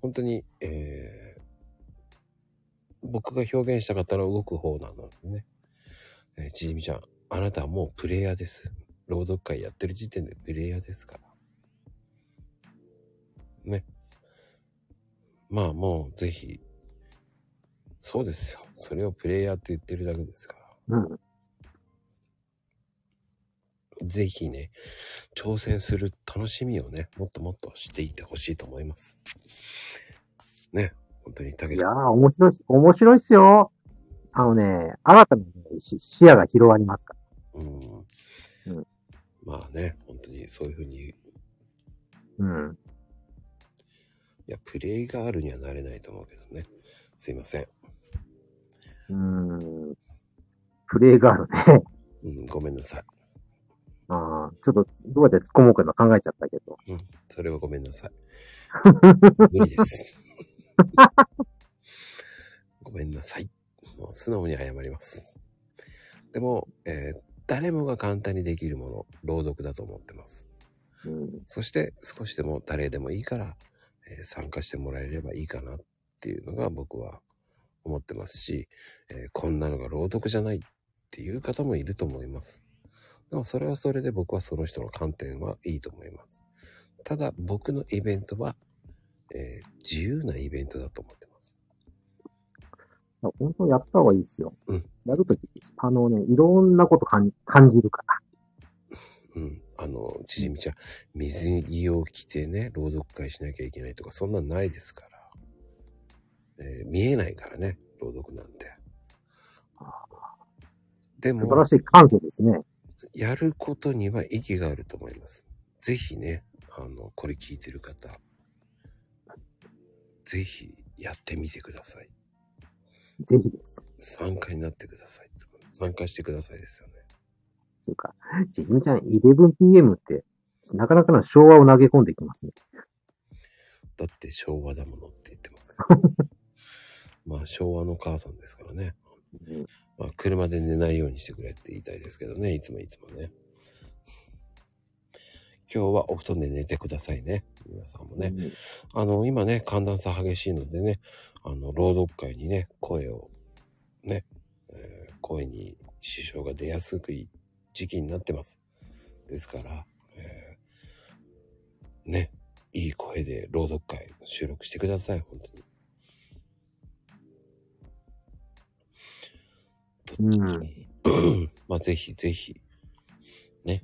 [SPEAKER 1] 本当に、えー僕が表現したかったら動く方なのでね。えーちじみちゃん、あなたはもうプレイヤーです。朗読会やってる時点でプレイヤーですから。ね。まあもうぜひ、そうですよ。それをプレイヤーって言ってるだけですから。
[SPEAKER 8] うん。
[SPEAKER 1] ぜひね、挑戦する楽しみをね、もっともっとしていってほしいと思います。ね。本当に、たけ
[SPEAKER 8] いやー、面白いし、面白いっすよ。あのね、新たな、ね、し視野が広がりますから。うん。
[SPEAKER 1] まあね、本当にそういうふうに、
[SPEAKER 8] うん。
[SPEAKER 1] いや、プレイがあるにはなれないと思うけどね。すいません。
[SPEAKER 8] うん。プレイがあるね。
[SPEAKER 1] うん、ごめんなさい。
[SPEAKER 8] ああ、ちょっと、どうやって突っ込もうかな考えちゃったけど。
[SPEAKER 1] うん、それはごめん
[SPEAKER 8] *laughs*
[SPEAKER 1] なさい。無理です。ごめんなさい。もう素直に謝ります。でも、えー誰もが簡単にできるもの、朗読だと思ってます。そして、少しでも誰でもいいから、えー参加してもらえればいいかなっていうのが僕は思ってますし、えーこんなのが朗読じゃないっていう方もいると思います。でもそれはそれで僕はその人の観点はいいと思います。ただ僕のイベントは、えー自由なイベントだと思って
[SPEAKER 8] いや本当にやった方がいいですよ。
[SPEAKER 1] うん。
[SPEAKER 8] やるとき、あのね、いろんなこと感じ感じるから。
[SPEAKER 1] うん。あの、ちじみちゃん、水着を着てね、朗読会しなきゃいけないとか、そんなんないですから。えー見えないからね、朗読なんて。でも、
[SPEAKER 8] 素晴らしい感性ですね。
[SPEAKER 1] やることには意義があると思います。ぜひね、あの、これ聞いてる方、ぜひやってみてください。
[SPEAKER 8] ぜひです。
[SPEAKER 1] 参加になってください。参加してくださいですよね。
[SPEAKER 8] そうか。ちじみちゃん、11pm って、なかなかの昭和を投げ込んできますね。
[SPEAKER 1] だって昭和だものって言ってますからまあ昭和の母さんですからね。まあ車で寝ないようにしてくれって言いたいですけどね、いつもいつもね。今日はお布団で寝てくださいね。皆さんもね。あの、今ね、寒暖差激しいのでね、あの、朗読会にね、声を、ね、えー声に支障が出やすい時期になってます。ですから、えーね、いい声で朗読会収録してください、本当に。うん、 *coughs* まあ、ぜひぜひ、ね、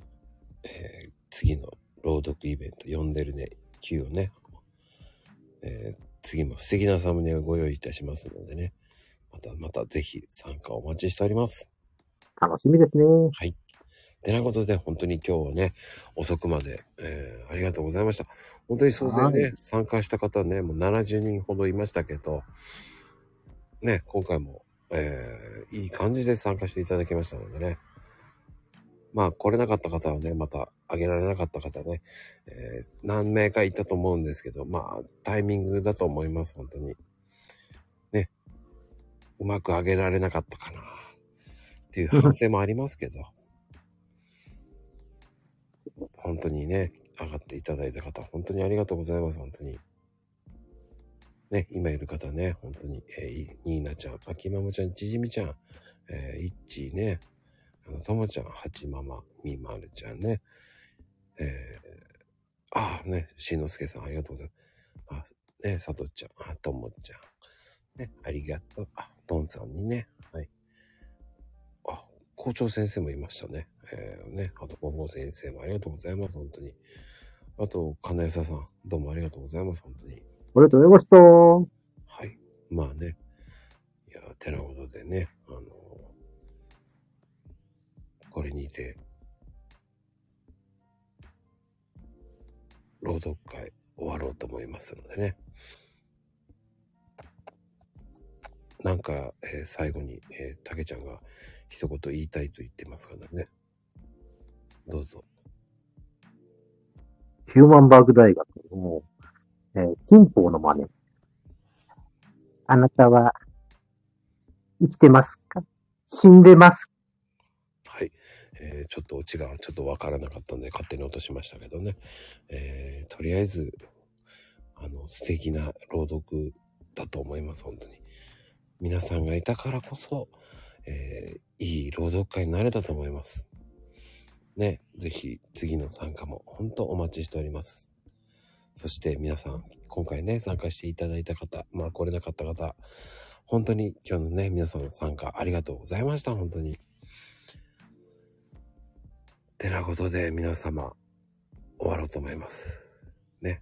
[SPEAKER 1] えー次の朗読イベント、呼んでるね、Q をね、えー次も素敵なサムネをご用意いたしますのでね、またまたぜひ参加お待ちしております。
[SPEAKER 8] 楽しみですね。
[SPEAKER 1] はい。てなことで、本当に今日はね、遅くまで、えーありがとうございました。本当に総勢
[SPEAKER 8] は
[SPEAKER 1] ね、参加した方ね、もう70人ほどいましたけど、ね、今回も、えー、いい感じで参加していただきましたのでね。まあ、来れなかった方はね、また、あげられなかった方ね、えー何名かいたと思うんですけど、まあ、タイミングだと思います、本当に。ね。うまくあげられなかったかな、っていう反省もありますけど。本当にね、上がっていただいた方、本当にありがとうございます、本当に。ね、今いる方ね、本当に、えーいニーナちゃん、あきまもちゃん、ちじみちゃん、えー、いっちーね、あの、ともちゃん、はちまま、みまるちゃんね、えー、あーね、しんのすけさん、ありがとうございます。あ、ね、さとちゃん、あ、ともちゃん、ね、ありがとう、あ、とんさんにね、はい。あ、校長先生もいましたね。えー、ね、あと、ぼんぼん先生もありがとうございます、本当に。あと、金谷さん、どうもありがとうございます、本当に。
[SPEAKER 8] りがとうございました。
[SPEAKER 1] まあね。いや、てなことでね、あの、これにて、朗読会終わろうと思いますのでね。なんか、えー最後に、えー、たけちゃんが一言言いたいと言ってますからね。どうぞ。
[SPEAKER 8] ヒューマンバーグ大学の、えー、金宝の真似。あなたは、生きてますか死んでます
[SPEAKER 1] えーちょっとオチがちょっとわからなかったんで勝手に落としましたけどね。えーとりあえず、あの、素敵な朗読だと思います、本当に。皆さんがいたからこそ、えーいい朗読会になれたと思います。ね、ぜひ次の参加も本当お待ちしております。そして皆さん、今回ね、参加していただいた方、まあ来れなかった方、本当に今日のね、皆さんの参加ありがとうございました、本当に。てなことで皆様、終わろうと思います。ね。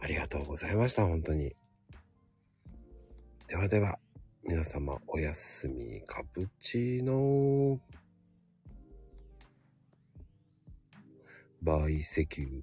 [SPEAKER 1] ありがとうございました、本当に。ではでは、皆様、おやすみ、カプチーノー。バイセキュー。